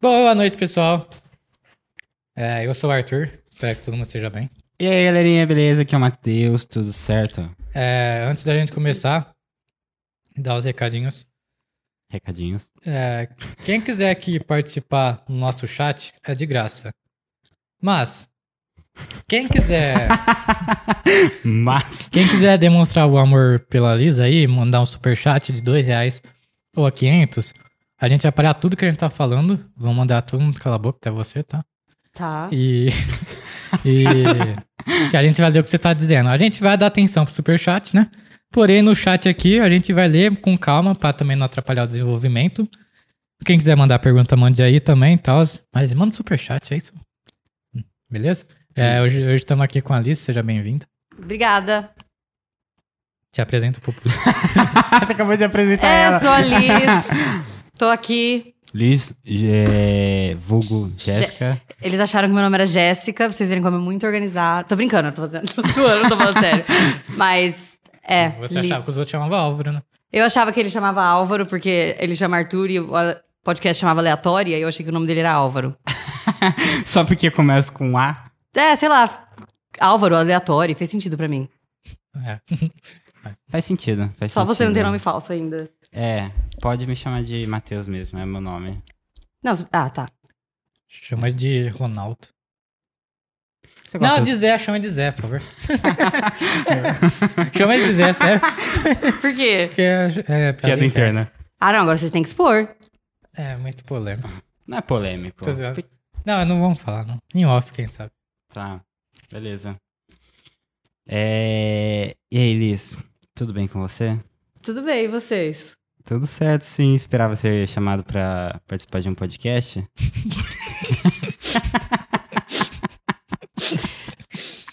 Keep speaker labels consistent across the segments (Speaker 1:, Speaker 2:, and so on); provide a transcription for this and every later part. Speaker 1: Boa noite, pessoal. É, eu sou o Arthur. Espero que todo mundo esteja bem.
Speaker 2: E aí, galerinha, beleza? Aqui é o Matheus, tudo certo?
Speaker 1: É, antes da gente começar, dar os recadinhos.
Speaker 2: Recadinhos.
Speaker 1: É, quem quiser aqui participar no nosso chat é de graça. Mas, quem quiser,
Speaker 2: Mas,
Speaker 1: quem quiser demonstrar o amor pela Lisa aí, mandar um super chat de dois reais ou a 500, a gente vai parar tudo que a gente tá falando. Vamos mandar todo mundo cala a boca, até você, tá?
Speaker 3: Tá.
Speaker 1: E. e que a gente vai ler o que você tá dizendo. A gente vai dar atenção pro superchat, né? Porém, no chat aqui, a gente vai ler com calma pra também não atrapalhar o desenvolvimento. Quem quiser mandar pergunta, mande aí também, tal. Mas manda superchat, é isso? Beleza? É, hoje hoje estamos aqui com a Alice, seja bem-vinda.
Speaker 3: Obrigada.
Speaker 1: Te apresento pro público.
Speaker 2: você acabou de apresentar
Speaker 3: É,
Speaker 2: ela.
Speaker 3: sou a Liz. Tô aqui.
Speaker 2: Liz, é, vulgo, Jéssica.
Speaker 3: Eles acharam que meu nome era Jéssica, pra vocês verem como é muito organizada. Tô brincando, tô fazendo. Tô zoando, não tô falando sério. Mas. É,
Speaker 1: Você
Speaker 3: Liz.
Speaker 1: achava que os outros chamavam Álvaro, né?
Speaker 3: Eu achava que ele chamava Álvaro, porque ele chama Arthur e o a- podcast chamava Aleatória, e eu achei que o nome dele era Álvaro.
Speaker 2: Só porque começa com A.
Speaker 3: É, sei lá, Álvaro, Aleatório, fez sentido pra mim.
Speaker 1: É.
Speaker 2: Faz sentido, faz
Speaker 3: Só
Speaker 2: sentido.
Speaker 3: você não tem nome falso ainda.
Speaker 2: É, pode me chamar de Matheus mesmo, é meu nome.
Speaker 3: Não, c- ah, tá.
Speaker 1: Chama de Ronaldo.
Speaker 2: Você
Speaker 1: Não,
Speaker 2: gosta
Speaker 1: de Zé, chama de Zé, por favor. chama ele de Zé, sério.
Speaker 3: Por quê?
Speaker 1: Porque é, é piada,
Speaker 2: piada
Speaker 1: interna.
Speaker 2: interna.
Speaker 3: Ah, não, agora vocês têm que expor.
Speaker 1: É, muito polêmico.
Speaker 2: Não é polêmico.
Speaker 1: Tô zoando. Não, não vamos falar, não. Em off, quem sabe.
Speaker 2: Tá, beleza. É, E aí, Liz, tudo bem com você?
Speaker 3: Tudo bem, e vocês?
Speaker 2: Tudo certo, sim. Esperava ser chamado pra participar de um podcast.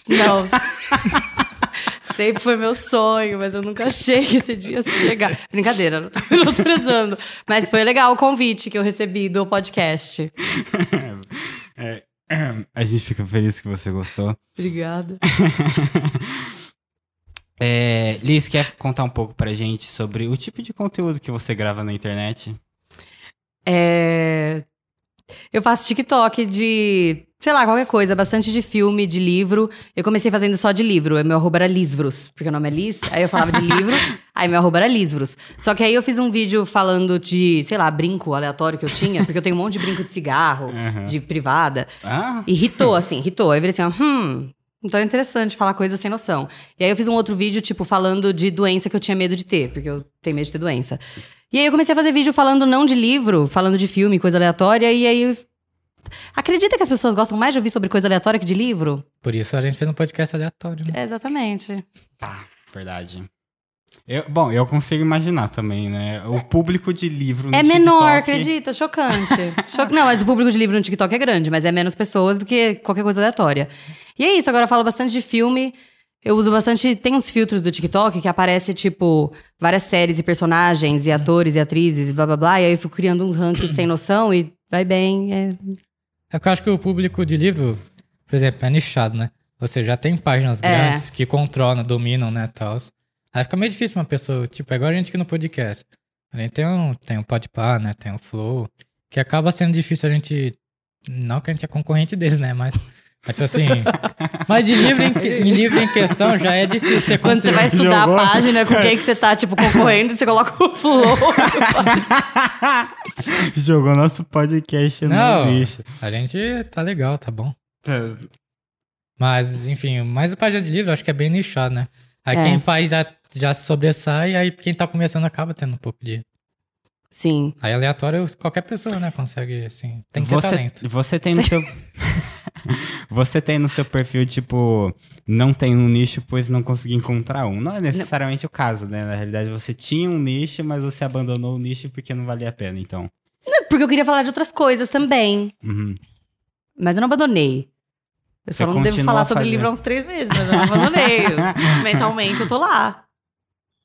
Speaker 3: Não. Sempre foi meu sonho, mas eu nunca achei que esse dia ia chegar. Brincadeira, não tô menosprezando. Mas foi legal o convite que eu recebi do podcast.
Speaker 2: É, a gente fica feliz que você gostou.
Speaker 3: Obrigada.
Speaker 2: É, Liz, quer contar um pouco pra gente sobre o tipo de conteúdo que você grava na internet?
Speaker 3: É, Eu faço TikTok de, sei lá, qualquer coisa, bastante de filme, de livro. Eu comecei fazendo só de livro, aí meu arroba era Lisvros, porque o nome é Liz, aí eu falava de livro, aí meu arroba era Lisvros. Só que aí eu fiz um vídeo falando de, sei lá, brinco aleatório que eu tinha, porque eu tenho um monte de brinco de cigarro,
Speaker 2: Uhum.
Speaker 3: de privada.
Speaker 2: Ah,
Speaker 3: Irritou, assim, irritou. Aí eu virei assim, ó, hum, então é interessante falar coisas sem noção. E aí eu fiz um outro vídeo, tipo, falando de doença que eu tinha medo de ter, porque eu tenho medo de ter doença. E aí eu comecei a fazer vídeo falando não de livro, falando de filme, coisa aleatória, e aí. Acredita que as pessoas gostam mais de ouvir sobre coisa aleatória que de livro?
Speaker 1: Por isso a gente fez um podcast aleatório, né?
Speaker 3: É, exatamente.
Speaker 2: verdade. Eu- bom, eu consigo imaginar também, né? O público de livro no
Speaker 3: é menor,
Speaker 2: TikTok-
Speaker 3: acredita? Chocante. Cho- Não, mas o público de livro no TikTok é grande, mas é menos pessoas do que qualquer coisa aleatória. E é isso, agora eu falo bastante de filme. Eu uso bastante. Tem uns filtros do TikTok que aparece, tipo, várias séries e personagens, e atores e atrizes, e blá blá blá. E aí eu fico criando uns rankings sem noção e vai bem. é.
Speaker 1: É porque eu acho que o público de livro, por exemplo, é nichado, né? Ou seja, já tem páginas
Speaker 3: É.
Speaker 1: grandes que controlam, dominam, né, tal. Aí fica meio difícil uma pessoa, tipo, é igual a gente aqui no podcast. A gente tem um, tem um podpar, né, tem um flow, que acaba sendo difícil a gente, não que a gente é concorrente deles, né, mas... mas, tipo assim, mas de livro em, que- em livro em questão já é difícil ter
Speaker 3: Quando você vai
Speaker 1: conteúdo.
Speaker 3: estudar
Speaker 2: Jogou.
Speaker 3: a página
Speaker 2: É.
Speaker 3: com quem que você tá, tipo, concorrendo, você coloca o flow.
Speaker 2: Jogou nosso podcast
Speaker 1: Não.
Speaker 2: no lixo.
Speaker 1: A gente tá legal, tá bom.
Speaker 2: Tá,
Speaker 1: Mas, enfim, mas a página de livro eu acho que é bem nichado, né? Aí
Speaker 3: É.
Speaker 1: quem faz já, já se sobressai, aí quem tá começando acaba tendo um pouco de.
Speaker 3: Sim.
Speaker 1: Aí aleatório qualquer pessoa, né? Consegue, assim. Tem que ter
Speaker 2: você, é
Speaker 1: talento.
Speaker 2: Você tem no seu. você tem no seu perfil, tipo, não tem um nicho, pois não consegui encontrar um. Não é necessariamente o caso, né? Na realidade, você tinha um nicho, mas você abandonou o nicho porque não valia a pena, então.
Speaker 3: Porque eu queria falar de outras coisas também.
Speaker 2: Uhum.
Speaker 3: Mas eu não abandonei. Eu
Speaker 2: Você
Speaker 3: só não devo
Speaker 2: continua
Speaker 3: falar sobre
Speaker 2: fazendo.
Speaker 3: livro há uns três meses, mas eu não abandonei. Mentalmente eu tô lá.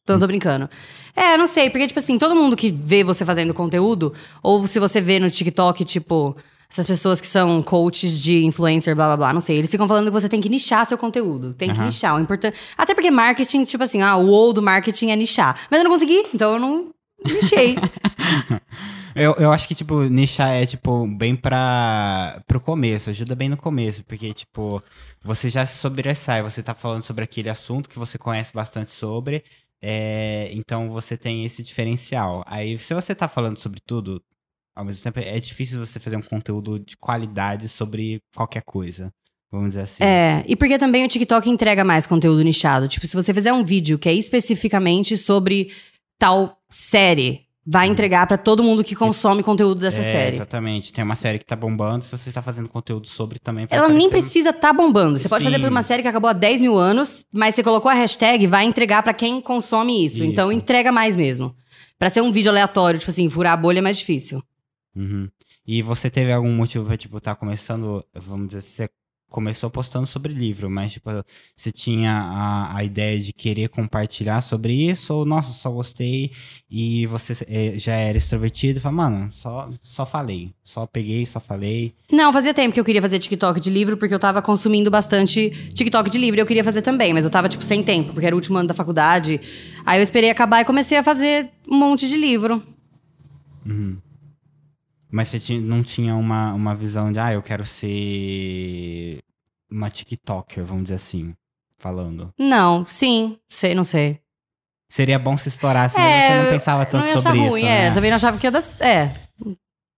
Speaker 3: Então eu tô brincando. É, eu não sei, porque, tipo assim, todo mundo que vê você fazendo conteúdo, ou se você vê no TikTok, tipo, essas pessoas que são coaches de influencer, blá blá blá, não sei, eles ficam falando que você tem que nichar seu conteúdo. Tem que
Speaker 2: Aham.
Speaker 3: nichar. O importan- Até porque marketing, tipo assim, ah, o ou do marketing é nichar. Mas eu não consegui, então eu não nichei.
Speaker 2: Eu, eu acho que, tipo, nichar é, tipo, bem pra, pro começo, ajuda bem no começo, porque, tipo, você já se sobressai, você tá falando sobre aquele assunto que você conhece bastante sobre, é, então você tem esse diferencial. Aí, se você tá falando sobre tudo, ao mesmo tempo, é difícil você fazer um conteúdo de qualidade sobre qualquer coisa. Vamos dizer assim.
Speaker 3: É, e porque também o TikTok entrega mais conteúdo nichado. Tipo, se você fizer um vídeo que é especificamente sobre tal série, vai entregar pra todo mundo que consome conteúdo dessa
Speaker 2: Uhum. É,
Speaker 3: série.
Speaker 2: Exatamente. Tem uma série que tá bombando, se você tá fazendo conteúdo sobre também. vai
Speaker 3: Ela nem
Speaker 2: aparecer no-
Speaker 3: precisa estar bombando. Você pode fazer
Speaker 2: Tá Sim.
Speaker 3: por uma série que acabou há 10 mil anos, mas você colocou a hashtag, vai entregar pra quem consome isso.
Speaker 2: Isso.
Speaker 3: Então entrega mais mesmo. Pra ser um vídeo aleatório, tipo assim, furar a bolha é mais difícil.
Speaker 2: Uhum. E você teve algum motivo pra, tipo, tá começando, vamos dizer, você começou postando sobre livro, mas, tipo, você tinha a, a ideia de querer compartilhar sobre isso, ou, nossa, só gostei, e você eh, já era extrovertido, e fala, mano, só, só falei, só peguei, só falei.
Speaker 3: Não, fazia tempo que eu queria fazer TikTok de livro, porque eu tava consumindo bastante TikTok de livro. Eu queria fazer também, mas eu tava, tipo, sem tempo, porque era o último ano da faculdade. Aí eu esperei acabar e comecei a fazer um monte de livro.
Speaker 2: Uhum. Mas você ti- não tinha uma, uma visão de, ah, eu quero ser uma TikToker, vamos dizer assim, falando.
Speaker 3: Não, sim, sei, não sei.
Speaker 2: Seria bom se estourasse, mas
Speaker 3: É,
Speaker 2: você não pensava tanto
Speaker 3: não ia achar
Speaker 2: sobre isso,
Speaker 3: ruim,
Speaker 2: né?
Speaker 3: é. Também não achava que ia dar. É.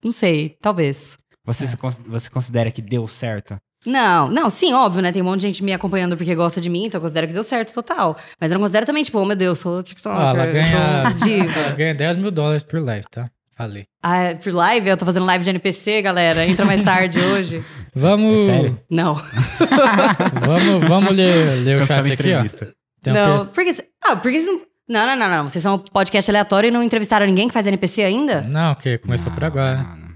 Speaker 3: Não sei, talvez.
Speaker 2: Você, se cons- você considera que deu certo?
Speaker 3: Não, não, sim, óbvio, né? Tem um monte de gente me acompanhando porque gosta de mim, então eu considero que deu certo total. Mas eu não considero também, tipo, oh meu Deus, sou TikToker,
Speaker 1: Ó,
Speaker 2: Ah,
Speaker 1: ela
Speaker 3: eu
Speaker 1: ganha-
Speaker 3: sou diva.
Speaker 1: Ela ganha 10 mil dólares por live, tá? Falei.
Speaker 3: Ah, por live, eu tô fazendo live de NPC, galera. Entra mais tarde hoje.
Speaker 1: Vamos.
Speaker 2: É sério?
Speaker 3: Não.
Speaker 1: Vamos, vamos ler, ler o chat aqui, ó. Tem um
Speaker 3: não. Por que cê- Ah, por que cê não. Não, não, não, não. Vocês são um podcast aleatório e não entrevistaram ninguém que faz NPC
Speaker 1: pe-
Speaker 3: ainda?
Speaker 1: Não, que começou por agora, né?
Speaker 2: Mano.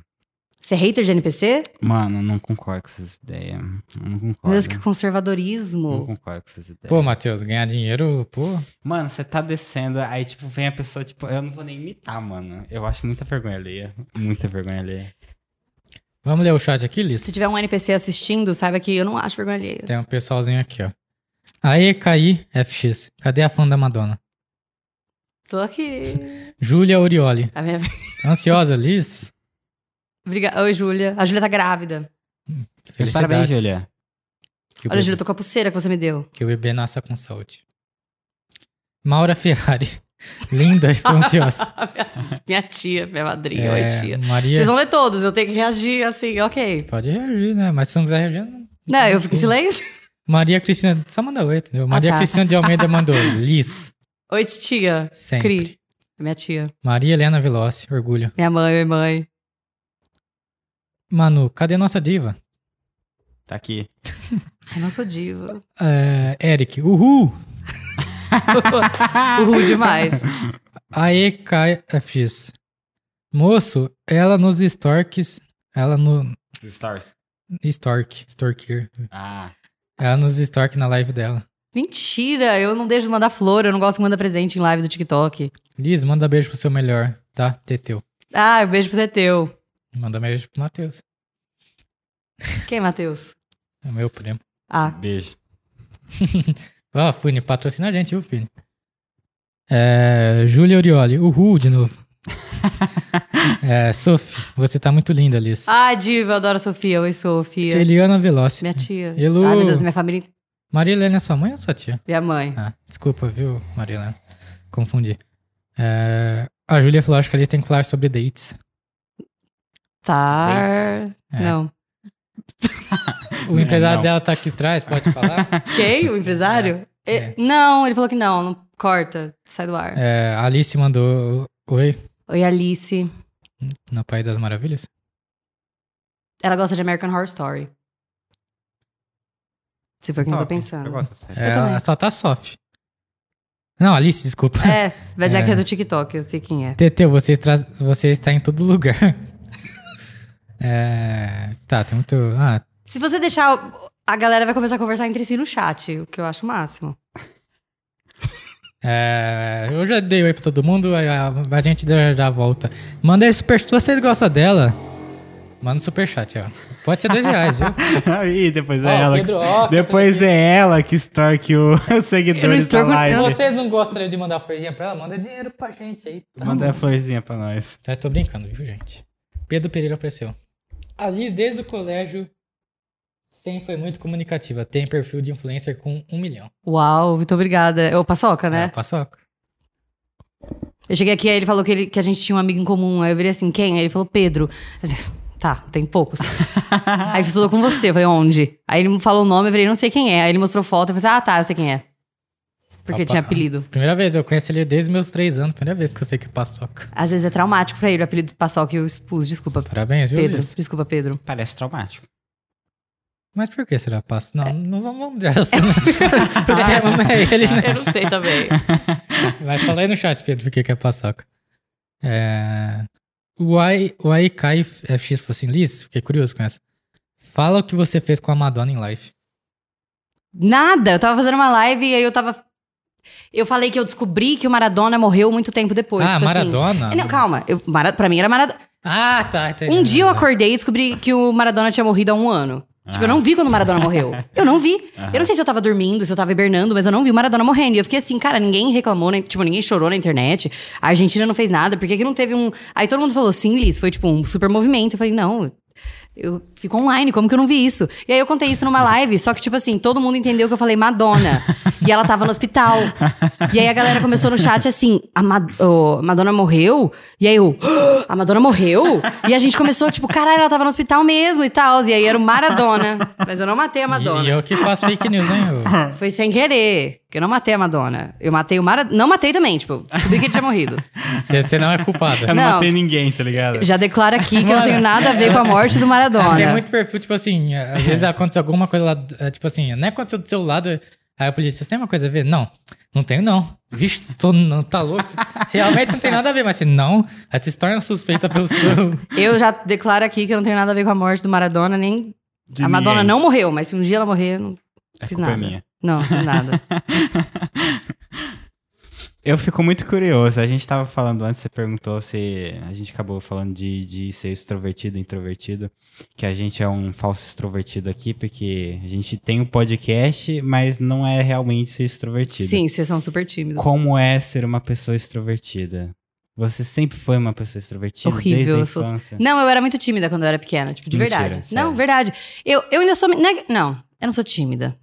Speaker 3: Você é hater de NPC?
Speaker 2: Mano, eu não concordo com essas ideias. Eu Não concordo.
Speaker 3: Meu Deus, que
Speaker 2: Não
Speaker 3: conservadorismo.
Speaker 2: concordo com essas ideias.
Speaker 1: Pô, Matheus, ganhar dinheiro, pô.
Speaker 2: Mano, você tá descendo, aí, tipo, vem a pessoa, tipo, eu não vou nem imitar, mano. Eu acho muita vergonha alheia. Muita vergonha alheia.
Speaker 1: Vamos ler o chat aqui, Liz?
Speaker 3: Se tiver um NPC assistindo, saiba que eu não acho vergonha alheia.
Speaker 1: Tem um pessoalzinho aqui, ó. Aê, Caí, FX. Cadê a fã da Madonna?
Speaker 3: Tô aqui.
Speaker 1: Júlia Orioli.
Speaker 3: A minha...
Speaker 1: Ansiosa, Liz?
Speaker 3: Obrigada. Oi, Júlia. A Júlia tá grávida.
Speaker 2: Meus parabéns, Julia.
Speaker 1: Que o,
Speaker 3: Olha,
Speaker 1: bebê,
Speaker 3: Júlia, eu tô com a pulseira que você me deu.
Speaker 1: que o bebê nasça com saúde. Maura Ferrari. Linda, estou ansiosa.
Speaker 3: Minha tia, minha madrinha,
Speaker 1: É,
Speaker 3: oi tia.
Speaker 1: Maria.
Speaker 3: Vocês vão ler todos, eu tenho que reagir assim, ok.
Speaker 1: Pode reagir, né? Mas se não quiser reagir, não.
Speaker 3: Não, eu fico em silêncio.
Speaker 1: Maria Cristina. Só manda oi, entendeu? Maria
Speaker 3: tá.
Speaker 1: Cristina de Almeida mandou. Liz.
Speaker 3: Oi, tia.
Speaker 1: Sempre.
Speaker 3: Cri. Minha tia.
Speaker 1: Maria Helena Veloce, orgulho.
Speaker 3: Minha mãe, oi, mãe.
Speaker 1: Manu, cadê nossa diva?
Speaker 2: Tá aqui.
Speaker 3: Ai, não sou diva.
Speaker 1: É, Eric, uhul!
Speaker 3: Uhul demais.
Speaker 1: AEKFX. Moço, ela nos storks. Ela no.
Speaker 2: Stars.
Speaker 1: Stork. Storker.
Speaker 2: Ah.
Speaker 1: Ela nos stork na live dela.
Speaker 3: Mentira, eu não deixo de mandar flor, eu não gosto que manda presente em live do TikTok.
Speaker 1: Liz, manda beijo pro seu melhor, tá? Teteu.
Speaker 3: Ah, um beijo pro Teteu.
Speaker 1: Manda beijo pro Matheus.
Speaker 3: Quem, Matheus?
Speaker 1: É meu primo.
Speaker 3: Ah,
Speaker 2: Beijo.
Speaker 1: Ó, Fune, patrocina a gente, viu, Fune? É, Júlia Orioli, uhul de novo. é, Sophie, você tá muito linda, Liz.
Speaker 3: ah diva, eu adoro a Sofia. Oi, Sofia.
Speaker 1: Eliana Veloce.
Speaker 3: Minha tia.
Speaker 1: Elu.
Speaker 3: Ai, meu Deus, minha família. inte-
Speaker 1: Maria Helena é sua mãe ou sua tia?
Speaker 3: Minha mãe.
Speaker 1: Ah, desculpa, viu, Marilena? Confundi. É, a Júlia falou, acho que ali tem que falar sobre dates.
Speaker 3: Tá.
Speaker 1: É.
Speaker 3: Não.
Speaker 1: O empresário
Speaker 2: não.
Speaker 1: dela tá aqui atrás, pode falar.
Speaker 3: Quem? O empresário?
Speaker 1: É,
Speaker 3: E-
Speaker 1: é.
Speaker 3: Não, ele falou que não, não corta, sai do ar.
Speaker 1: É, a Alice mandou oi
Speaker 3: Oi, Alice.
Speaker 1: no País das Maravilhas.
Speaker 3: Ela gosta de American Horror Story. Se for quem eu tô
Speaker 2: Top.
Speaker 3: pensando.
Speaker 2: Eu gosto dessa série.
Speaker 1: É,
Speaker 3: também.
Speaker 1: ela só tá soft. Não, Alice, desculpa.
Speaker 3: É, mas é.
Speaker 1: É.
Speaker 3: que é do TikTok, eu sei quem é.
Speaker 1: TT, você, estra- você está em todo lugar. É, tá, tem muito. Ah,
Speaker 3: Se você deixar, a galera vai começar a conversar entre si no chat, o que eu acho o máximo.
Speaker 1: é, eu já dei oi pra todo mundo, a, a- a gente já, já volta. Manda aí super se vocês gostam dela. Manda um superchat, ó. Pode ser dois reais, viu?
Speaker 2: e depois é
Speaker 1: Ó,
Speaker 2: ela.
Speaker 1: Pedro,
Speaker 2: que,
Speaker 1: ó, que
Speaker 2: depois
Speaker 1: eu
Speaker 2: é ela que estorque o os seguidores da
Speaker 3: estorco-
Speaker 2: live.
Speaker 3: eu não
Speaker 1: Vocês não gostariam de mandar florzinha pra ela? Manda dinheiro pra gente aí. tá?
Speaker 2: Manda a florzinha pra nós.
Speaker 1: Já Tá, tô brincando, viu, gente? Pedro Pereira apareceu. A Liz, desde o colégio, sempre foi muito comunicativa. Tem perfil de influencer com um milhão.
Speaker 3: Uau, muito obrigada. É o Paçoca, né?
Speaker 1: É, paçoca.
Speaker 3: Eu cheguei aqui, aí ele falou que, ele- que a gente tinha um amigo em comum. Aí eu virei assim, quem? Aí ele falou, Pedro. Eu disse, tá, tem poucos. aí ele estudou com você. Eu falei, onde? Aí ele me falou o nome, eu falei, não sei quem é. Aí ele mostrou foto, eu falei, ah, tá, eu sei quem é. Porque
Speaker 1: Opa.
Speaker 3: tinha apelido.
Speaker 1: Primeira vez, eu conheço ele desde meus três anos. Primeira vez que eu sei que é paçoca.
Speaker 3: Às vezes é traumático pra ele o apelido de Paçoca e eu expus, desculpa.
Speaker 1: Parabéns, viu,
Speaker 3: Pedro,
Speaker 1: Liz?
Speaker 3: desculpa, Pedro.
Speaker 2: Parece traumático.
Speaker 1: Mas por que será paço?
Speaker 3: É.
Speaker 1: Não, não vamos vamos dar essa. né? Porque é uma- é ele, né?
Speaker 3: Eu não sei também.
Speaker 1: Mas fala aí no chat, Pedro, por que que é paçoca. É... O Ai- o Aikai FX falou assim, Liz, fiquei curioso com essa. Fala o que você fez com a Madonna em live.
Speaker 3: Nada, eu tava fazendo uma live e aí eu tava. Eu falei que eu descobri que o Maradona morreu muito tempo depois.
Speaker 1: ah,
Speaker 3: tipo assim.
Speaker 1: Maradona?
Speaker 3: Não, calma. Eu, Mara- Pra mim era Maradona.
Speaker 1: Ah, tá. entendi.
Speaker 3: Um dia eu acordei e descobri que o Maradona tinha morrido há um ano. Tipo, eu
Speaker 1: Ah.
Speaker 3: não vi quando o Maradona morreu. Eu não vi. Eu não sei se eu tava dormindo, se eu tava hibernando, mas eu não vi o Maradona morrendo. E eu fiquei assim, cara, ninguém reclamou, né? tipo, ninguém chorou na internet. A Argentina não fez nada, por que, que não teve um. Aí todo mundo falou, sim, Liz, foi tipo um super movimento. Eu falei, não. Eu fico online, como que eu não vi isso? E aí eu contei isso numa live, só que, tipo assim, todo mundo entendeu que eu falei Madonna. e ela tava no hospital. E aí a galera começou no chat assim: a Ma- ô, Madonna morreu? E aí eu, "Ah, a Madonna morreu? E a gente começou, tipo, caralho, ela tava no hospital mesmo e tal. E aí era o Maradona. Mas eu não matei a Madonna.
Speaker 1: E, e eu que faço fake news, hein? ô.
Speaker 3: Foi sem querer. que Eu não matei a Madonna. Eu matei o Maradona. Não matei também, tipo, descobri que ele tinha morrido.
Speaker 1: Você você não é culpada.
Speaker 2: Eu não,
Speaker 3: Não.
Speaker 2: matei ninguém, tá ligado?
Speaker 3: Já declaro aqui que eu não tenho nada a ver com a morte do Maradona.
Speaker 1: Tem muito perfil, tipo assim, às
Speaker 3: É.
Speaker 1: vezes acontece alguma coisa lá, é, tipo assim, não é aconteceu do seu lado, aí a polícia, você tem uma coisa a ver? Não, não tenho não. Vixe, tô, não, tá louco. Você realmente não tem nada a ver, mas você não, aí você se torna suspeita pelo seu...
Speaker 3: Eu já declaro aqui que eu não tenho nada a ver com a morte do Maradona, nem.
Speaker 2: De
Speaker 3: a Madonna
Speaker 2: ninguém.
Speaker 3: não morreu, mas se um dia ela morrer, eu não
Speaker 2: A
Speaker 3: fiz
Speaker 2: culpa é
Speaker 3: nada.
Speaker 2: minha.
Speaker 3: Não, não fiz nada.
Speaker 2: Eu fico muito curioso. A gente tava falando antes, você perguntou se. A gente acabou falando de, de ser extrovertido, introvertido. Que a gente é um falso extrovertido aqui, porque a gente tem um podcast, mas não é realmente ser extrovertido.
Speaker 3: Sim, vocês são super tímidos.
Speaker 2: Como é ser uma pessoa extrovertida? Você sempre foi uma pessoa extrovertida
Speaker 3: Horrível,
Speaker 2: desde a
Speaker 3: eu sou-
Speaker 2: infância?
Speaker 3: Não, eu era muito tímida quando eu era pequena, tipo, de
Speaker 2: Mentira,
Speaker 3: verdade.
Speaker 2: sério.
Speaker 3: Não, verdade. Eu, eu ainda sou. né, Não, eu não sou tímida.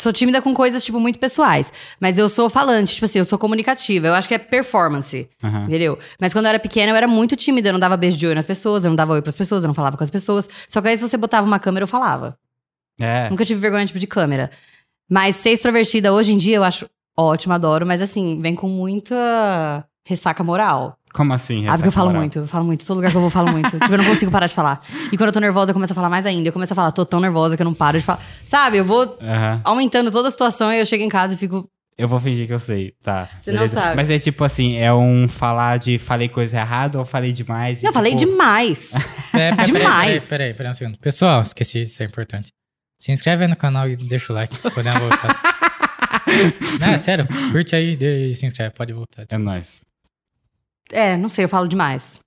Speaker 3: Sou tímida com coisas, tipo, muito pessoais. Mas eu sou falante, tipo assim, eu sou comunicativa. Eu acho que é performance.
Speaker 2: Aham.
Speaker 3: Entendeu? Mas quando eu era pequena, eu era muito tímida. Eu não dava beijo de oi nas pessoas, eu não dava oi pras pessoas, eu não falava com as pessoas. Só que aí, se você botava uma câmera, eu falava.
Speaker 2: É.
Speaker 3: Nunca tive vergonha, tipo, de câmera. Mas ser extrovertida hoje em dia eu acho ótimo, adoro, mas assim, vem com muita ressaca moral.
Speaker 2: Como assim?
Speaker 3: ah, porque eu
Speaker 2: ressaca
Speaker 3: falo
Speaker 2: moral?
Speaker 3: muito, eu falo muito. Todo lugar que eu vou, eu falo muito. tipo, eu não consigo parar de falar. E quando eu tô nervosa, eu começo a falar mais ainda. Eu começo a falar, tô tão nervosa que eu não paro de falar. Sabe, eu vou
Speaker 2: Aham.
Speaker 3: aumentando toda a situação e eu chego em casa e fico.
Speaker 2: Eu vou fingir que eu sei, tá.
Speaker 3: Você não sabe.
Speaker 2: Mas é tipo assim, é um falar de falei coisa errada ou falei demais? e,
Speaker 3: Não, eu falei
Speaker 2: tipo,
Speaker 3: demais.
Speaker 1: É, peraí, Peraí,
Speaker 3: Demais.
Speaker 1: peraí, peraí um segundo. Pessoal, esqueci, isso é importante. Se inscreve aí no canal e deixa o like, podemos voltar. não, é sério, curte aí e se inscreve, pode voltar.
Speaker 2: É nóis.
Speaker 3: é, não sei, eu falo demais.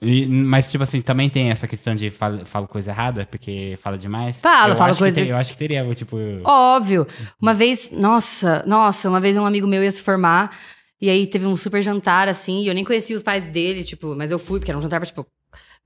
Speaker 2: E- mas, tipo assim, também tem essa questão de falo, falo coisa errada, porque fala demais.
Speaker 3: Fala,
Speaker 2: eu
Speaker 3: fala
Speaker 2: acho que
Speaker 3: coisa-
Speaker 2: teria- eu acho que teria, tipo.
Speaker 3: Óbvio. Uma vez, nossa, nossa, uma vez um amigo meu ia se formar e aí teve um super jantar assim, e eu nem conhecia os pais dele, tipo, mas eu fui porque era um jantar pra tipo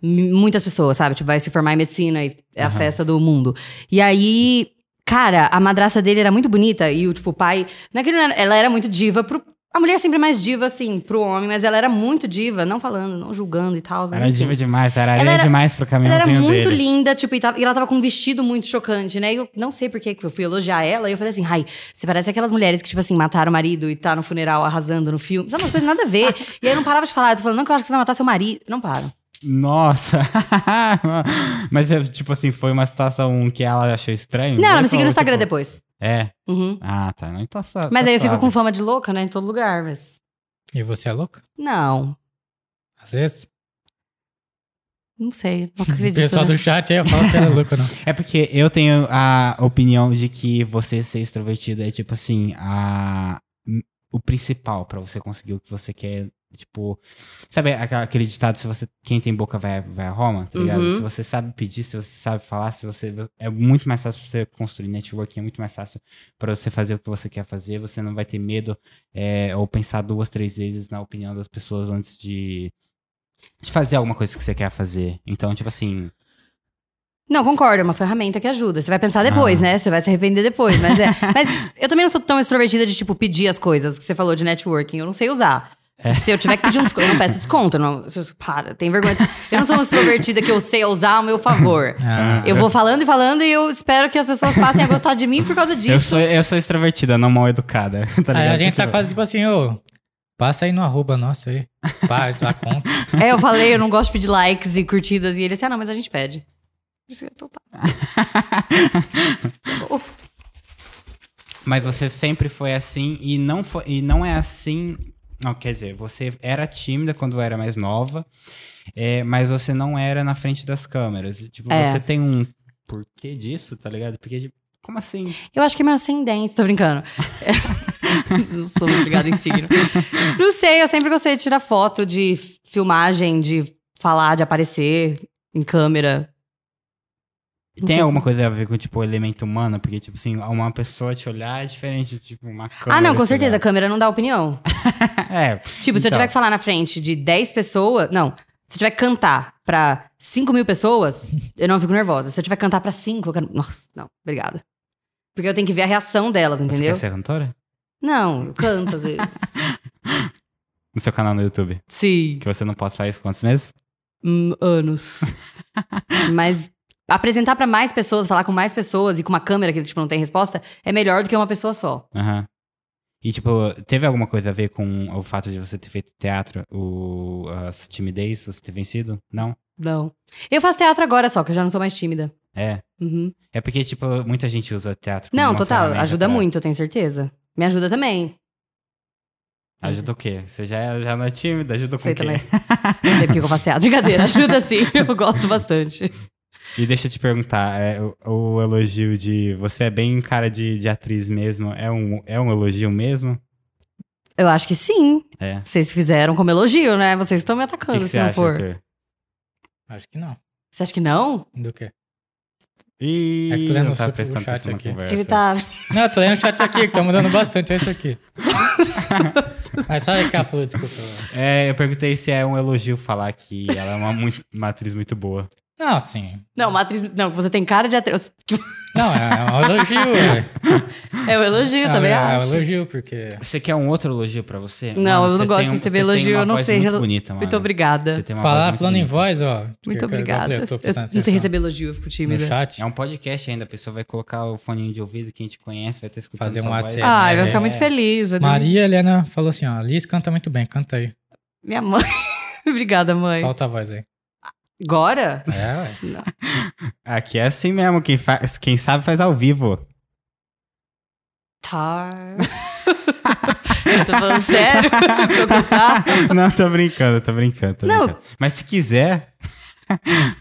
Speaker 3: m- muitas pessoas, sabe? Tipo, vai se formar em medicina e é a festa do mundo. E aí, cara, a madraça dele era muito bonita e o tipo o pai, naquele ela era muito diva pro a mulher é sempre mais diva, assim, pro homem, mas ela era muito diva, não falando, não julgando e tal. mas
Speaker 2: Era
Speaker 3: enfim.
Speaker 2: diva demais, araria
Speaker 3: Ela era-
Speaker 2: demais pro
Speaker 3: Ela era
Speaker 2: caminhãozinho
Speaker 3: muito
Speaker 2: dele.
Speaker 3: linda, tipo, e, tava- e ela tava com um vestido muito chocante, né? E eu não sei por que que eu fui elogiar ela. E eu falei assim, ai, você parece aquelas mulheres que, tipo assim, mataram o marido e tá no funeral arrasando no filme. Sabe, umas coisas nada a ver. e aí eu não parava de falar. Eu tô falando, não, que eu acho que você vai matar seu marido. Não paro.
Speaker 2: Nossa! mas, é, tipo assim, foi uma situação que ela achou estranho.
Speaker 3: Não, ela
Speaker 2: Ou
Speaker 3: me seguiu no
Speaker 2: tipo-
Speaker 3: Instagram depois.
Speaker 2: É.
Speaker 3: Uhum.
Speaker 2: Ah, tá. Não, então só-
Speaker 3: Mas
Speaker 2: tá
Speaker 3: aí eu fico
Speaker 2: suave.
Speaker 3: com fama de louca, né? Em todo lugar, mas...
Speaker 1: E você é louca?
Speaker 3: Não,
Speaker 1: Às vezes?
Speaker 3: não sei. Não
Speaker 1: O
Speaker 3: acredito.
Speaker 1: pessoal
Speaker 3: né?
Speaker 1: do chat aí, eu falo se ela é louca ou não.
Speaker 2: É porque eu tenho a opinião de que você ser extrovertido é tipo assim, a, o principal pra você conseguir o que você quer Tipo, sabe aquela- aquele ditado, se você, quem tem boca vai, vai a Roma, tá ligado?
Speaker 3: Uhum.
Speaker 2: Se você sabe pedir, se você sabe falar, se você, é muito mais fácil você construir networking, é muito mais fácil pra você fazer o que você quer fazer, você não vai ter medo é, ou pensar duas, três vezes na opinião das pessoas antes de, de fazer alguma coisa que você quer fazer. Então, tipo assim,
Speaker 3: Não, concordo, é uma ferramenta que ajuda. Você vai pensar depois,
Speaker 2: Ah.
Speaker 3: né? Você vai se arrepender depois. Mas, é. mas eu também não sou tão extrovertida de, tipo, pedir as coisas que você falou de networking. Eu não sei usar.
Speaker 2: É.
Speaker 3: Se eu tiver que pedir um desconto, eu não peço desconto. eu Não, eu- para, tem vergonha. Eu não sou uma extrovertida que eu sei usar ao meu favor.
Speaker 1: Ah,
Speaker 3: Eu vou
Speaker 2: é.
Speaker 3: falando e falando e eu espero que as pessoas passem a gostar de mim por causa disso.
Speaker 2: eu sou, eu sou extrovertida, não mal educada, tá
Speaker 1: Aí
Speaker 2: ligado?
Speaker 1: a gente tá
Speaker 2: Tipo,
Speaker 1: quase tipo assim, ô, passa aí no arroba nosso aí. Paz, dá conta.
Speaker 3: É, eu falei, eu não gosto de pedir likes e curtidas. E ele assim, ah, não, mas a gente pede. Eu disse, Então tá.
Speaker 2: Mas você sempre foi assim e não, foi, e não é assim. Não, quer dizer, você era tímida quando era mais nova, é, mas você não era na frente das câmeras. Tipo,
Speaker 3: É.
Speaker 2: você tem um porquê disso, tá ligado? Porque, tipo, como assim?
Speaker 3: Eu acho que é meu ascendente, tô brincando. não sou obrigada em signo. Não sei, eu sempre gostei de tirar foto, de filmagem, de falar, de aparecer em câmera. Não
Speaker 2: Tem
Speaker 3: sei.
Speaker 2: alguma coisa a ver com, tipo, o elemento humano? Porque, tipo, assim, uma pessoa te olhar é diferente de, tipo, uma câmera.
Speaker 3: ah, não, com
Speaker 2: te
Speaker 3: certeza, a
Speaker 2: olhar.
Speaker 3: câmera não dá opinião.
Speaker 2: é.
Speaker 3: Tipo, se eu
Speaker 2: Então.
Speaker 3: tiver que falar na frente de 10 pessoas. Não. Se eu tiver que cantar pra 5 mil pessoas, eu não fico nervosa. Se eu tiver que cantar pra 5, eu quero. Nossa, não, obrigada. Porque eu tenho que ver a reação delas,
Speaker 2: Você
Speaker 3: entendeu?
Speaker 2: quer ser cantora?
Speaker 3: Não, eu canto às vezes.
Speaker 2: No seu canal no YouTube.
Speaker 3: Sim.
Speaker 2: Que você não pode fazer isso quantos meses?
Speaker 3: Hum, anos. Mas apresentar pra mais pessoas, falar com mais pessoas e com uma câmera que tipo, não tem resposta, é melhor do que uma pessoa só.
Speaker 2: Aham. E, tipo, teve alguma coisa a ver com o fato de você ter feito teatro, o, a sua timidez, você ter vencido? Não?
Speaker 3: Não. Eu faço teatro agora só, que eu já não sou mais tímida.
Speaker 2: É.
Speaker 3: Uhum.
Speaker 2: É porque, tipo, muita gente usa teatro como
Speaker 3: Não,
Speaker 2: uma
Speaker 3: total.
Speaker 2: ferramenta
Speaker 3: Ajuda
Speaker 2: pra-
Speaker 3: muito, eu tenho certeza. Me ajuda também.
Speaker 2: Ajuda o quê? Você já, já não é tímida, ajuda com
Speaker 3: Sei
Speaker 2: o quê?
Speaker 3: também. Não sei porque eu faço teatro. Brincadeira, ajuda sim. Eu gosto bastante.
Speaker 2: E deixa eu te perguntar, é, o, o elogio de você é bem cara de, de atriz mesmo, é um, é um elogio mesmo?
Speaker 3: Eu acho que sim.
Speaker 2: É. O
Speaker 3: Vocês fizeram como elogio, né? Vocês estão me
Speaker 2: que,
Speaker 3: atacando
Speaker 2: que
Speaker 3: se
Speaker 2: você
Speaker 3: não
Speaker 2: acha,
Speaker 3: for.
Speaker 1: É
Speaker 2: Arthur?
Speaker 1: Acho que não.
Speaker 3: Você acha que não?
Speaker 1: Do quê?
Speaker 2: Ih,
Speaker 1: É que tu lê
Speaker 2: eu
Speaker 1: no
Speaker 2: não
Speaker 1: seu-
Speaker 2: tava
Speaker 1: o
Speaker 2: prestando
Speaker 1: chat
Speaker 2: atenção na
Speaker 1: aqui.
Speaker 2: conversa.
Speaker 3: Ele tá.
Speaker 1: Não, eu tô lendo o chat aqui, que tá mudando bastante, é isso aqui. Mas só aí, Cáfalo, desculpa.
Speaker 2: É, eu perguntei se é um elogio falar que ela é uma, muito, uma atriz muito boa.
Speaker 1: Não, assim.
Speaker 3: Não, matriz. Não, você tem cara de atriz.
Speaker 1: Não, é é um elogio, velho.
Speaker 3: É um elogio,
Speaker 2: Ah,
Speaker 1: Não,
Speaker 3: também
Speaker 1: é,
Speaker 3: acho.
Speaker 1: É um elogio, porque.
Speaker 2: Você quer um outro elogio pra você?
Speaker 3: Não,
Speaker 2: Mano,
Speaker 3: eu não
Speaker 2: você
Speaker 3: gosto
Speaker 2: tem
Speaker 3: de
Speaker 2: um-
Speaker 3: receber
Speaker 2: você tem
Speaker 3: elogio,
Speaker 2: uma
Speaker 3: eu não
Speaker 2: voz
Speaker 3: sei.
Speaker 2: Muito bonita, mano.
Speaker 3: Muito obrigada.
Speaker 2: Você tem uma
Speaker 1: Falar
Speaker 2: voz muito
Speaker 1: falando em
Speaker 2: bonita.
Speaker 1: voz, ó. que- que-
Speaker 3: Muito
Speaker 1: que eu
Speaker 3: obrigada.
Speaker 1: falei,
Speaker 3: Eu,
Speaker 1: Eu tô prestando
Speaker 3: não sei
Speaker 1: atenção
Speaker 3: receber elogio, né? eu fico
Speaker 1: no
Speaker 3: tímida.
Speaker 1: chat.
Speaker 2: É um podcast ainda, a pessoa vai colocar o foninho de ouvido, quem te conhece vai estar escutando
Speaker 1: Fazer
Speaker 2: sua
Speaker 1: um
Speaker 2: voz.
Speaker 1: aceno,
Speaker 3: Ai,
Speaker 1: É,
Speaker 3: vai
Speaker 1: é.
Speaker 3: ficar muito feliz. vai dormir.
Speaker 1: Maria Helena falou assim, ó. Liz canta muito bem, canta aí.
Speaker 3: Minha mãe. Obrigada, mãe.
Speaker 1: Solta a voz aí.
Speaker 3: Agora?
Speaker 1: É, ué.
Speaker 2: Aqui é assim mesmo, quem, faz, quem sabe faz ao vivo.
Speaker 3: Tá. Tô falando sério? Vou cantar?
Speaker 2: não, tô brincando, tô brincando, tô
Speaker 3: Ah. Não.
Speaker 2: brincando. Mas se quiser,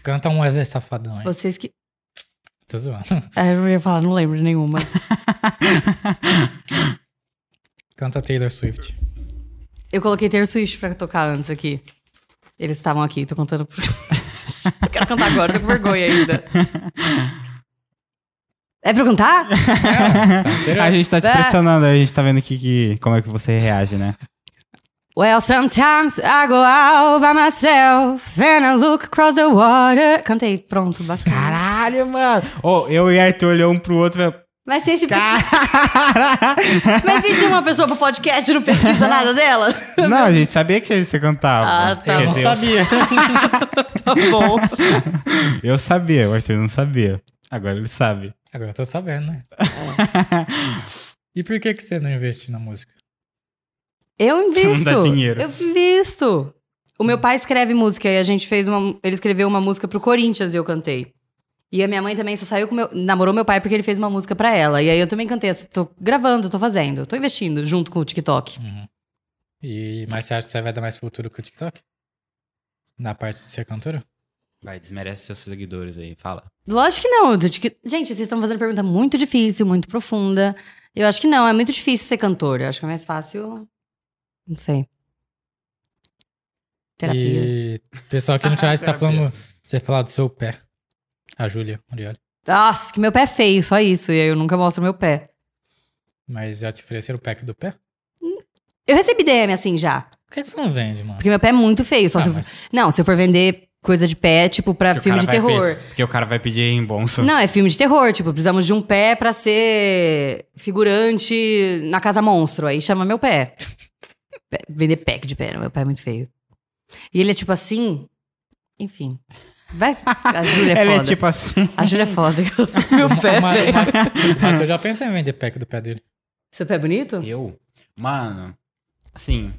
Speaker 1: Canta um Wesley Safadão aí.
Speaker 3: Vocês que.
Speaker 1: Tô zoando.
Speaker 3: É, eu ia falar, não lembro de nenhuma.
Speaker 1: Canta Taylor Swift.
Speaker 3: Eu coloquei Taylor Swift pra tocar antes aqui. Eles estavam aqui, tô contando. pro- eu quero cantar agora, tô com vergonha ainda. É pra eu cantar?
Speaker 2: a gente tá te
Speaker 3: É.
Speaker 2: pressionando, a gente tá vendo aqui que, como é que você reage, né?
Speaker 3: Well, sometimes I go out by myself and I look across the water. Cantei, pronto, bacana.
Speaker 2: Caralho, mano! Ô, eu e Arthur olhamos um pro outro e falamos,
Speaker 3: Mas se, esse...
Speaker 2: "Caralho!"
Speaker 3: Mas se chama uma pessoa pro podcast e não pesquisa nada dela?
Speaker 2: Não, a gente sabia que você cantava.
Speaker 3: Ah, tá.
Speaker 2: Quer
Speaker 1: Eu não
Speaker 2: dizer, eu
Speaker 1: sabia.
Speaker 3: Tá bom.
Speaker 2: Eu sabia, o Arthur não sabia. Agora ele sabe.
Speaker 1: Agora eu tô sabendo, né? E por que, que você não investe na música?
Speaker 3: Eu
Speaker 2: Não dá
Speaker 3: invisto.
Speaker 2: dinheiro.
Speaker 3: Eu invisto. O meu pai escreve música e a gente fez uma. Ele escreveu uma música pro Corinthians e eu cantei. E a minha mãe também só saiu com meu. Namorou meu pai porque ele fez uma música pra ela. E aí eu também cantei. essa- Tô gravando, tô fazendo. Tô investindo junto com o TikTok.
Speaker 1: E, mas você acha que você vai dar mais futuro que o TikTok? Na parte de ser cantora?
Speaker 2: Vai, desmerece seus seguidores aí, fala.
Speaker 3: Lógico que não. do tic- Gente, vocês estão fazendo pergunta muito difícil, muito profunda. Eu acho que não, é muito difícil ser cantor. Eu acho que é mais fácil. Não sei. Terapia.
Speaker 1: E pessoal aqui no chat tá falando. Você falar do seu pé. A Júlia, Muriel.
Speaker 3: Nossa, que meu pé é feio, só isso. E aí eu nunca mostro meu pé.
Speaker 1: Mas já te ofereceram o pack do pé?
Speaker 3: Eu recebi DM assim já.
Speaker 1: Por que que você não vende, mano?
Speaker 3: Porque meu pé é muito feio. Só
Speaker 1: Ah,
Speaker 3: se eu-
Speaker 1: mas-
Speaker 3: Não, se eu for vender coisa de pé, tipo, pra
Speaker 2: Porque o
Speaker 3: filme de
Speaker 2: cara vai
Speaker 3: terror.
Speaker 2: pe- Porque o cara vai pedir reembolso.
Speaker 3: Não, é filme de terror. Tipo, precisamos de um pé pra ser figurante na Casa Monstro. Aí chama meu pé. Pé- Vender pack de pé. não, Meu pé é muito feio. E ele é tipo assim. Enfim. Vai. A Júlia é
Speaker 2: Ela
Speaker 3: foda.
Speaker 2: é tipo assim.
Speaker 3: A Júlia é foda. meu pé. é
Speaker 1: Uma-
Speaker 3: feio.
Speaker 1: uma- o Matheus já pensou em vender pack do pé dele.
Speaker 3: Seu pé é bonito?
Speaker 2: Eu? Mano, assim,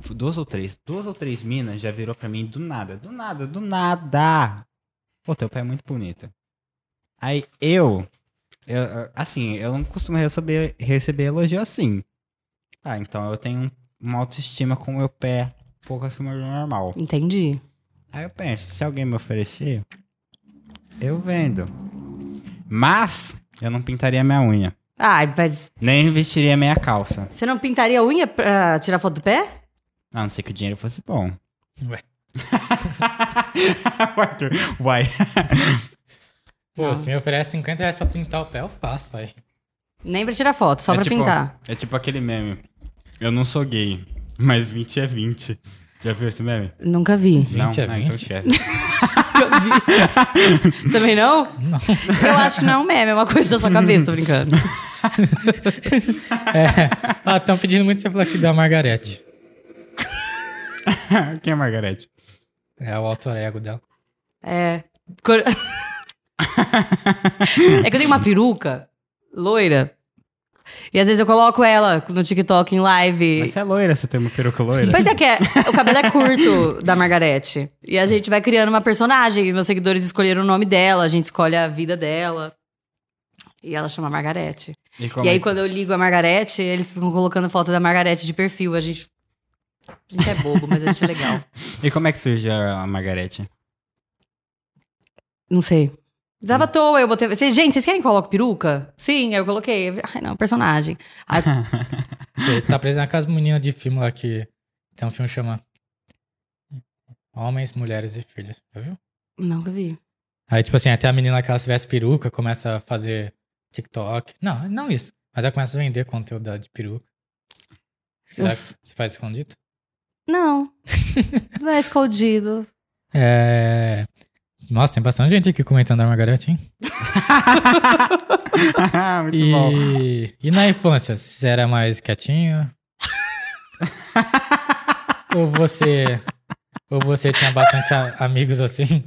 Speaker 2: f- duas ou três, duas ou três minas já virou pra mim do nada, do nada, do nada. Pô, teu pé é muito bonito. Aí eu, eu, eu- assim, eu não costumo receber, receber elogio assim. Ah, então eu tenho uma autoestima com o meu pé um pouco acima do normal.
Speaker 3: Entendi.
Speaker 2: Aí eu penso, se alguém me oferecer, eu vendo. Mas eu não pintaria minha unha,
Speaker 3: Ah, mas
Speaker 2: nem vestiria minha calça.
Speaker 3: você não pintaria a unha pra tirar foto do pé?
Speaker 2: A não ser que o dinheiro fosse bom.
Speaker 1: Ué.
Speaker 2: O Arthur, Uai.
Speaker 1: Pô,
Speaker 3: Não.
Speaker 1: se me oferece 50 reais pra pintar o pé, eu faço, aí.
Speaker 3: Nem pra tirar foto, só
Speaker 2: É
Speaker 3: pra
Speaker 2: tipo-
Speaker 3: pintar.
Speaker 2: É tipo aquele meme. Eu não sou gay, mas 20 é 20. Já viu esse meme?
Speaker 3: Nunca vi.
Speaker 1: 20
Speaker 2: não,
Speaker 1: é
Speaker 2: não,
Speaker 1: 20.
Speaker 2: então esquece.
Speaker 3: Também não?
Speaker 1: Não.
Speaker 3: Eu acho que não é um meme, é uma coisa da sua cabeça, tô brincando.
Speaker 1: É. Ah, estão pedindo muito você falar aqui da Margarete.
Speaker 2: Quem é Margarete?
Speaker 1: É o alter ego dela.
Speaker 3: É. Co- é que eu tenho uma peruca loira. E às vezes eu coloco ela no TikTok em live.
Speaker 2: Mas você é loira, você tem uma peruca loira?
Speaker 3: Pois é que é, o cabelo é curto da Margarete. E a gente vai criando uma personagem. E meus seguidores escolheram o nome dela, a gente escolhe a vida dela. E ela chama Margarete.
Speaker 2: E, como
Speaker 3: e
Speaker 2: é
Speaker 3: aí,
Speaker 2: que-
Speaker 3: quando eu ligo a Margarete, eles ficam colocando foto da Margarete de perfil. A gente. A gente é bobo, mas a gente é legal.
Speaker 2: e como é que surge a a Margarete?
Speaker 3: Não sei. Dava à toa, eu botei. Vocês- Gente, vocês querem que eu coloque peruca? Sim, aí eu coloquei. Ai, não, personagem. Aí,
Speaker 1: Você tá preso naquelas meninas de filme lá que tem um filme que chama Homens, Mulheres e Filhos, já viu?
Speaker 3: nunca vi.
Speaker 1: Aí, tipo assim, até a menina que ela se veste peruca começa a fazer TikTok. Não, não isso. Mas ela começa a vender conteúdo dela de peruca. Será
Speaker 3: Nossa.
Speaker 1: que você faz escondido?
Speaker 3: Não. Não é escondido.
Speaker 1: É. Nossa, tem bastante gente aqui comentando a Margarete, hein?
Speaker 2: Muito bom.
Speaker 1: E... e na infância, você era mais quietinho? ou você. Ou você tinha bastante a- amigos assim?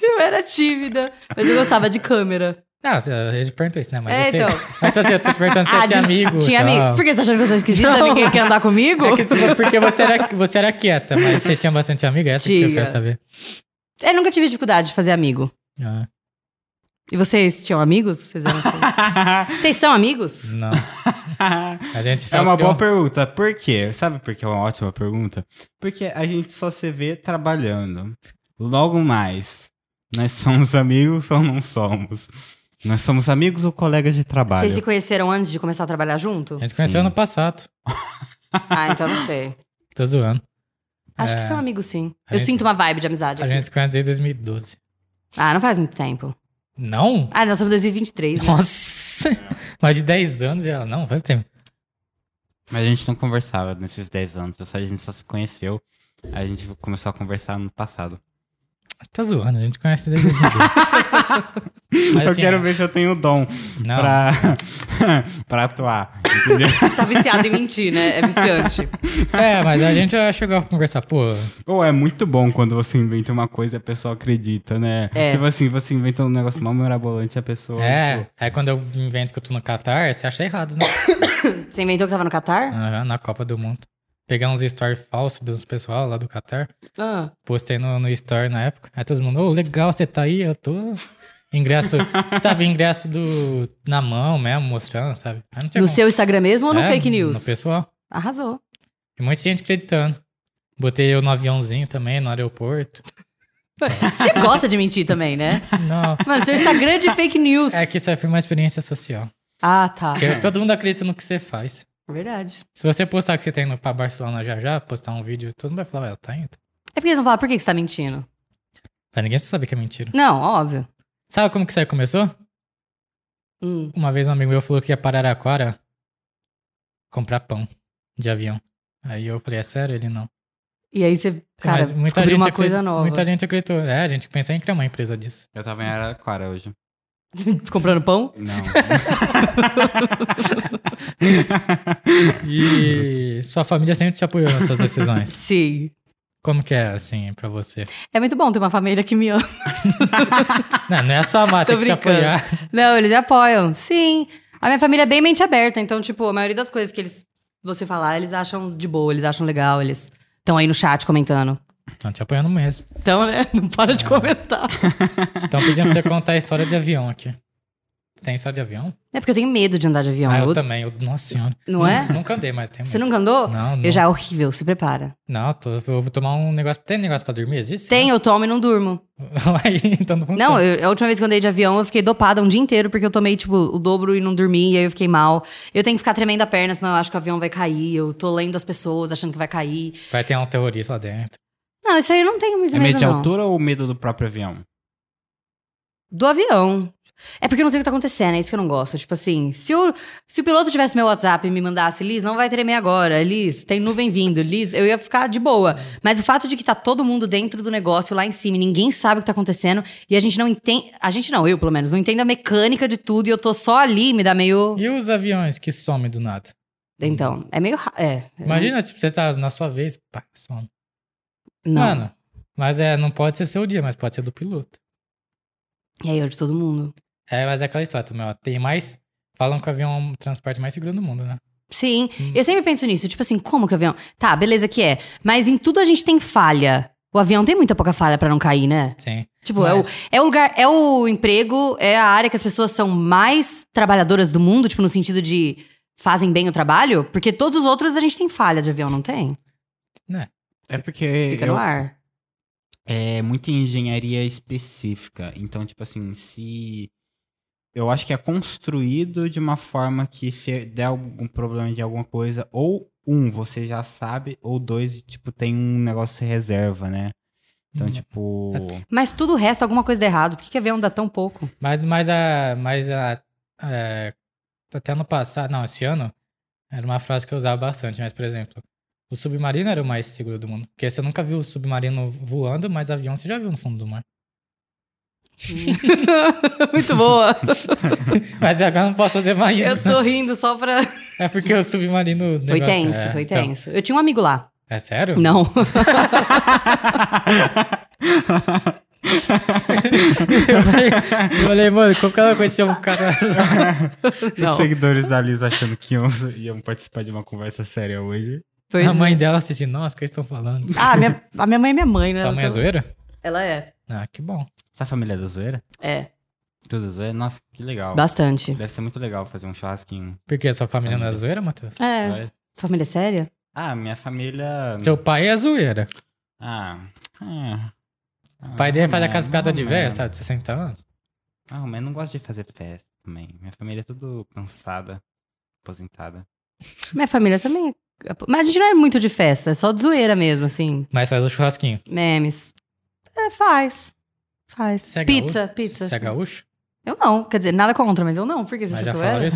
Speaker 3: Eu era tímida. Mas eu gostava de câmera.
Speaker 1: Não, você- eu te pergunto isso, né? Mas
Speaker 3: É,
Speaker 1: você,
Speaker 3: então.
Speaker 1: mas você, eu tô te perguntando se
Speaker 3: Ah,
Speaker 1: você tinha
Speaker 3: de-
Speaker 1: amigo.
Speaker 3: Tinha
Speaker 1: tal.
Speaker 3: amigo. Por que você tá achando que eu sou esquisita?
Speaker 1: Não.
Speaker 3: Ninguém quer andar comigo?
Speaker 1: É que isso foi porque você era, você era quieta, mas você tinha bastante amigo, é essa que eu
Speaker 3: Tinha.
Speaker 1: quero saber.
Speaker 3: Eu nunca tive dificuldade de fazer amigo.
Speaker 1: Ah,
Speaker 3: E vocês tinham amigos? Vocês, eram assim? Vocês são amigos?
Speaker 1: não. A gente só
Speaker 2: É uma
Speaker 1: criou-
Speaker 2: boa pergunta. Por quê? Sabe por que é uma ótima pergunta? Porque a gente só se vê trabalhando. Logo mais, nós somos amigos ou não somos? Nós somos amigos ou colegas de trabalho?
Speaker 3: Vocês se conheceram antes de começar a trabalhar junto?
Speaker 1: A gente conheceu
Speaker 2: Sim.
Speaker 1: ano passado.
Speaker 3: Ah, então não sei.
Speaker 1: Tô zoando.
Speaker 3: Acho
Speaker 1: É.
Speaker 3: que são amigos, sim.
Speaker 1: A
Speaker 3: eu
Speaker 1: gente-
Speaker 3: sinto uma vibe de amizade.
Speaker 1: A
Speaker 3: aqui.
Speaker 1: gente se conhece desde 2012.
Speaker 3: Ah, não faz muito tempo.
Speaker 1: Não?
Speaker 3: Ah, nós estamos em 2023. Né?
Speaker 1: Nossa! Mais de 10 anos e ela. Não, vai ter.
Speaker 2: Mas a gente não conversava nesses 10 anos, pessoal. A gente só se conheceu. A gente começou a conversar no passado.
Speaker 1: Tá zoando, a gente conhece desde 2012. Mas,
Speaker 2: eu
Speaker 1: assim,
Speaker 2: quero
Speaker 1: ó,
Speaker 2: ver se eu tenho dom
Speaker 1: Não,
Speaker 2: pra, pra atuar. Entendeu?
Speaker 3: Tá viciado em mentir, né? É viciante.
Speaker 1: É, mas a gente já chegou a conversar. Pô,
Speaker 2: Ou é muito bom quando você inventa uma coisa e a pessoa acredita, né?
Speaker 3: É.
Speaker 2: Tipo assim, você inventa um negócio mal mirabolante e a pessoa. tipo,
Speaker 1: é. Aí quando eu invento que eu tô no Qatar, você acha errado, né?
Speaker 3: Você inventou que tava no Catar?
Speaker 1: Aham, na Copa do Mundo. Pegar uns stories falsos dos pessoal lá do Qatar.
Speaker 3: Ah.
Speaker 1: Postei no, no story na época. Aí todo mundo, ô, legal, você tá aí, eu tô. Ingresso, sabe, ingresso do, na mão mesmo, mostrando, sabe? Aí não tinha
Speaker 3: No
Speaker 1: como-
Speaker 3: seu Instagram mesmo ou no
Speaker 1: É,
Speaker 3: fake news?
Speaker 1: No pessoal.
Speaker 3: Arrasou.
Speaker 1: E muita gente acreditando. Botei eu no aviãozinho também, no aeroporto.
Speaker 3: Você gosta de mentir também, né?
Speaker 1: Não.
Speaker 3: Mano, seu Instagram é de fake news.
Speaker 1: É que isso aí foi uma experiência social.
Speaker 3: Ah, tá.
Speaker 1: Porque todo mundo acredita no que você faz.
Speaker 3: Verdade.
Speaker 1: Se você postar que você tá indo pra Barcelona já já, postar um vídeo, todo mundo vai falar, ué, ela tá indo.
Speaker 3: É porque eles vão falar, por que que você tá mentindo?
Speaker 1: Mas ninguém precisa saber que é mentira.
Speaker 3: Não, óbvio.
Speaker 1: Sabe como que isso aí começou?
Speaker 3: Hum.
Speaker 1: Uma vez um amigo meu falou que ia para Araraquara comprar pão de avião. Aí eu falei, é sério? Ele não.
Speaker 3: E aí você, cara,
Speaker 1: É, Mas muita
Speaker 3: descobriu uma
Speaker 1: gente
Speaker 3: coisa
Speaker 1: acre-
Speaker 3: nova.
Speaker 1: Muita gente acreditou. É, a gente pensou em criar uma empresa disso.
Speaker 2: Eu tava em Araraquara hoje.
Speaker 3: Comprando pão?
Speaker 2: Hum. Não.
Speaker 1: E sua família sempre te apoiou nas suas decisões.
Speaker 3: Sim.
Speaker 1: Como que é, assim, pra você?
Speaker 3: É muito bom ter uma família que me ama.
Speaker 1: Não, não é só amar,
Speaker 3: Tô
Speaker 1: tem que te
Speaker 3: brincando.
Speaker 1: apoiar.
Speaker 3: Não, eles apoiam. Sim. A minha família é bem mente aberta, então, tipo, a maioria das coisas que eles você falar, eles acham de boa, eles acham legal, eles estão aí no chat comentando.
Speaker 1: Estão te apoiando mesmo.
Speaker 3: Então, né? Não para
Speaker 1: É.
Speaker 3: de comentar.
Speaker 1: Estão pedindo pra você contar a história de avião aqui. Você tem história de avião?
Speaker 3: É porque eu tenho medo de andar de avião.
Speaker 1: ah, eu,
Speaker 3: eu-
Speaker 1: também. eu- nossa senhora.
Speaker 3: Não é?
Speaker 1: Nunca andei, mas tem
Speaker 3: Você
Speaker 1: medo.
Speaker 3: nunca andou?
Speaker 1: Não, não.
Speaker 3: Eu já é horrível, se prepara.
Speaker 1: Não, tô- eu vou tomar um negócio. Tem negócio pra dormir? Existe?
Speaker 3: Tem, eu tomo e não durmo.
Speaker 1: Aí, então não funciona.
Speaker 3: Não, eu- a última vez que eu andei de avião, eu fiquei dopada um dia inteiro, porque eu tomei, tipo, o dobro e não dormi, e aí eu fiquei mal. Eu tenho que ficar tremendo a perna, senão eu acho que o avião vai cair. Eu tô lendo as pessoas, achando que vai cair.
Speaker 1: Vai ter um terrorista lá dentro.
Speaker 3: Não, isso aí eu não tenho muito
Speaker 2: é
Speaker 3: medo,
Speaker 2: medo de
Speaker 3: não.
Speaker 2: altura ou medo do próprio avião?
Speaker 3: Do avião. É porque eu não sei o que tá acontecendo, é isso que eu não gosto. Tipo assim, se o, se o piloto tivesse meu WhatsApp e me mandasse, Liz, não vai tremer agora, Liz, tem nuvem vindo, Liz, eu ia ficar de boa. Mas o fato de que tá todo mundo dentro do negócio lá em cima, e ninguém sabe o que tá acontecendo, e a gente não entende. A gente não, eu pelo menos, não entendo a mecânica de tudo, e eu tô só ali, me dá meio.
Speaker 1: E os aviões que somem do nada?
Speaker 3: Então, é meio. ra- É.
Speaker 1: Imagina, tipo, você tá na sua vez, pá, some.
Speaker 3: Não.
Speaker 1: Mano, mas é, não pode ser seu dia, mas pode ser do piloto.
Speaker 3: E aí, eu de todo mundo.
Speaker 1: É, mas é aquela história, tu, meu, tem mais. Falam que o avião é um transporte mais seguro do mundo, né?
Speaker 3: Sim, eu sempre penso nisso. Tipo assim, como que o avião. Tá, beleza que é. Mas em tudo a gente tem falha. O avião tem muita pouca falha pra não cair, né?
Speaker 1: Sim.
Speaker 3: Tipo,
Speaker 1: Mas-
Speaker 3: é, o, é o lugar, é o emprego, é a área que as pessoas são mais trabalhadoras do mundo, tipo, no sentido de fazem bem o trabalho, porque todos os outros a gente tem falha de avião, não tem?
Speaker 1: Né?
Speaker 2: É porque
Speaker 3: Fica
Speaker 2: eu-
Speaker 3: no ar.
Speaker 2: é muita engenharia específica. Então, tipo assim, se eu acho que é construído de uma forma que se der algum problema de alguma coisa, ou um, você já sabe, ou dois, tipo, tem um negócio de reserva, né? Então,
Speaker 3: Hum.
Speaker 1: Uhum.
Speaker 2: tipo,
Speaker 3: Mas tudo o resto, alguma coisa dá errado. Por que, que avião dá tão pouco?
Speaker 1: Mas, mas a. Mas a. é, até ano passado. Não, esse ano. Era uma frase que eu usava bastante, mas, por exemplo, o submarino era o mais seguro do mundo. Porque você nunca viu o submarino voando, mas avião você já viu no fundo do mar.
Speaker 3: Muito boa.
Speaker 1: Mas agora eu não posso fazer mais
Speaker 3: Eu
Speaker 1: isso.
Speaker 3: tô rindo só pra.
Speaker 1: É porque o submarino. o
Speaker 3: Foi
Speaker 1: negócio-
Speaker 3: tenso,
Speaker 1: é,
Speaker 3: foi
Speaker 1: então.
Speaker 3: tenso. Eu tinha um amigo lá.
Speaker 1: é sério?
Speaker 3: Não.
Speaker 1: Eu falei, eu falei, mano, como que ela conheceu um cara lá?
Speaker 3: Não.
Speaker 2: os seguidores da Liz achando que iam, iam participar de uma conversa séria hoje.
Speaker 3: Pois
Speaker 1: A mãe dela assistindo, nossa, o que eles estão falando?
Speaker 3: é. Ah, minha, a minha mãe é minha mãe, né?
Speaker 1: Sua
Speaker 3: Ela
Speaker 1: mãe é
Speaker 3: tá-
Speaker 1: zoeira?
Speaker 3: Ela é.
Speaker 1: Ah, que bom.
Speaker 2: Essa família é da zoeira?
Speaker 3: É,
Speaker 2: Tudo é zoeira? Nossa, que legal.
Speaker 3: bastante.
Speaker 2: Deve ser muito legal fazer um churrasquinho.
Speaker 1: Por quê? Sua família
Speaker 2: Hum.
Speaker 1: não é zoeira, Matheus?
Speaker 3: É.
Speaker 2: vai?
Speaker 3: Sua família é séria?
Speaker 2: Ah, minha família.
Speaker 1: Seu pai é zoeira.
Speaker 2: Ah. ah.
Speaker 1: O pai dele faz
Speaker 2: Ah,
Speaker 1: aquelas piadas de
Speaker 2: não,
Speaker 1: velho,
Speaker 2: não.
Speaker 1: sabe? De 60 anos.
Speaker 2: Ah, mas eu não gosto de fazer festa também. Minha família é tudo cansada, aposentada.
Speaker 3: Minha família também. é- Mas a gente não é muito de festa, é só de zoeira mesmo, assim.
Speaker 1: Mas faz o churrasquinho.
Speaker 3: Memes. É, faz. Faz.
Speaker 1: Você é gaúcho?
Speaker 3: pizza, pizza.
Speaker 1: Você é gaúcho?
Speaker 3: Eu não, quer dizer, nada contra, mas eu não. Por que você
Speaker 1: Mas
Speaker 3: achou
Speaker 1: já
Speaker 3: que eu
Speaker 1: falaram
Speaker 3: era?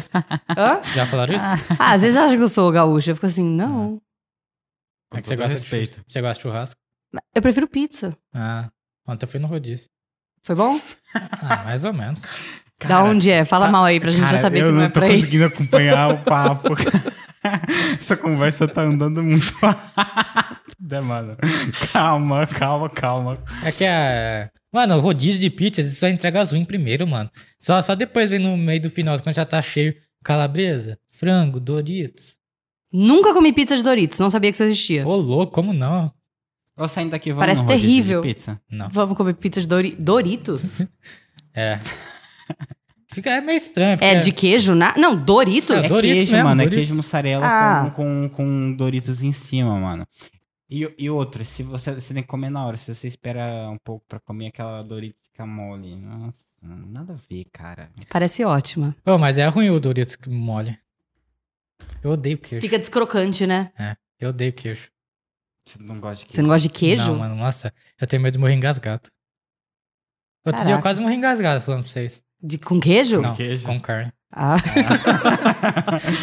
Speaker 1: isso?
Speaker 3: Hã?
Speaker 1: Já falaram isso?
Speaker 3: Ah, às vezes acha que eu sou gaúcha. Eu fico assim, não.
Speaker 2: Com
Speaker 1: é que você
Speaker 2: todo
Speaker 1: gosta de
Speaker 2: respeito.
Speaker 1: churrasco. Você gosta de churrasco?
Speaker 3: Eu prefiro pizza.
Speaker 1: Ah, ontem eu fui no rodízio.
Speaker 3: Foi bom?
Speaker 1: Ah, mais ou menos.
Speaker 3: da onde é? Fala
Speaker 1: tá-
Speaker 3: mal aí pra gente já
Speaker 2: Cara,
Speaker 3: saber
Speaker 2: eu
Speaker 3: que não
Speaker 2: não
Speaker 3: é
Speaker 2: tô
Speaker 3: pra ir.
Speaker 2: conseguindo acompanhar o papo. Essa conversa tá andando muito rápido, mano. Calma, calma, calma.
Speaker 1: É que é. Mano, rodízio de pizzas, isso é entrega azul em primeiro, mano. Só, só depois vem no meio do final, quando já tá cheio. Calabresa, frango, Doritos.
Speaker 3: Nunca comi pizza de Doritos, não sabia que isso existia.
Speaker 1: Ô, louco, como não?
Speaker 2: Eu saindo daqui, vamos
Speaker 3: Parece
Speaker 2: num rodízio de
Speaker 3: terrível.
Speaker 2: pizza?
Speaker 1: Não.
Speaker 3: Vamos comer pizza de Dori- Doritos?
Speaker 1: É. Fica é meio estranho.
Speaker 3: É
Speaker 1: porque-
Speaker 3: de queijo? Na... Não, Doritos?
Speaker 1: É
Speaker 2: É
Speaker 1: Doritos
Speaker 2: queijo,
Speaker 1: mesmo,
Speaker 2: mano. É
Speaker 1: Doritos.
Speaker 2: queijo mussarela
Speaker 3: Ah.
Speaker 2: com, com, com Doritos em cima, mano. E, e outra, se você, você tem que comer na hora, se você espera um pouco pra comer aquela Doritos fica mole. Nossa, nada a ver, cara.
Speaker 3: Parece ótima.
Speaker 1: Ô, mas é ruim o Doritos que molha. Eu odeio queijo.
Speaker 3: Fica descrocante, né?
Speaker 1: É, eu odeio queijo.
Speaker 2: Você não gosta de
Speaker 3: Você
Speaker 2: queijo?
Speaker 3: não gosta de queijo?
Speaker 1: Não, mano, nossa, eu tenho medo de morrer engasgado. Outro dia
Speaker 3: Caraca.
Speaker 1: eu quase morri engasgado falando pra vocês.
Speaker 3: De, com queijo?
Speaker 1: não,
Speaker 2: queijo?
Speaker 1: com carne.
Speaker 3: Ah,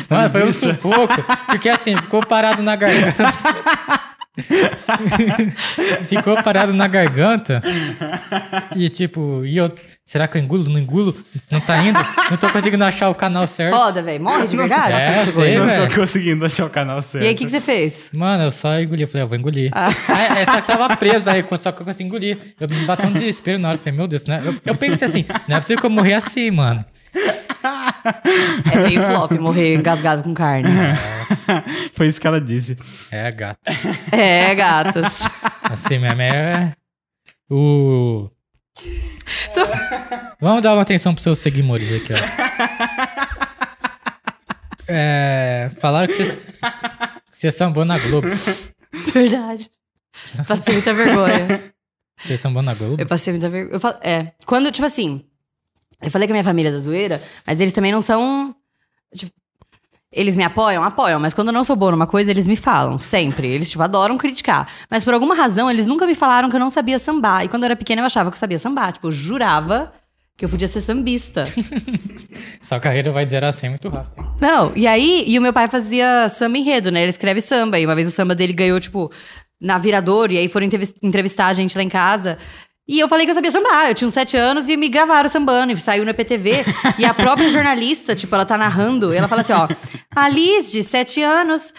Speaker 1: Mano, foi um
Speaker 2: Isso.
Speaker 1: sufoco. Porque assim, ficou parado na garganta. ficou parado na garganta. E tipo, e eu. Será que eu engulo? Não engulo? Não tá indo? Não tô conseguindo achar o canal certo.
Speaker 3: foda, velho. Morre de verdade?
Speaker 1: É, eu
Speaker 3: essas
Speaker 1: sei,
Speaker 3: coisas.
Speaker 2: Eu não
Speaker 1: velho.
Speaker 2: tô conseguindo achar o canal certo.
Speaker 3: E aí, o que, que você fez?
Speaker 1: Mano, eu só engoli. Eu falei, eu vou engolir. Aí, aí só que tava preso, aí só que eu consegui engolir. Eu me bateu um desespero na hora. Eu falei, meu Deus, né? Eu, eu pensei assim, não é possível que eu morri assim, mano.
Speaker 3: É meio flop morrer engasgado com carne.
Speaker 2: Foi isso que ela disse.
Speaker 1: É, gato.
Speaker 3: É, gatas.
Speaker 1: Assim mesmo é. O. Vamos dar uma atenção pros seus seguidores aqui, ó. É, falaram que você, você sambou na Globo.
Speaker 3: Verdade. Passei muita vergonha.
Speaker 1: Você sambou na Globo?
Speaker 3: Eu passei muita vergonha. Eu falo, é. Quando, tipo assim, eu falei que a minha família é da zoeira, mas eles também não são. tipo, eles me apoiam, apoiam, mas quando eu não sou boa numa coisa, eles me falam, sempre. Eles, tipo, adoram criticar. Mas por alguma razão, eles nunca me falaram que eu não sabia sambar. E quando eu era pequena, eu achava que eu sabia sambar. Tipo, eu jurava que eu podia ser sambista.
Speaker 1: Sua carreira vai dizer assim muito rápido. hein?
Speaker 3: Não, e aí, e o meu pai fazia samba enredo, né? Ele escreve samba. E uma vez o samba dele ganhou, tipo, na Viradouro. E aí foram entrevis- entrevistar a gente lá em casa. E eu falei que eu sabia sambar. Eu tinha uns sete anos e me gravaram sambando. E saiu no EPTV. e a própria jornalista, tipo, ela tá narrando. E ela fala assim, ó... A Liz, de sete anos...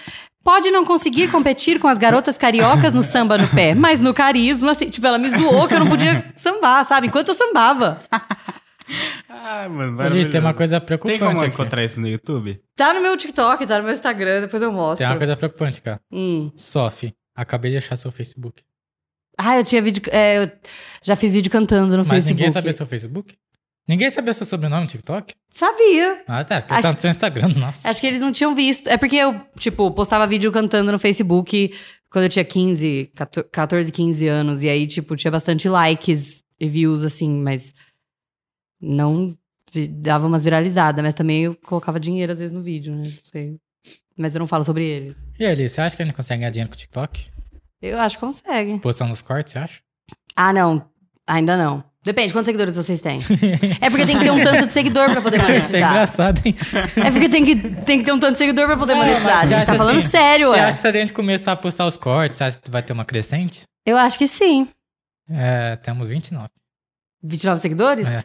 Speaker 3: Pode não conseguir competir com as garotas cariocas no samba no pé, mas no carisma, assim, tipo, ela me zoou que eu não podia sambar, sabe? Enquanto eu sambava.
Speaker 2: Ah, mano,
Speaker 1: Luiz, tem uma coisa
Speaker 2: Tem
Speaker 1: preocupante
Speaker 2: como
Speaker 1: aqui.
Speaker 2: encontrar isso no YouTube?
Speaker 3: Tá no meu TikTok, tá no meu Instagram, depois eu mostro.
Speaker 1: Tem uma coisa preocupante, cara.
Speaker 3: Hum.
Speaker 1: Sophie, acabei de achar seu Facebook.
Speaker 3: Ah, eu tinha vídeo. é, eu já fiz vídeo cantando no
Speaker 1: Mas
Speaker 3: Facebook.
Speaker 1: ninguém sabia seu Facebook? Ninguém sabia seu sobrenome no TikTok?
Speaker 3: Sabia.
Speaker 1: Ah, tá. Porque
Speaker 3: Acho-
Speaker 1: tá no seu Instagram, nossa.
Speaker 3: Acho que eles não tinham visto. É porque eu, tipo, postava vídeo cantando no Facebook quando eu tinha 15, 14, 15 anos. E aí, tipo, tinha bastante likes e views, assim, mas não vi- dava umas viralizadas. Mas também eu colocava dinheiro às vezes no vídeo, né? Não sei. Mas eu não falo sobre ele.
Speaker 1: E ali, você acha que a gente consegue ganhar dinheiro com o TikTok?
Speaker 3: Eu acho que consegue.
Speaker 1: Postando nos cortes, você acha?
Speaker 3: Ah, não. Ainda não. Depende, quantos seguidores vocês têm? é porque tem que ter um tanto de seguidor pra poder
Speaker 1: Isso é
Speaker 3: monetizar.
Speaker 1: engraçado, hein?
Speaker 3: É porque tem que, tem que ter um tanto de seguidor pra poder
Speaker 1: Não, É, mas
Speaker 3: monetizar. A
Speaker 1: você
Speaker 3: gente
Speaker 1: acha
Speaker 3: tá falando
Speaker 1: assim,
Speaker 3: sério,
Speaker 1: Você
Speaker 3: ué.
Speaker 1: acha que se a gente começar a postar os cortes, você acha que vai ter uma crescente?
Speaker 3: Eu acho que sim.
Speaker 1: É, temos 29.
Speaker 3: 29 seguidores?
Speaker 1: É.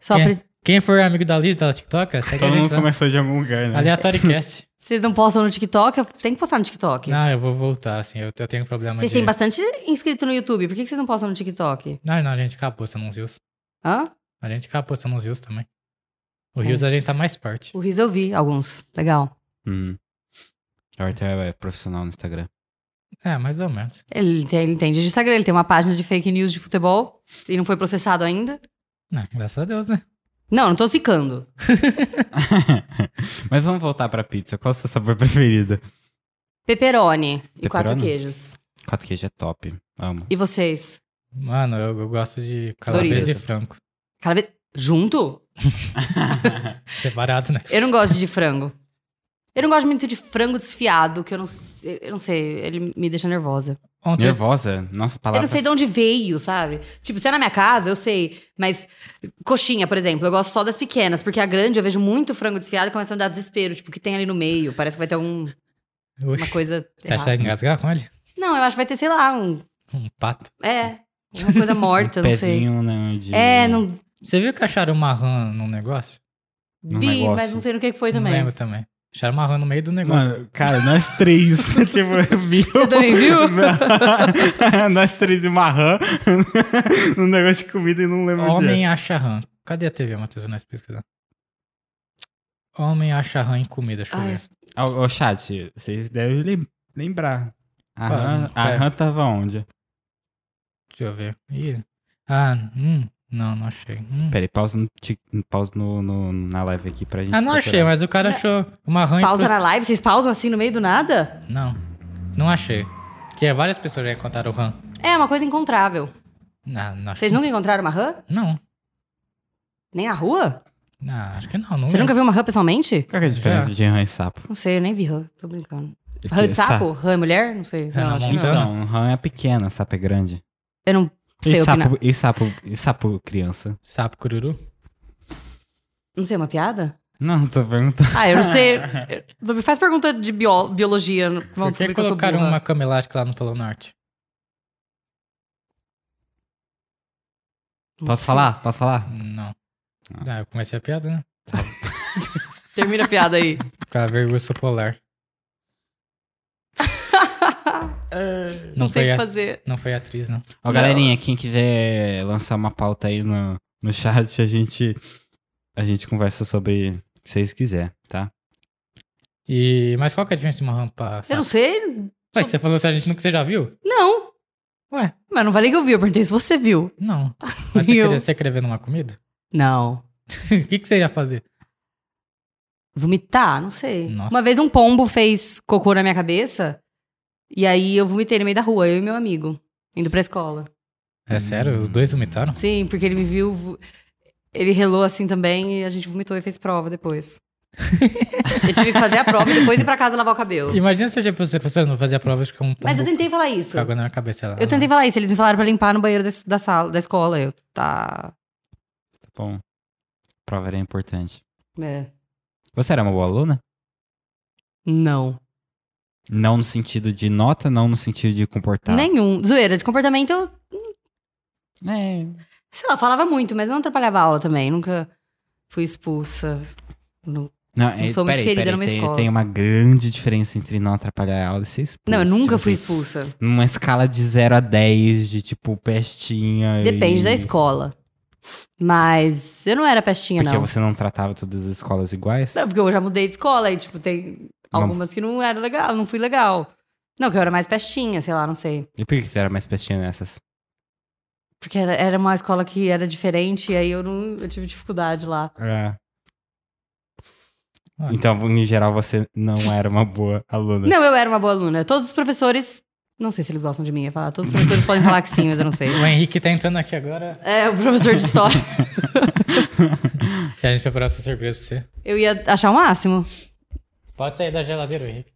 Speaker 3: Só
Speaker 1: Quem,
Speaker 3: pre-
Speaker 1: quem for amigo da Liz, da TikTok, segue
Speaker 2: Todo
Speaker 1: a
Speaker 2: mundo
Speaker 1: gente lá.
Speaker 2: começou de algum lugar, né?
Speaker 1: Aleatório Cast.
Speaker 3: Vocês não postam no TikTok? Eu tenho que postar no TikTok.
Speaker 1: Não, eu vou voltar, assim, eu, eu tenho problema
Speaker 3: Vocês
Speaker 1: de...
Speaker 3: têm bastante inscrito no YouTube. Por que que vocês não postam no TikTok?
Speaker 1: Não, não, a gente acabou postando uns rios.
Speaker 3: Hã?
Speaker 1: A gente acabou postando uns rios também. O
Speaker 3: Hum.
Speaker 1: rios a gente tá mais forte.
Speaker 3: O Riz eu vi alguns. Legal.
Speaker 2: Hum. O Arthur é profissional no Instagram.
Speaker 1: É, mais ou menos.
Speaker 3: Ele, tem- ele entende de Instagram, ele tem uma página de fake news de futebol e não foi processado ainda.
Speaker 1: Não, graças a Deus, né?
Speaker 3: Não, não tô zicando.
Speaker 2: Mas vamos voltar pra pizza. Qual é o seu sabor preferido?
Speaker 3: Pepperoni e quatro
Speaker 2: Pepperoni?
Speaker 3: queijos.
Speaker 2: Quatro queijo é top. Amo.
Speaker 3: E vocês?
Speaker 1: Mano, eu, eu gosto de calabresa e
Speaker 3: Doritos.
Speaker 1: frango.
Speaker 3: Cada vez. Junto?
Speaker 1: Separado, né?
Speaker 3: Eu não gosto de frango. Eu não gosto muito de frango desfiado, que eu não, sei- eu não sei, ele me deixa nervosa.
Speaker 1: Ontem eu-
Speaker 2: Nervosa? Nossa, a
Speaker 3: Eu
Speaker 2: palavra.
Speaker 3: não sei de onde veio, sabe? Tipo, se é na minha casa, eu sei. Mas coxinha, por exemplo, eu gosto só das pequenas, porque a grande eu vejo muito frango desfiado e começa a me dar desespero. Tipo, o que tem ali no meio? Parece que vai ter alguma
Speaker 1: Oxi.
Speaker 3: coisa.
Speaker 1: Você acha que
Speaker 3: errada.
Speaker 1: vai engasgar com ele?
Speaker 3: Não, eu acho que vai ter, sei lá, um.
Speaker 1: Um pato.
Speaker 3: É, uma coisa morta,
Speaker 2: um
Speaker 3: não sei.
Speaker 2: pezinho, né? De...
Speaker 3: É, não.
Speaker 1: Você viu que acharam uma rã num negócio?
Speaker 2: Num
Speaker 3: Vi,
Speaker 2: negócio.
Speaker 3: mas não sei no que que foi
Speaker 1: Não
Speaker 3: também.
Speaker 1: lembro também. Acharam uma rã no meio do negócio.
Speaker 2: Mano, cara, nós três, tipo, viu?
Speaker 3: Você também viu?
Speaker 2: Não. nós três e uma rã num negócio de comida e não lembro onde é.
Speaker 1: Homem acha rã. Cadê a TV, Matheus? Nós pesquisar. Homem acha rã em comida, deixa eu
Speaker 3: Ai,
Speaker 1: ver.
Speaker 2: Ô, ô, chat, vocês devem lem- lembrar. A
Speaker 1: Qual?
Speaker 2: rã- a
Speaker 1: É.
Speaker 2: rã tava onde?
Speaker 1: Deixa eu ver. Ih. Ah, hum. Não, não achei. Hum.
Speaker 2: Peraí, pausa, no, tic- pausa no, no- na live aqui pra gente.
Speaker 1: Ah, não
Speaker 2: procurar.
Speaker 1: achei, mas o cara achou uma rã em
Speaker 3: É. pausa
Speaker 1: proce-
Speaker 3: na live? Vocês pausam assim no meio do nada?
Speaker 1: Não, não achei. Porque é, várias pessoas já encontraram rã.
Speaker 3: É, uma coisa encontrável.
Speaker 1: Não, não achei.
Speaker 3: Vocês nunca encontraram uma rã?
Speaker 1: Não.
Speaker 3: Nem na rua?
Speaker 1: Não, acho que não. não
Speaker 3: Você nunca
Speaker 1: lembro.
Speaker 3: viu uma rã pessoalmente?
Speaker 2: Qual que é a diferença
Speaker 1: Já.
Speaker 2: de rã e sapo?
Speaker 3: Não sei, eu nem vi rã. Tô brincando.
Speaker 2: É
Speaker 3: Rã
Speaker 2: que
Speaker 3: de
Speaker 2: sa-
Speaker 3: sapo? Rã é mulher? Não sei.
Speaker 1: na
Speaker 3: não, acho que não.
Speaker 1: montanha.
Speaker 2: Então, rã é pequena, sapo é grande.
Speaker 3: Eu não sei
Speaker 2: E
Speaker 3: opinar.
Speaker 2: sapo, e sapo, e sapo criança?
Speaker 1: Sapo cururu?
Speaker 3: Não sei, uma piada?
Speaker 2: Não, tô perguntando.
Speaker 3: Ah, eu não sei. Eu- Me faz pergunta de bio- biologia. Vão
Speaker 1: Por que
Speaker 3: descobrir que eu sou
Speaker 1: colocaram
Speaker 3: burra.
Speaker 1: uma cama elástica lá no Polo Norte?
Speaker 3: Não
Speaker 2: Posso
Speaker 3: sei.
Speaker 2: falar? Posso falar?
Speaker 1: Não. Ah, eu comecei a piada, né?
Speaker 3: Termina a piada aí.
Speaker 1: Porque ela veio urso polar. não,
Speaker 3: Não sei o
Speaker 1: foi
Speaker 3: que
Speaker 1: a-
Speaker 3: fazer.
Speaker 1: não foi atriz, não.
Speaker 2: Ó, galerinha, quem quiser lançar uma pauta aí no, no chat, a gente, a gente conversa sobre o que vocês quiser, tá?
Speaker 1: E... Mas qual que é a diferença de uma rampa?
Speaker 3: Eu
Speaker 1: Sapo?
Speaker 3: não sei.
Speaker 1: Ué, você falou se a gente nunca você já viu?
Speaker 3: Não.
Speaker 1: Ué,
Speaker 3: Mas não falei que eu vi, eu perguntei se você viu.
Speaker 1: não. Mas você
Speaker 3: Eu.
Speaker 1: queria, você queria ver numa comida?
Speaker 3: Não.
Speaker 1: O que, que você ia fazer?
Speaker 3: Vomitar? Não sei.
Speaker 1: Nossa.
Speaker 3: Uma vez um pombo fez cocô na minha cabeça. E aí eu vomitei no meio da rua, eu e meu amigo. Indo pra escola.
Speaker 1: É sério? Os dois vomitaram?
Speaker 3: Sim, porque ele me viu. vo- Ele relou assim também e a gente vomitou e fez prova depois. eu tive que fazer a prova e depois ir pra casa lavar o cabelo.
Speaker 1: Imagina se eu fosse pessoa não fazia provas com um pombo
Speaker 3: Mas eu tentei falar isso.
Speaker 1: com água na cabeça. Ela,
Speaker 3: Eu tentei falar isso, eles me falaram pra limpar no banheiro des- da sala, da escola. Eu, tá.
Speaker 2: Tá bom. Prova era importante.
Speaker 3: É.
Speaker 2: Você era uma boa aluna?
Speaker 3: Não.
Speaker 2: Não no sentido de nota, não no sentido de comportar.
Speaker 3: Nenhum. Zoeira, de comportamento eu,
Speaker 2: É.
Speaker 3: sei lá, falava muito, mas não atrapalhava a aula também. Nunca fui expulsa. Nu-
Speaker 2: Não, é,
Speaker 3: sou muito
Speaker 2: peraí,
Speaker 3: querida
Speaker 2: peraí,
Speaker 3: numa
Speaker 2: tem,
Speaker 3: escola.
Speaker 2: Tem uma grande diferença entre não atrapalhar a aula e ser expulso.
Speaker 3: Não, eu nunca
Speaker 2: Tipo
Speaker 3: fui
Speaker 2: assim,
Speaker 3: expulsa.
Speaker 2: Numa escala de 0 a 10, de tipo pestinha.
Speaker 3: Depende
Speaker 2: e-
Speaker 3: da escola. Mas eu não era pestinha,
Speaker 2: Porque
Speaker 3: não.
Speaker 2: você não tratava todas as escolas iguais?
Speaker 3: Não, porque eu já mudei de escola e, tipo, tem
Speaker 2: Não.
Speaker 3: algumas que não era legal, não fui legal. Não, que eu era mais pestinha, sei lá, não sei.
Speaker 2: E por que você era mais pestinha nessas?
Speaker 3: Porque era, era uma escola que era diferente e aí eu não eu tive dificuldade lá.
Speaker 2: É.
Speaker 1: Ah.
Speaker 2: Então, em geral, você não era uma boa aluna.
Speaker 3: Não, eu era uma boa aluna. Todos os professores. Não sei se eles gostam de mim, eu ia falar. Todos os professores podem falar que sim, mas eu não sei.
Speaker 1: O Henrique tá entrando aqui agora.
Speaker 3: É, o professor de história.
Speaker 1: Se a gente preparar essa surpresa pra você.
Speaker 3: Eu ia achar o máximo.
Speaker 1: Pode sair da geladeira, Henrique.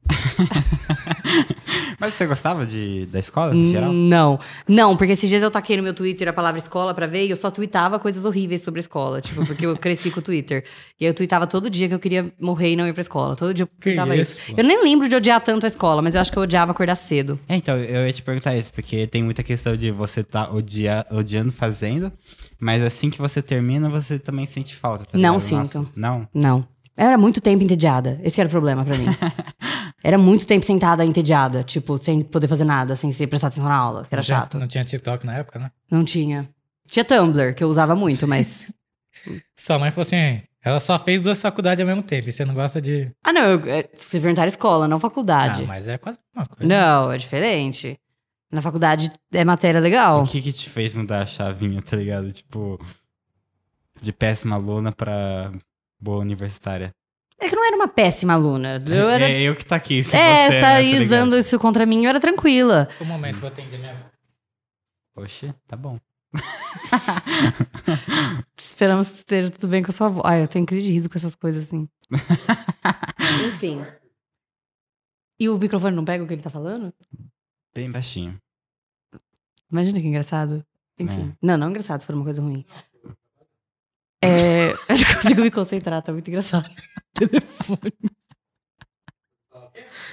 Speaker 2: Mas você gostava de, da escola, em geral?
Speaker 3: Não. Não, porque esses dias eu taquei no meu Twitter a palavra escola pra ver e eu só tweetava coisas horríveis sobre a escola. Tipo, porque eu cresci com o Twitter. E aí eu tweetava todo dia que eu queria morrer e não ir pra escola. Todo dia eu tweetava
Speaker 1: isso,
Speaker 3: isso.
Speaker 1: pô.
Speaker 3: Eu nem lembro de odiar tanto a escola, mas eu acho que eu odiava acordar cedo.
Speaker 2: É, então, eu ia te perguntar isso, porque tem muita questão de você tá odia, odiando fazendo, mas assim que você termina, você também sente falta, tá
Speaker 3: Não
Speaker 2: ligado?
Speaker 3: sinto.
Speaker 2: Nossa, não?
Speaker 3: Não. Eu era muito tempo entediada. Esse que era o problema pra mim. era muito tempo sentada, entediada. Tipo, sem poder fazer nada, sem se prestar atenção na aula, que era
Speaker 1: Já
Speaker 3: chato.
Speaker 1: Não tinha TikTok na época, né?
Speaker 3: Não tinha. Tinha Tumblr, que eu usava muito, mas.
Speaker 1: Sua mãe falou assim: ela só fez duas faculdades ao mesmo tempo. E você não gosta de.
Speaker 3: ah, não, eu, é, se perguntar escola, não
Speaker 1: Ah,
Speaker 3: faculdade.
Speaker 1: mas é quase uma coisa.
Speaker 3: Não, é diferente. Na faculdade é matéria legal.
Speaker 2: O que que te fez mudar a chavinha, tá ligado? Tipo, de péssima aluna pra boa universitária.
Speaker 3: É que eu não era uma péssima aluna. Eu era.
Speaker 2: É eu que tá aqui, se
Speaker 3: É,
Speaker 2: você
Speaker 3: você tá
Speaker 2: né,
Speaker 3: aí
Speaker 2: ligado?
Speaker 3: usando isso contra mim, eu era tranquila.
Speaker 1: Um momento, vou atender minha avó.
Speaker 2: Oxe, tá bom.
Speaker 3: Esperamos que esteja tudo bem com a sua avó. Ai, eu tenho crise de riso com essas coisas assim. Enfim. E o microfone não pega o que ele tá falando?
Speaker 2: Bem baixinho.
Speaker 3: Imagina que engraçado. Enfim.
Speaker 2: É.
Speaker 3: Não, não engraçado, se for uma coisa ruim. É, eu não consigo me concentrar, tá muito engraçado. Telefone.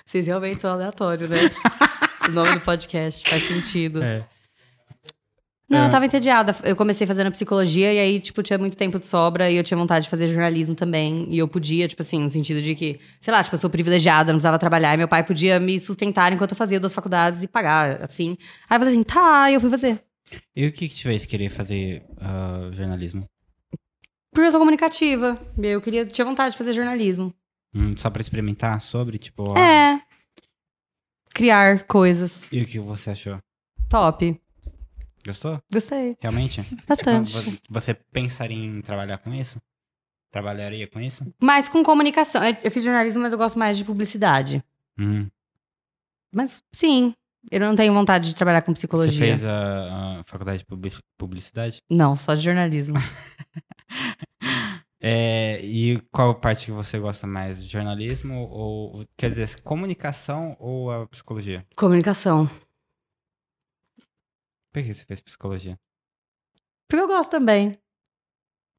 Speaker 3: Vocês realmente são aleatórios, né? O nome do podcast faz sentido.
Speaker 2: É.
Speaker 3: Não,
Speaker 2: É.
Speaker 3: eu tava entediada. Eu comecei fazendo psicologia e aí, tipo, tinha muito tempo de sobra e eu tinha vontade de fazer jornalismo também. E eu podia, tipo assim, no sentido de que, sei lá, tipo, eu sou privilegiada, não precisava trabalhar e meu pai podia me sustentar enquanto eu fazia duas faculdades e pagar, assim. Aí eu falei assim, tá, e eu fui fazer.
Speaker 2: E o que que te fez querer fazer ah, jornalismo?
Speaker 3: Porque eu sou comunicativa. E aí eu queria, tinha vontade de fazer jornalismo.
Speaker 2: Hum, só pra experimentar sobre, tipo... ah,
Speaker 3: É. Criar coisas.
Speaker 2: E o que você achou?
Speaker 3: Top.
Speaker 2: Gostou?
Speaker 3: Gostei.
Speaker 2: Realmente?
Speaker 3: Bastante.
Speaker 2: Vo- Você pensaria em trabalhar com isso? Trabalharia com isso?
Speaker 3: Mas com comunicação. Eu eu fiz jornalismo, mas eu gosto mais de publicidade.
Speaker 2: Uhum.
Speaker 3: Mas sim, eu não tenho vontade de trabalhar com
Speaker 2: Você
Speaker 3: psicologia.
Speaker 2: fez a, a faculdade de publici- publicidade?
Speaker 3: Não, só de jornalismo.
Speaker 2: É, e qual parte que você gosta mais? Jornalismo ou. Quer dizer, comunicação ou a psicologia?
Speaker 3: Comunicação.
Speaker 2: Por que você fez psicologia?
Speaker 3: Porque eu gosto também.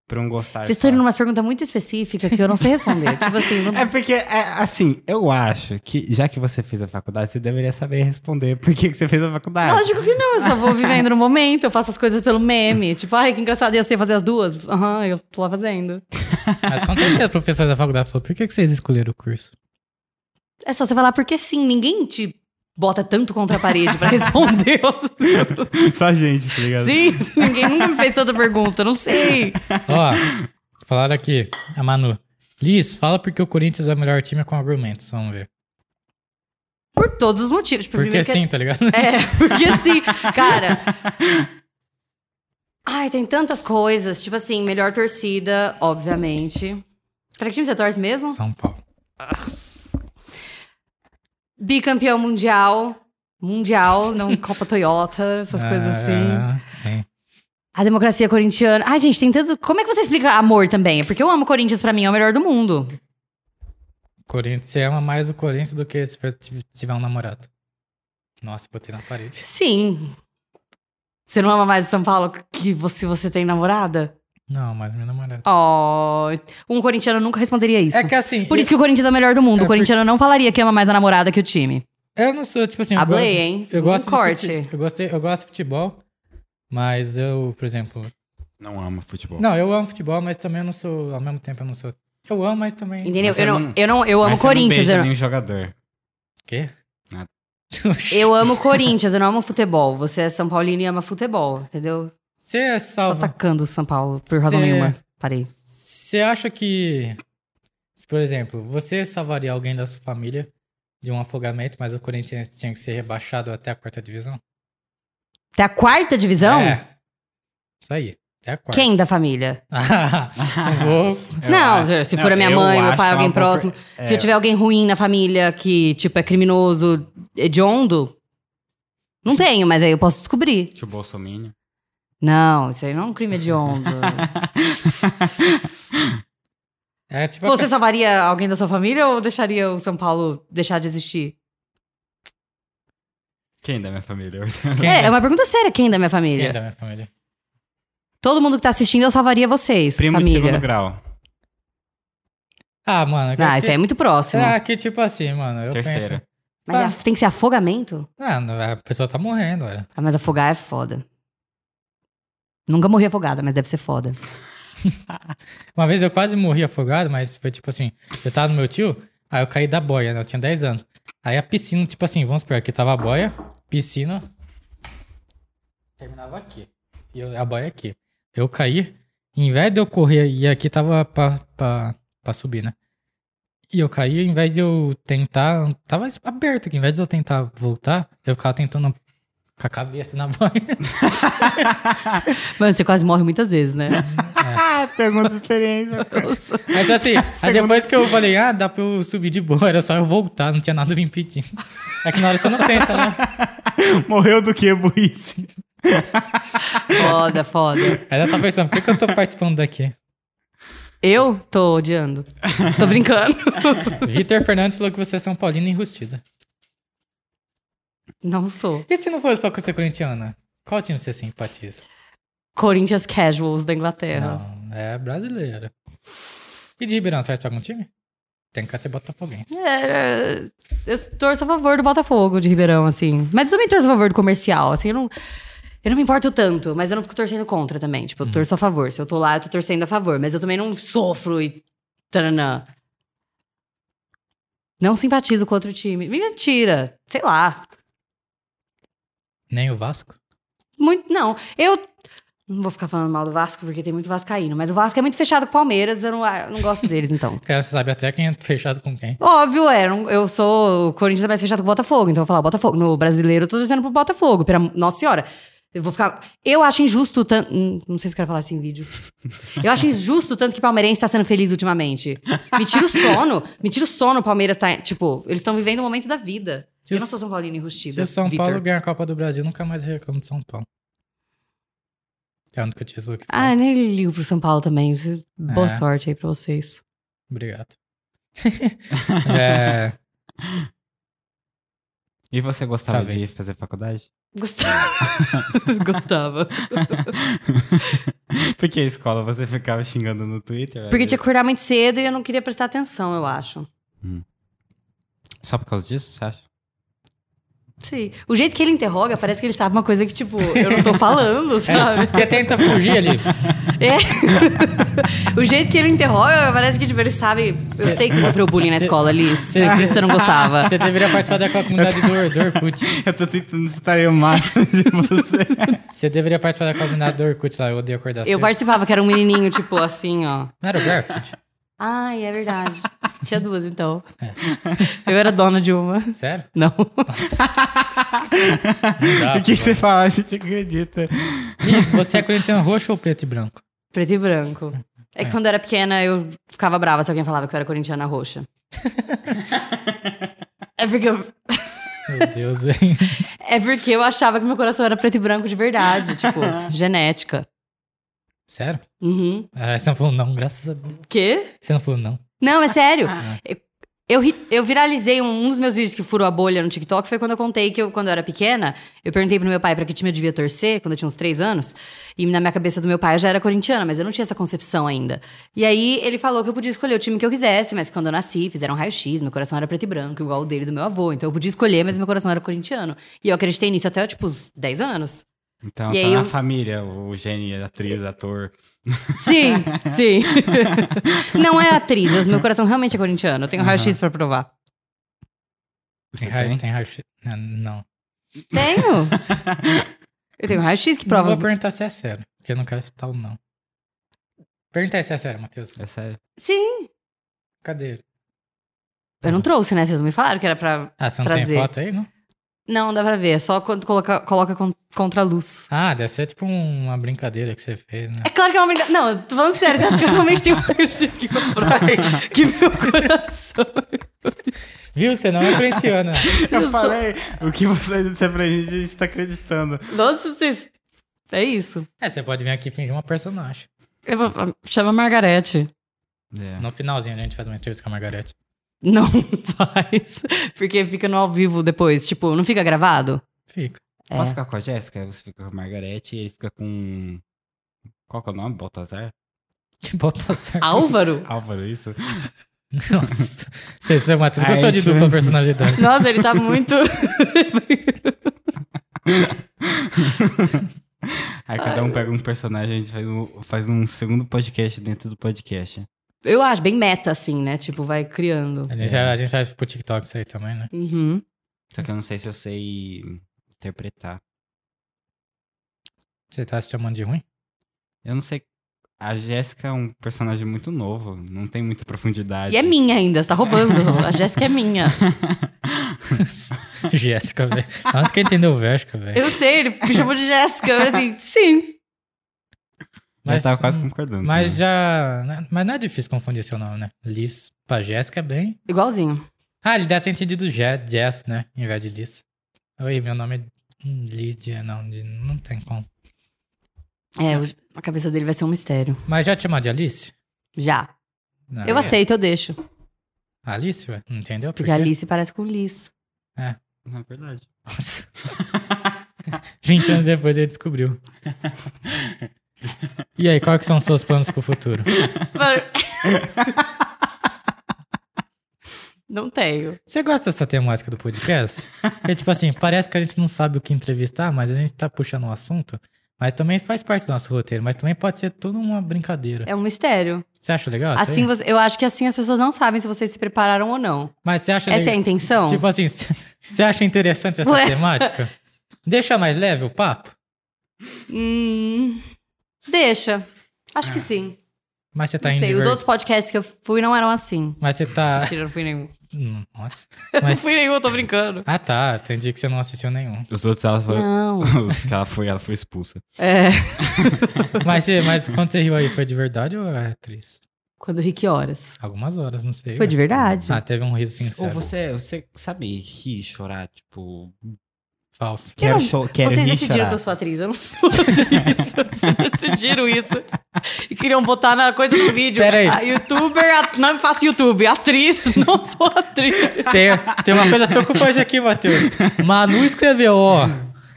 Speaker 2: Pra não gostar.
Speaker 3: Vocês
Speaker 2: Ah, é só.
Speaker 3: estão indo umas perguntas muito específicas que eu não sei responder. tipo assim, não...
Speaker 2: É porque, é, assim, eu acho que já que você fez a faculdade, você deveria saber responder por que, que você fez a faculdade.
Speaker 3: lógico que não, eu só vou vivendo no momento, eu faço as coisas pelo
Speaker 2: Hum.
Speaker 3: meme. Tipo, ai, que engraçado, ia ser fazer as duas? Aham, eu tô lá fazendo.
Speaker 1: Mas com certeza o professor da faculdade falou, por que, que vocês escolheram o curso?
Speaker 3: É só você falar porque sim, ninguém te bota tanto contra a parede pra responder.
Speaker 2: Só a gente, tá ligado?
Speaker 3: sim, ninguém nunca me fez tanta pergunta, não sei.
Speaker 1: Ó, falaram aqui, a Manu. Liz, fala porque o Corinthians é o melhor time com argumentos, vamos ver.
Speaker 3: Por todos os motivos. Tipo,
Speaker 1: Porque
Speaker 3: primeiro que é-
Speaker 1: sim, tá ligado?
Speaker 3: É, porque assim, cara. Ai, tem tantas coisas. Tipo assim, melhor torcida, obviamente. Pra que time você torce mesmo?
Speaker 1: São Paulo.
Speaker 3: Bicampeão mundial. Mundial, não Copa Toyota, essas coisas assim.
Speaker 1: Ah, sim.
Speaker 3: A democracia corintiana. Ai, gente, tem tanto. Como é que você explica amor também? Porque eu amo Corinthians, pra mim é o melhor do mundo.
Speaker 1: Corinthians, você ama mais o Corinthians do que se tiver um namorado. Nossa, botei na parede.
Speaker 3: Sim. Você não ama mais o São Paulo que você- se você tem namorada?
Speaker 1: Não, mas meu namorado.
Speaker 3: Oh, um corintiano nunca responderia isso.
Speaker 1: É que assim,
Speaker 3: Por isso que o Corinthians é o melhor do mundo.
Speaker 1: É,
Speaker 3: o corintiano não falaria que ama mais a namorada que o time.
Speaker 1: eu, eu não sou, tipo assim, eu
Speaker 3: Hablei,
Speaker 1: gosto,
Speaker 3: hein? Fiz
Speaker 1: Eu
Speaker 3: um
Speaker 1: gosto de
Speaker 3: corte.
Speaker 1: fute- eu, gostei, eu gosto de futebol, mas eu, por exemplo...
Speaker 2: Não ama futebol.
Speaker 1: Não, eu amo futebol, mas também eu não sou... Ao mesmo tempo eu não sou... Eu amo, mas também...
Speaker 3: Entendeu?
Speaker 2: Mas você
Speaker 3: Eu não,
Speaker 2: não-
Speaker 3: eu não, eu
Speaker 2: Mas
Speaker 3: amo
Speaker 2: você
Speaker 3: Corinthians.
Speaker 2: Não beija
Speaker 3: Eu, não-
Speaker 2: nenhum jogador.
Speaker 1: Quê?
Speaker 2: Nada.
Speaker 3: eu amo Corinthians, eu não amo futebol. Você é São Paulino e ama futebol, entendeu?
Speaker 1: Você é
Speaker 3: Tô
Speaker 1: salvo.
Speaker 3: atacando o São Paulo por razão
Speaker 1: Cê-
Speaker 3: nenhuma. Parei.
Speaker 1: Você acha que, se, por exemplo, você salvaria alguém da sua família de um afogamento, mas o Corinthians tinha que ser rebaixado até a quarta divisão?
Speaker 3: Até a quarta divisão?
Speaker 1: É. Isso aí. Até a quarta.
Speaker 3: Quem da família?
Speaker 1: Não vou.
Speaker 2: Eu
Speaker 3: não,
Speaker 2: acho-
Speaker 3: se for a minha
Speaker 2: eu
Speaker 3: mãe, meu
Speaker 2: acho
Speaker 3: pai,
Speaker 2: que é
Speaker 3: alguém
Speaker 2: uma pouco-
Speaker 3: próximo. Se eu tiver alguém ruim na família que, tipo, é criminoso, hediondo, não tenho, mas aí eu posso descobrir.
Speaker 2: Tipo Bolsonaro.
Speaker 3: Não, isso aí não é um crime hediondo.
Speaker 1: É tipo.
Speaker 3: Você salvaria alguém da sua família ou deixaria o São Paulo deixar de existir?
Speaker 2: Quem da minha família?
Speaker 1: Quem,
Speaker 3: é,
Speaker 1: é,
Speaker 3: é uma pergunta séria, quem da minha família?
Speaker 1: quem é da minha família?
Speaker 3: Todo mundo que tá assistindo, eu salvaria vocês,
Speaker 2: Primo de segundo
Speaker 3: família.
Speaker 2: grau.
Speaker 1: Ah, mano.
Speaker 3: Ah, isso aí é muito próximo.
Speaker 1: Ah, que tipo assim, mano. Eu
Speaker 2: Terceira.
Speaker 1: penso.
Speaker 3: Mas é
Speaker 1: ah.
Speaker 3: af- tem que ser afogamento?
Speaker 1: Ah, não, a pessoa tá morrendo, olha.
Speaker 3: Ah, mas afogar é foda. Nunca morri afogada, mas deve ser foda.
Speaker 1: Uma vez eu quase morri afogado, mas foi tipo assim, eu tava no meu tio, aí eu caí da boia, né? Eu tinha 10 anos. Aí a piscina, tipo assim, vamos supor, aqui tava a boia, piscina. Terminava aqui. E eu- a boia é aqui. Eu caí, em vez de eu correr, e aqui tava pra, pra, pra subir, né? E eu caí, em vez de eu tentar. Tava aberto aqui, em vez de eu tentar voltar, eu ficava tentando com a cabeça na boia.
Speaker 3: Mano, você quase morre muitas vezes, né?
Speaker 2: Ah, pergunta de experiência.
Speaker 3: Nossa.
Speaker 1: Mas assim, aí
Speaker 2: Segunda-
Speaker 1: depois que eu falei, ah, dá pra eu subir de boa, era só eu voltar, não tinha nada me impedindo. É que na hora você não pensa, né?
Speaker 2: Morreu do que, burrice?
Speaker 3: Foda, foda.
Speaker 1: Aí ela tá pensando, por que, que eu tô participando daqui?
Speaker 3: Eu tô odiando. Tô brincando.
Speaker 1: Vitor Fernandes falou que você é São Paulino enrustida.
Speaker 3: Não sou.
Speaker 1: E se não fosse pra ser corintiana? Qual time você simpatiza?
Speaker 3: Corinthians Casuals da Inglaterra.
Speaker 1: Não, é brasileira. E de Ribeirão, você vai pra algum time? Tem cara de ser
Speaker 3: É.
Speaker 1: botafoguense.
Speaker 3: Era- Eu torço a favor do Botafogo de Ribeirão, assim. Mas eu também torço a favor do comercial, assim. Eu não, eu não me importo tanto, mas eu não fico torcendo contra também. Tipo, eu torço a favor. Se eu tô lá, eu tô torcendo a favor. Mas eu também não sofro e. Taranã. Não simpatizo com outro time. Mentira. Sei lá.
Speaker 1: Nem o Vasco?
Speaker 3: Muito, não. Eu. Não vou ficar falando mal do Vasco, porque tem muito Vascaíno. Mas o Vasco é muito fechado com o Palmeiras. Eu não, eu não gosto deles, então.
Speaker 1: Cara, você sabe até quem é fechado com quem.
Speaker 3: Óbvio, é. não- Eu sou. O Corinthians é mais fechado que o Botafogo, então eu vou falar Botafogo. No brasileiro, eu tô torcendo pro Botafogo. Pela, nossa senhora. Eu vou ficar. Eu acho injusto o tanto. hum, Não sei se eu quero falar assim em vídeo. Eu acho injusto o tanto que o palmeirense tá sendo feliz ultimamente. Me tira o sono. Me tira o sono, o Palmeiras tá. Tipo, eles estão vivendo o momento da vida.
Speaker 1: Se
Speaker 3: eu
Speaker 1: o-
Speaker 3: não sou São Paulino
Speaker 1: Se
Speaker 3: enrustida.
Speaker 1: o São
Speaker 3: Vitor.
Speaker 1: Paulo ganhar a Copa do Brasil, nunca mais reclamo de São Paulo. que é o único título que
Speaker 3: Ah,
Speaker 1: falta.
Speaker 3: nem ligo pro São Paulo também. Boa
Speaker 1: É.
Speaker 3: sorte aí pra vocês.
Speaker 1: Obrigado. É,
Speaker 2: E você gostava
Speaker 1: Travei.
Speaker 2: de fazer faculdade?
Speaker 3: Gostava. Gostava.
Speaker 2: Porque a escola você ficava xingando no Twitter. às
Speaker 3: Porque tinha
Speaker 2: vezes.
Speaker 3: que acordar muito cedo e eu não queria prestar atenção, eu acho.
Speaker 2: Só por causa disso, você acha?
Speaker 3: Sim. O jeito que ele interroga, parece que ele sabe uma coisa que, tipo, eu não tô falando,
Speaker 1: é,
Speaker 3: sabe?
Speaker 1: você tenta fugir ali.
Speaker 3: É. o jeito que ele interroga, parece que, tipo, ele sabe. Eu sei que você sofreu bullying na escola, Liz. Eu sei que você não gostava.
Speaker 1: Você deveria participar daquela comunidade do, do Orkut.
Speaker 2: Eu tô tentando estar o máximo de você.
Speaker 1: Você deveria participar daquela comunidade do Orkut lá. Eu odeio acordar
Speaker 3: Eu
Speaker 1: cedo.
Speaker 3: participava, que era um menininho, tipo, assim, ó.
Speaker 1: Não era o Garfield?
Speaker 3: Ai, é verdade. Tinha duas, então. Eu era dona de uma.
Speaker 1: Sério?
Speaker 3: Não.
Speaker 1: Não dá,
Speaker 2: O que que
Speaker 1: pô.
Speaker 2: você fala? A gente acredita.
Speaker 1: Liz, você é corintiano roxo ou preto e branco?
Speaker 3: Preto e branco. É que quando eu era pequena, eu ficava brava se alguém falava que eu era corintiana roxa. é, porque eu,
Speaker 1: Meu Deus, velho.
Speaker 3: é porque eu achava que meu coração era preto e branco de verdade. Tipo, genética.
Speaker 1: Sério?
Speaker 3: Uhum.
Speaker 1: Ah, você não falou não, graças a Deus.
Speaker 3: Quê?
Speaker 1: Você não falou não.
Speaker 3: Não, é sério. Eu- Eu, ri- eu viralizei um, um dos meus vídeos que furou a bolha no TikTok. Foi quando eu contei que eu, quando eu era pequena, eu perguntei pro meu pai pra que time eu devia torcer, quando eu tinha uns três anos. E na minha cabeça do meu pai eu já era corintiana, mas eu não tinha essa concepção ainda. E aí ele falou que eu podia escolher o time que eu quisesse, mas quando eu nasci, fizeram raio-x, meu coração era preto e branco, igual o dele do meu avô. Então eu podia escolher, mas meu coração era corintiano. E eu acreditei nisso até, tipo, os 10 anos.
Speaker 2: Então,
Speaker 3: E
Speaker 2: tá
Speaker 3: aí
Speaker 2: na
Speaker 3: eu-
Speaker 2: família, o gene, atriz, ator.
Speaker 3: Sim, sim. não é atriz, mas meu coração realmente é corintiano. Eu tenho raio-x pra provar.
Speaker 2: Você
Speaker 1: Tem raio,
Speaker 2: tem?
Speaker 1: tem raio. Não, Não.
Speaker 3: Tenho. Eu tenho raio-x que
Speaker 1: Não
Speaker 3: prova.
Speaker 1: vou perguntar se é sério, porque eu não quero escutar o não. Pergunta aí se é sério, Matheus.
Speaker 2: É sério.
Speaker 3: Sim.
Speaker 1: Cadê ele?
Speaker 3: Eu não trouxe, né? Vocês não me falaram que era pra.
Speaker 1: Ah, você não
Speaker 3: Trazer.
Speaker 1: tem foto aí, não?
Speaker 3: Não, não dá pra ver. É só quando coloca, coloca con- contra a luz.
Speaker 1: Ah, deve ser tipo uma brincadeira que você fez, né?
Speaker 3: É claro que é uma brincadeira. Não, eu tô falando sério. Você acha que eu realmente tenho um raio-x que comprovem que meu coração.
Speaker 1: Viu? Você não é corintiana.
Speaker 2: Eu,
Speaker 3: Eu sou-
Speaker 2: falei, o que você disse pra gente, a gente tá acreditando.
Speaker 3: Nossa, vocês. É isso.
Speaker 1: é, você pode vir aqui fingir uma personagem.
Speaker 3: Eu vou... Chama a Margarete.
Speaker 2: É.
Speaker 1: No finalzinho a gente faz uma entrevista com a Margarete.
Speaker 3: Não faz. Porque fica no ao vivo depois. Tipo, não fica gravado?
Speaker 1: Fica.
Speaker 3: É.
Speaker 2: Posso ficar com a Jéssica? Você fica com a Margarete e ele fica com. Qual que é o nome? Baltazar?
Speaker 1: Que bota certo.
Speaker 3: Álvaro?
Speaker 2: Álvaro, isso?
Speaker 1: Nossa. Você, você Matheus,
Speaker 2: Ai,
Speaker 1: gostou de
Speaker 2: isso
Speaker 1: dupla
Speaker 2: é-
Speaker 1: personalidade.
Speaker 3: Nossa, ele tá muito.
Speaker 2: Aí cada um pega um personagem, a gente faz um, faz um segundo podcast dentro do podcast.
Speaker 3: Eu acho bem meta, assim, né? Tipo, vai criando.
Speaker 1: A gente, já, a gente faz pro TikTok isso aí também, né?
Speaker 3: Uhum.
Speaker 2: Só que eu não sei se eu sei interpretar.
Speaker 1: Você tá se chamando de ruim?
Speaker 2: Eu não sei. A Jéssica é um personagem muito novo, não tem muita profundidade.
Speaker 3: E é minha ainda, você tá roubando. A Jéssica é minha.
Speaker 1: Jéssica, velho. Onde que entendeu o Jéssica, velho?
Speaker 3: Eu sei, ele me chamou de Jéssica. eu assim, sim.
Speaker 2: Mas, eu tava quase concordando.
Speaker 1: Mas
Speaker 2: né?
Speaker 1: já. Mas não é difícil confundir seu nome, né? Liz pra Jéssica é bem.
Speaker 3: Igualzinho.
Speaker 1: Ah, ele deve ter entendido Je- Jess, né? Em vez de Liz. Oi, meu nome é Lídia, não, de- não tem como.
Speaker 3: É, o- a cabeça dele vai ser um mistério.
Speaker 1: Mas já te chamar de Alice?
Speaker 3: Já.
Speaker 1: Não.
Speaker 3: Eu aceito, eu deixo.
Speaker 1: Alice, ué? Não entendeu? por
Speaker 3: Porque a
Speaker 1: é. quê?
Speaker 3: Alice parece com Liz.
Speaker 2: Não é verdade.
Speaker 1: Nossa. 20 anos depois ele descobriu. E aí, quais que são os seus planos pro futuro?
Speaker 3: Não tenho.
Speaker 1: Você gosta dessa temática do podcast? Porque, tipo assim, parece que a gente não sabe o que entrevistar, mas a gente tá puxando o assunto. Mas também faz parte do nosso roteiro, mas também pode ser tudo uma brincadeira.
Speaker 3: É um mistério.
Speaker 1: Você acha legal? isso
Speaker 3: assim,
Speaker 1: aí?
Speaker 3: você- eu acho que assim as pessoas não sabem se vocês se prepararam ou não.
Speaker 1: Mas você acha
Speaker 3: Essa é a
Speaker 1: legal?
Speaker 3: intenção?
Speaker 1: Tipo assim, você acha interessante essa
Speaker 3: Ué.
Speaker 1: temática? Deixa mais leve o papo,
Speaker 3: Hum, deixa. Acho
Speaker 1: Ah.
Speaker 3: que sim.
Speaker 1: mas você tá
Speaker 3: Não
Speaker 1: indo.
Speaker 3: sei. Os
Speaker 1: diver-
Speaker 3: outros podcasts que eu fui não eram assim.
Speaker 1: Mas você tá.
Speaker 3: Mentira, não fui nenhum.
Speaker 1: Hum, Nossa.
Speaker 3: Não
Speaker 1: Mas...
Speaker 3: fui nenhum, eu tô brincando.
Speaker 1: Ah tá, entendi que você não assistiu nenhum.
Speaker 2: Os outros ela foi.
Speaker 3: Não.
Speaker 2: Os que ela foi, ela foi expulsa.
Speaker 3: É.
Speaker 1: Mas, você- mas quando você riu aí, foi de verdade ou é atriz?
Speaker 3: Quando eu ri que horas?
Speaker 1: Algumas horas, não sei.
Speaker 3: Foi de verdade.
Speaker 1: Ah, teve um riso sincero.
Speaker 2: Ou você, você sabe rir, chorar, tipo.
Speaker 1: Falso.
Speaker 2: Quero show, quero
Speaker 3: Vocês
Speaker 2: rir e
Speaker 3: decidiram
Speaker 2: chorar.
Speaker 3: que eu sou atriz, eu não sou atriz. Vocês decidiram isso. E queriam botar na coisa do vídeo.
Speaker 1: Pera aí.
Speaker 3: A youtuber, a- não faço YouTube. Atriz, não sou atriz.
Speaker 1: Tem, tem uma coisa preocupante aqui, Matheus. Manu escreveu, ó.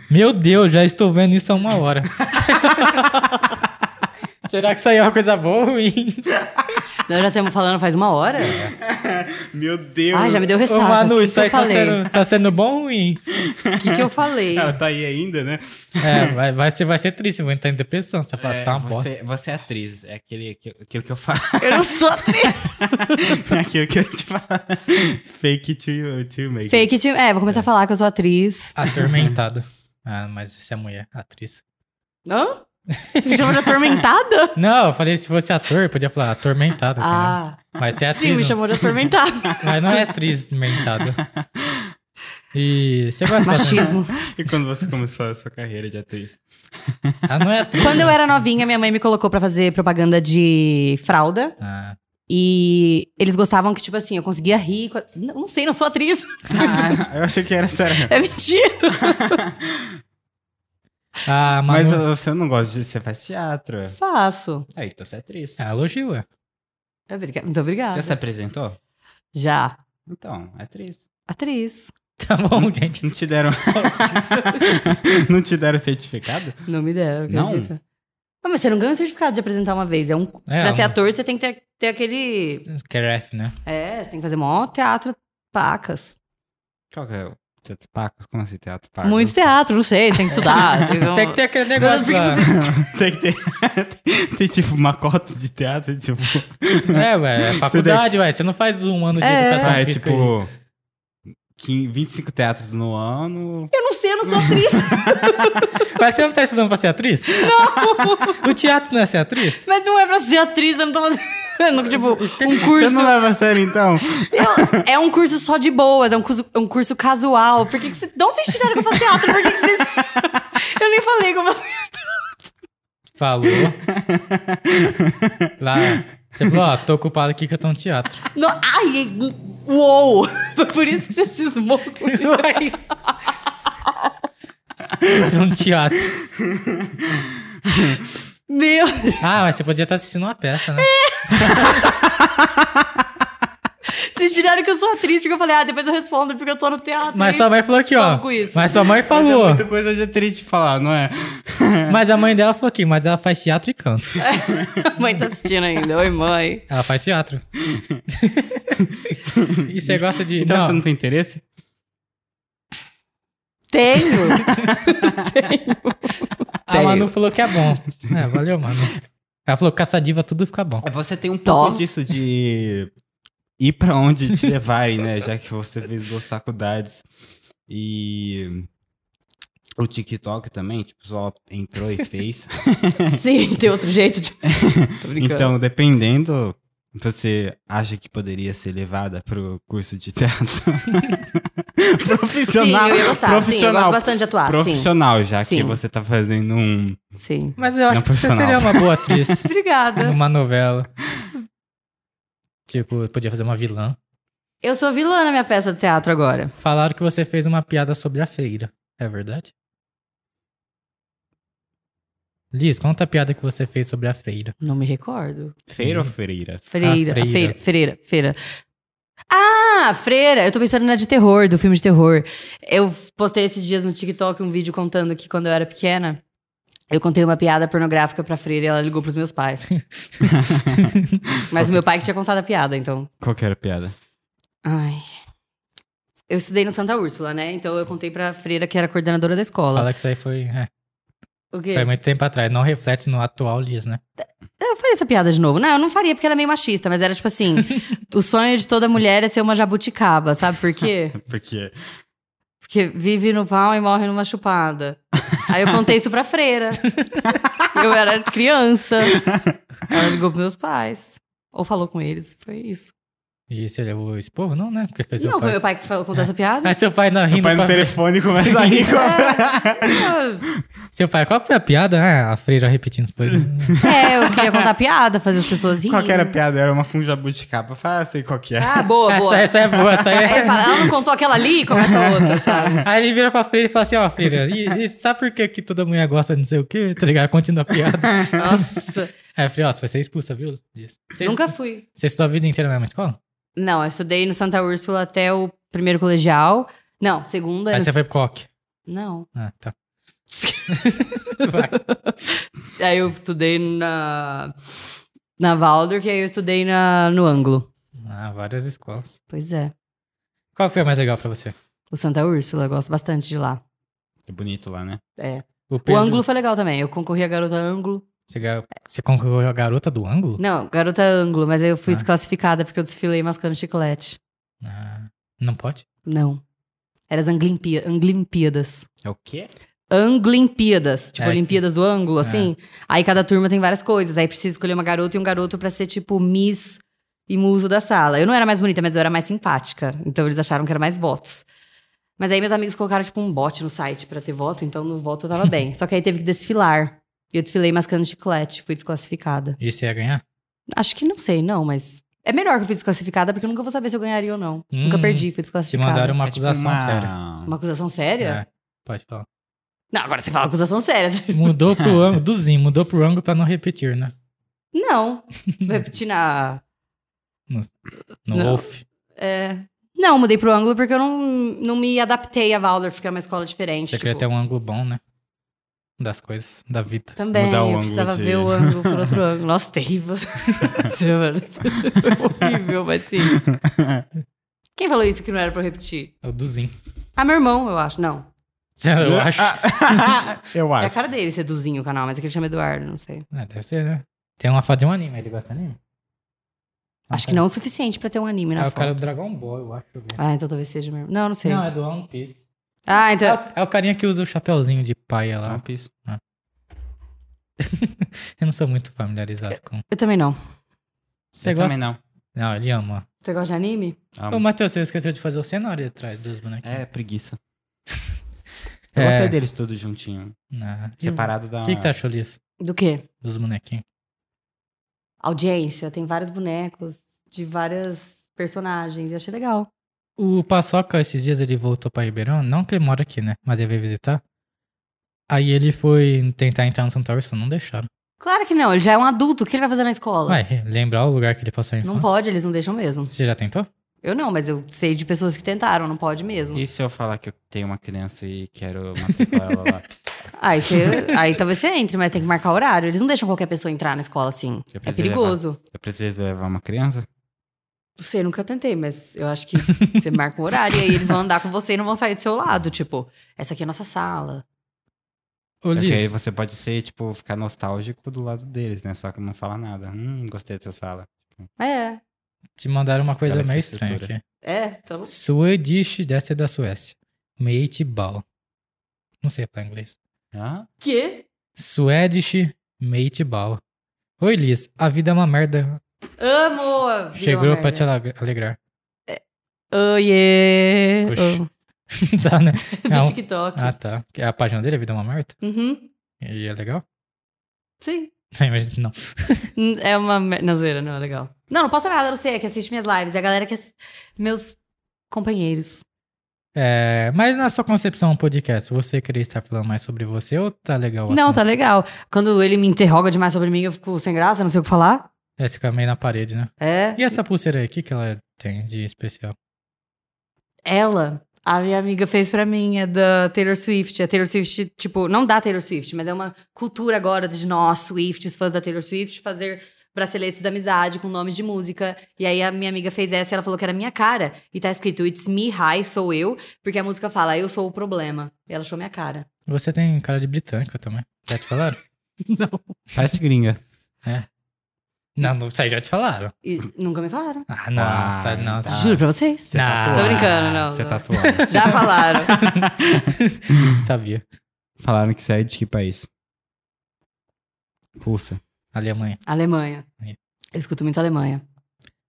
Speaker 1: Meu Deus, já estou vendo isso há uma hora. Será que isso aí é uma coisa boa ou ruim?
Speaker 3: Nós já estamos falando faz uma hora.
Speaker 2: Meu Deus.
Speaker 3: Ah, já me deu
Speaker 1: Ô,
Speaker 3: ressaca. O
Speaker 1: Manu,
Speaker 3: que
Speaker 1: isso
Speaker 3: que eu
Speaker 1: aí tá
Speaker 3: falei?
Speaker 1: sendo, tá sendo bom ou ruim?
Speaker 3: O que, que eu falei?
Speaker 2: Ela tá aí ainda, né?
Speaker 1: É, vai, vai, ser, vai ser triste, vou entrar em depressão. Você tá, falando, tá uma bosta.
Speaker 2: você, você é atriz. É aquele, aquilo aquilo que eu falo.
Speaker 3: Eu não sou atriz.
Speaker 2: é aquilo que eu te falo. Fake it till you, till you make. it.
Speaker 3: Fake it. É, vou começar a falar que eu sou atriz.
Speaker 1: Atormentada. Ah, mas isso é mulher, atriz.
Speaker 3: Hã? Você me chama de atormentada?
Speaker 1: Não, eu falei se fosse ator, podia falar atormentada. entendeu?
Speaker 3: Ah,
Speaker 1: Mas você é atriz.
Speaker 3: sim, me
Speaker 1: não-
Speaker 3: chamou de atormentada.
Speaker 1: Mas não é atriz mentada. E você gosta
Speaker 3: Machismo.
Speaker 2: E quando você começou a sua carreira de atriz?
Speaker 1: bastante- Ah, não é atriz.
Speaker 3: Quando eu era novinha, minha mãe me colocou pra fazer propaganda de fralda.
Speaker 1: Ah,
Speaker 3: E eles gostavam que, tipo assim, eu conseguia rir. com a- Não, não sei, não sou atriz.
Speaker 2: Ah, eu achei que era sério.
Speaker 3: É mentira.
Speaker 1: ah Manu...
Speaker 2: Mas uh, você não gosta de. Você faz teatro.
Speaker 3: Faço.
Speaker 2: Aí, tu é atriz.
Speaker 1: Ah, elogio, é.
Speaker 3: Obriga- Muito obrigada.
Speaker 2: Já se
Speaker 3: Já.
Speaker 2: apresentou? Então, é atriz.
Speaker 3: Atriz.
Speaker 1: Tá bom, gente. é
Speaker 2: Não te deram. não te deram certificado?
Speaker 3: Não me deram,
Speaker 2: Não?
Speaker 3: acredita? Ah, mas você não ganha um certificado de apresentar uma vez. É um...
Speaker 1: É,
Speaker 3: pra ser
Speaker 1: um-
Speaker 3: ator, você tem que ter, ter aquele.
Speaker 1: Keref, né?
Speaker 3: É, você tem que fazer maior teatro pacas.
Speaker 2: Qual que é o. Teatro Pacos? Como assim, teatro Pacos?
Speaker 3: Muito teatro, não sei, tem que um estudar. tem,
Speaker 1: Tem que ter aquele negócio né? lá.
Speaker 2: Tem que ter. tem tipo uma cota de teatro, tipo.
Speaker 1: É, ué, é faculdade, ué. Você não faz um ano de
Speaker 3: É.
Speaker 1: educação
Speaker 2: Ah, é
Speaker 1: física aí.
Speaker 2: tipo. 15, 25 teatros no ano.
Speaker 3: Eu não sei, eu não sou atriz.
Speaker 1: Mas você não tá estudando pra ser atriz? Não! O teatro não é ser atriz?
Speaker 3: mas não é pra ser atriz, eu não tô fazendo. eu não, Tipo, um
Speaker 2: Você tá
Speaker 3: curso.
Speaker 2: não leva a sério, então?
Speaker 3: Eu- é um curso só de boas, é um curso, é um curso casual. Por que, que você. De onde vocês tiraram que eu faço teatro? Por que, que vocês. Eu nem falei que eu faço.
Speaker 1: Falou. Lá. Você falou, ó, tô ocupado aqui que eu tô no teatro.
Speaker 3: Não, ai, é- uou! Foi por isso que você cismou comigo.
Speaker 1: tô no teatro.
Speaker 3: Meu Deus!
Speaker 1: Ah, mas você podia estar assistindo uma peça, né?
Speaker 2: É,
Speaker 3: Vocês tiraram que eu sou atriz, porque eu falei, ah, depois eu respondo porque eu tô no teatro.
Speaker 1: Mas
Speaker 3: e-
Speaker 1: sua mãe falou aqui, ó.
Speaker 3: Fala com isso.
Speaker 1: Mas sua mãe
Speaker 2: é
Speaker 1: falou.
Speaker 2: Muita coisa de atriz de falar, não é?
Speaker 1: Mas a mãe dela falou aqui, mas ela faz teatro e canto.
Speaker 3: Mãe tá assistindo ainda. Oi, mãe.
Speaker 1: Ela faz teatro. e você gosta de.
Speaker 2: Então
Speaker 1: não,
Speaker 2: você não tem interesse?
Speaker 3: Tenho!
Speaker 1: a Manu falou que é bom. É, valeu, Manu. Ela falou que caçadiva tudo fica bom.
Speaker 2: Você tem um pouco
Speaker 3: Tó.
Speaker 2: disso de ir pra onde te levarem, né? Já que você fez duas faculdades e o TikTok também, tipo, só entrou e fez.
Speaker 3: Sim, tem outro jeito de. Tô brincando.
Speaker 2: então, dependendo, você acha que poderia ser levada pro curso de teatro
Speaker 3: sim,
Speaker 2: profissional?
Speaker 3: eu ia gostar. Sim, eu
Speaker 2: profissional.
Speaker 3: gosto bastante de atuar.
Speaker 2: profissional, já que
Speaker 3: Sim.
Speaker 2: você tá fazendo um
Speaker 3: Sim. Sim.
Speaker 1: Mas eu acho
Speaker 2: Não
Speaker 1: que você
Speaker 2: profissional.
Speaker 1: seria uma boa atriz
Speaker 3: Obrigada.
Speaker 1: numa novela. Tipo, eu podia fazer uma vilã.
Speaker 3: Eu sou vilã na minha peça de teatro agora.
Speaker 1: Falaram que você fez uma piada sobre a feira. É verdade? Liz, conta a piada que você fez sobre a feira.
Speaker 3: Não me recordo.
Speaker 2: feira ou feira?
Speaker 3: Freira.
Speaker 1: Ah,
Speaker 3: A
Speaker 1: freira.
Speaker 3: freira. Freira. Freira. Ah, freira. Eu tô pensando na de terror, do filme de terror. Eu postei esses dias no TikTok um vídeo contando que quando eu era pequena, eu contei uma piada pornográfica pra freira e ela ligou pros meus pais. Mas o meu pai que tinha contado a piada, então.
Speaker 2: Qual que era a piada?
Speaker 3: Ai. Eu estudei no Santa Úrsula, né? Então eu contei pra freira que era coordenadora da escola.
Speaker 1: Fala que isso aí foi. é,
Speaker 3: O quê?
Speaker 1: foi muito tempo atrás. Não reflete no atual Liz, né?
Speaker 3: Eu faria essa piada de novo. Não, eu não faria porque era meio machista, mas era tipo assim: o sonho de toda mulher é ser uma jabuticaba, sabe por quê?
Speaker 2: Porque
Speaker 3: Porque vive no pau e morre numa chupada. Aí eu contei isso pra freira. Eu era criança. Ela ligou pros meus pais. Ou falou com eles. Foi isso.
Speaker 1: E você levou esporro? Não, né? Porque fez seu
Speaker 3: não, foi
Speaker 1: pai.
Speaker 3: meu pai que falou- contou essa piada.
Speaker 1: Aí seu pai não
Speaker 2: Seu
Speaker 1: Tá rindo.
Speaker 2: pai no
Speaker 1: pra- É,
Speaker 2: telefone começa a rir.
Speaker 3: Eu-
Speaker 1: Seu pai, qual que foi a piada? Ah, a freira repetindo. Foi... hum,
Speaker 3: É, eu queria contar piada, fazer as pessoas rirem.
Speaker 2: Qual que era a piada? Era uma com jabuticaba. Fala, ah, sei qual que é.
Speaker 3: Ah, boa,
Speaker 1: essa,
Speaker 3: boa.
Speaker 1: essa é boa, essa
Speaker 3: Aí
Speaker 1: é.
Speaker 3: ele fala, ela não contou aquela ali e começa a outra, sabe?
Speaker 1: Aí ele vira pra freira e fala assim: ó, freira, e, e sabe por que, que toda mulher gosta de não sei o quê? Tá ligado? Continua a piada.
Speaker 3: Nossa.
Speaker 1: Aí a freira, É, ó, você vai ser expulsa, viu? Diz. Você
Speaker 3: Nunca fui.
Speaker 1: Você estudou a vida inteira na mesma escola?
Speaker 3: Não, eu estudei no Santa Úrsula até o primeiro colegial. Não, segunda.
Speaker 1: Aí
Speaker 3: no-
Speaker 1: você foi pro coque.
Speaker 3: Não.
Speaker 1: Ah, tá. Vai.
Speaker 3: Aí eu estudei na. Na Waldorf e aí eu estudei na, no Anglo.
Speaker 1: Ah, várias escolas.
Speaker 3: Pois é.
Speaker 1: Qual que foi a mais legal pra você?
Speaker 3: O Santa Úrsula, eu gosto bastante de lá.
Speaker 2: É bonito lá, né?
Speaker 3: É. O
Speaker 1: Pedro-
Speaker 3: Anglo foi legal também. Eu concorri a garota Anglo.
Speaker 1: Você, ga- você concorreu a garota do ângulo?
Speaker 3: Não, garota Anglo, mas aí eu fui
Speaker 1: Ah.
Speaker 3: desclassificada porque eu desfilei mascando chiclete.
Speaker 1: Ah, não pode?
Speaker 3: Não. Era as Anglimpí- Anglimpíadas.
Speaker 2: É o quê?
Speaker 3: Anglimpíadas, tipo
Speaker 1: É,
Speaker 3: Olimpíadas do ângulo, assim. Aí cada turma tem várias coisas. Aí precisa escolher uma garota e um garoto pra ser tipo Miss e muso da sala. Eu não era mais bonita, mas eu era mais simpática. Então eles acharam que era mais votos. Mas aí meus amigos colocaram tipo um bot no site pra ter voto, então no voto eu tava bem. Só que aí teve que desfilar. E eu desfilei mascando chiclete, fui desclassificada.
Speaker 1: E você ia ganhar?
Speaker 3: Acho que não sei, não, mas é melhor que eu fui desclassificada porque eu nunca vou saber se eu ganharia ou não.
Speaker 1: Hum,
Speaker 3: nunca perdi, fui
Speaker 1: Te
Speaker 3: desclassificada.
Speaker 1: mandaram uma
Speaker 2: É tipo
Speaker 1: acusação
Speaker 2: uma-
Speaker 1: séria.
Speaker 3: Uma acusação séria?
Speaker 1: É, pode falar.
Speaker 3: Não, agora você fala acusação séria.
Speaker 1: Mudou pro ângulo, do Zinho, mudou pro ângulo pra não repetir, né?
Speaker 3: Não. Vou repetir na.
Speaker 1: No
Speaker 3: Não.
Speaker 1: Wolf.
Speaker 3: É... Não, mudei pro ângulo porque eu não, não me adaptei a Waldorf, que é uma escola diferente.
Speaker 1: Você
Speaker 3: tipo.
Speaker 1: queria ter um ângulo bom, né? Das coisas, da vida.
Speaker 3: Também,
Speaker 2: Mudar o
Speaker 3: eu
Speaker 2: ângulo
Speaker 3: precisava
Speaker 2: de-
Speaker 3: ver o ângulo por outro ângulo. Nossa, terrível. Horrível, mas sim. Quem falou isso que não era pra eu repetir?
Speaker 1: É o do Zinho.
Speaker 3: Ah, meu irmão, eu acho. Não.
Speaker 1: Eu acho.
Speaker 2: eu
Speaker 1: Ah,
Speaker 3: É a
Speaker 2: acho.
Speaker 3: cara dele ser Duzinho o canal, mas é que ele chama Eduardo, não sei.
Speaker 1: É, deve ser, né? Tem uma foto de um anime, ele gosta de anime?
Speaker 3: Acho que não é o suficiente pra ter um anime
Speaker 1: Ah, É
Speaker 3: na
Speaker 1: o
Speaker 3: foto.
Speaker 1: cara do Dragon Ball, eu acho. Né?
Speaker 3: Ah, então talvez seja mesmo. Não, não sei.
Speaker 1: Não, é do One Piece.
Speaker 3: Ah,
Speaker 1: É,
Speaker 3: então.
Speaker 1: o- é o carinha que usa o chapéuzinho de paia lá.
Speaker 2: É One Piece.
Speaker 1: Eu não sou muito familiarizado com.
Speaker 3: Eu também não.
Speaker 1: Você
Speaker 2: É. eu
Speaker 1: gosta?
Speaker 2: também não.
Speaker 1: Não, ele ama.
Speaker 3: Você gosta de anime?
Speaker 1: Ô, Matheus, você esqueceu de fazer o cenário atrás dos bonequinhos.
Speaker 2: É, preguiça. Eu
Speaker 1: É.
Speaker 2: gostei deles todos juntinho.
Speaker 1: Ah, e o-
Speaker 2: Separado da...
Speaker 1: O que, que você achou disso?
Speaker 3: Do quê?
Speaker 1: Dos bonequinhos?
Speaker 3: audiência, tem vários bonecos de várias personagens. Eu achei legal.
Speaker 1: O Paçoca, esses dias, ele voltou pra Ribeirão. Não que ele mora aqui, né? Mas ele veio visitar. Aí ele foi tentar entrar no Santa Úrsula, não deixaram.
Speaker 3: Claro que não, ele já é um adulto, o que ele vai fazer na escola?
Speaker 1: Vai, lembrar o lugar que ele passou a infância?
Speaker 3: não pode, eles não deixam mesmo.
Speaker 1: Você já tentou?
Speaker 3: Eu não, mas eu sei de pessoas que tentaram, não pode mesmo.
Speaker 2: E se eu falar que eu tenho uma criança e quero matricular ela lá?
Speaker 3: Aí, você- aí talvez você entre, mas tem que marcar horário. Eles não deixam qualquer pessoa entrar na escola assim.
Speaker 2: Eu
Speaker 3: É
Speaker 2: preciso
Speaker 3: perigoso.
Speaker 2: Eu preciso levar uma criança?
Speaker 3: Não sei, nunca tentei, mas eu acho que você marca um horário e aí eles vão andar com você e não vão sair do seu lado. Tipo, essa aqui é a nossa sala.
Speaker 1: Ô,
Speaker 2: Porque aí
Speaker 1: Liz,
Speaker 2: você pode ser, tipo, ficar nostálgico do lado deles, né? Só que não fala nada. Hum, gostei dessa sala.
Speaker 3: É,
Speaker 1: te mandaram uma coisa
Speaker 2: Ela é
Speaker 1: meio
Speaker 2: infraestrutura.
Speaker 1: estranha aqui.
Speaker 3: é, então não
Speaker 1: Swedish, deve ser da Suécia. Meitbal. Não sei falar inglês.
Speaker 2: Hã?
Speaker 3: quê?
Speaker 1: Swedish Meatball. Oi, Liz. A vida é uma merda.
Speaker 3: Amo! a Vila
Speaker 1: Chegou pra
Speaker 3: Merda.
Speaker 1: te aleg- alegrar.
Speaker 3: Oh, yeah.
Speaker 1: Oxi.
Speaker 3: Oh.
Speaker 1: tá, né?
Speaker 3: Do
Speaker 1: É um-
Speaker 3: TikTok.
Speaker 1: Ah, tá. Que É a página dele, A Vida é uma Merda?
Speaker 3: Uhum.
Speaker 1: E é legal?
Speaker 3: Sim.
Speaker 1: Imagina, não.
Speaker 3: N- É uma. mer- Não, zoeira, não é legal. Não, não posso nada, não sei, é que assiste minhas lives. É a galera que. ass- Meus companheiros.
Speaker 1: É, mas na sua concepção um podcast, você queria estar falando mais sobre você ou tá legal
Speaker 3: não,
Speaker 1: assim?
Speaker 3: tá legal. Quando ele me interroga demais sobre mim, eu fico sem graça, não sei o que falar.
Speaker 1: É, você fica meio na parede, né?
Speaker 3: tá- É.
Speaker 1: E essa pulseira aí, o que, que ela tem de especial?
Speaker 3: Ela, a minha amiga, fez pra mim, é da Taylor Swift. A Taylor Swift, tipo, não da Taylor Swift, mas é uma cultura agora de nós, Swifts, fãs da Taylor Swift, fazer braceletes da amizade com nomes de música. E aí a minha amiga fez essa e ela falou que era minha cara. E tá escrito It's Me High, sou eu, porque a música fala Eu sou o problema. E ela achou minha cara.
Speaker 1: Você tem cara de britânica também. Já te falaram?
Speaker 2: Parece gringa.
Speaker 1: não, não, isso aí já te falaram.
Speaker 3: E nunca me falaram.
Speaker 1: Ah, não,
Speaker 2: Ah,
Speaker 1: você tá- não,
Speaker 2: tá.
Speaker 1: você-
Speaker 3: Juro pra vocês.
Speaker 1: Não.
Speaker 2: tatuado.
Speaker 1: Tô
Speaker 3: brincando, não,
Speaker 2: Você tá
Speaker 3: não.
Speaker 2: tatuado.
Speaker 3: Já falaram.
Speaker 1: sabia.
Speaker 2: Falaram que sai de que país? Russa.
Speaker 1: Alemanha.
Speaker 3: Alemanha.
Speaker 1: Aí.
Speaker 3: Eu escuto muito Alemanha.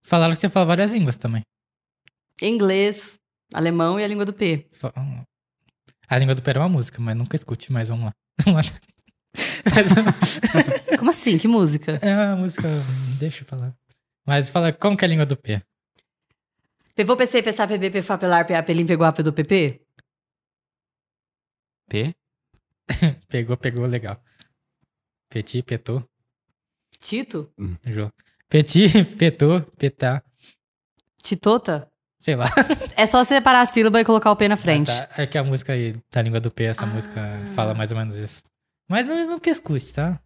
Speaker 1: Falaram que você fala várias línguas também.
Speaker 3: Inglês, alemão e a língua do P.
Speaker 1: Fa- A língua do Pé é uma música, mas nunca escute mais, vamos lá.
Speaker 3: Como assim? Que música?
Speaker 1: é uma música, deixa eu falar. Mas fala, como que é a língua do P?
Speaker 3: Pevô, PC, PSA, PB, PFA, PELAR, PA, PELIM, PEGUA, do PP?
Speaker 2: P?
Speaker 1: Pegou, pegou, legal. Petit, petou,
Speaker 3: Tito?
Speaker 1: jô. Petit, petou, petá,
Speaker 3: Titota?
Speaker 1: sei lá.
Speaker 3: É só separar a sílaba e colocar o P na frente.
Speaker 1: Ah, tá. É que a música aí da língua do P, essa
Speaker 3: Ah.
Speaker 1: música fala mais ou menos isso. Mas não, não que escute, tá?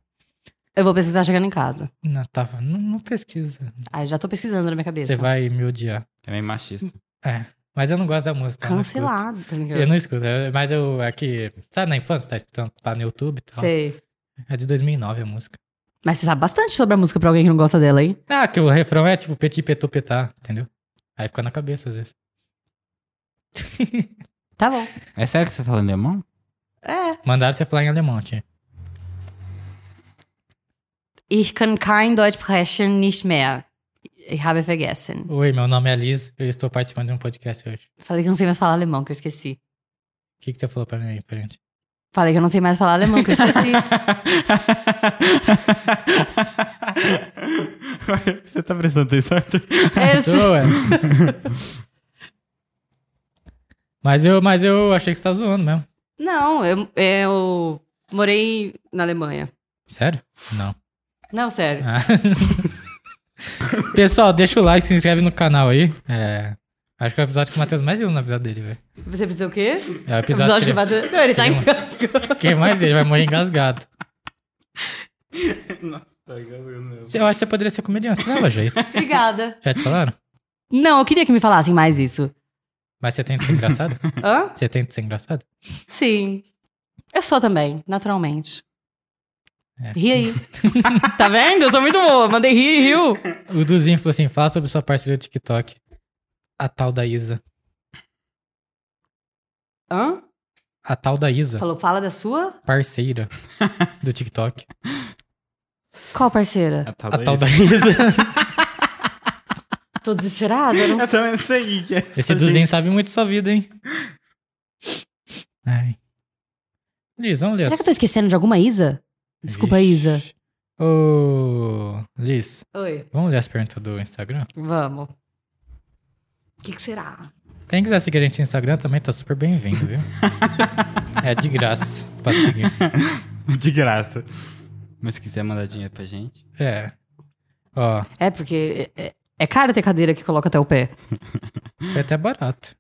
Speaker 3: Eu vou pesquisar chegando em casa.
Speaker 1: Não, tá, não, não pesquisa.
Speaker 3: Ah, eu já tô pesquisando na minha cabeça.
Speaker 1: Você vai me odiar.
Speaker 2: É meio machista.
Speaker 1: É. Mas eu não gosto da música. eu não escuto.
Speaker 3: Cancelado. tá ligado?
Speaker 1: Eu não escuto, eu- mas eu aqui. Tá na infância, tá escutando tá no YouTube e tal.
Speaker 3: Sei.
Speaker 1: É de 2009 a música.
Speaker 3: Mas você sabe bastante sobre a música pra alguém que não gosta dela, hein?
Speaker 1: Ah, que o refrão é tipo petit petô petá, entendeu? Aí fica na cabeça às vezes.
Speaker 3: Tá bom.
Speaker 2: É sério que você fala alemão?
Speaker 3: É.
Speaker 1: Mandaram você falar em alemão, tia.
Speaker 3: Ich kann kein Deutsch sprechen, nicht mehr. Ich habe vergessen.
Speaker 1: Oi, meu nome é Liz, eu estou participando de um podcast hoje.
Speaker 3: Falei que eu não sei mais falar alemão, que eu esqueci.
Speaker 1: O que, que você falou pra mim aí, pra gente?
Speaker 3: Falei que eu não sei mais falar alemão, que eu esqueci.
Speaker 2: você tá prestando atenção, Arthur?
Speaker 1: Tô,
Speaker 3: Esse-
Speaker 1: ué. mas, eu, mas eu achei que você tava zoando mesmo.
Speaker 3: Não, eu, eu morei na Alemanha.
Speaker 1: Sério? Não.
Speaker 3: Não, sério.
Speaker 1: Ah. Pessoal, deixa o like, se inscreve no canal aí. É, acho que é o episódio que o Matheus mais viu na vida dele, velho.
Speaker 3: Você precisa o quê?
Speaker 1: É o episódio,
Speaker 3: Episódio que
Speaker 1: que,
Speaker 3: bateu. Não, ele tá engasgado.
Speaker 1: ele- que mais ele vai morrer engasgado.
Speaker 2: Nossa, tá mesmo.
Speaker 1: Eu acho que você poderia ser comediante, você leva jeito.
Speaker 3: Obrigada.
Speaker 1: Já te falaram?
Speaker 3: Não, eu queria que me falassem mais isso.
Speaker 1: Mas você tenta ser engraçado?
Speaker 3: Hã?
Speaker 1: Você tenta ser engraçado?
Speaker 3: Sim. Eu sou também, naturalmente.
Speaker 1: É.
Speaker 3: Ri aí. tá vendo? Eu sou muito boa. Mandei rir e riu.
Speaker 1: O Duzinho falou assim: fala sobre sua parceria do TikTok. A tal da Isa.
Speaker 3: Hã?
Speaker 1: A tal da Isa,
Speaker 3: Falou, fala da sua?
Speaker 1: parceira do TikTok.
Speaker 3: Qual parceira?
Speaker 2: tal
Speaker 1: A tal da Isa.
Speaker 3: Tô desesperada, não?
Speaker 2: Eu também não sei o que é
Speaker 1: Esse Duzinho sabe muito sua vida, hein? Ai. Liz, vamos ler.
Speaker 3: Será
Speaker 1: as-
Speaker 3: que eu tô esquecendo de alguma Isa? Desculpa, Isa.
Speaker 1: Ixi. Ô, Liz,
Speaker 3: Oi.
Speaker 1: vamos ler as perguntas do Instagram?
Speaker 3: Vamos. O que, que será?
Speaker 1: Quem quiser seguir a gente no Instagram também tá super bem-vindo, viu? é de graça pra seguir.
Speaker 2: De graça. Mas se quiser mandar dinheiro pra gente.
Speaker 1: É. Ó,
Speaker 3: É, porque é, é- é caro ter cadeira que coloca até o pé.
Speaker 1: foi até barato.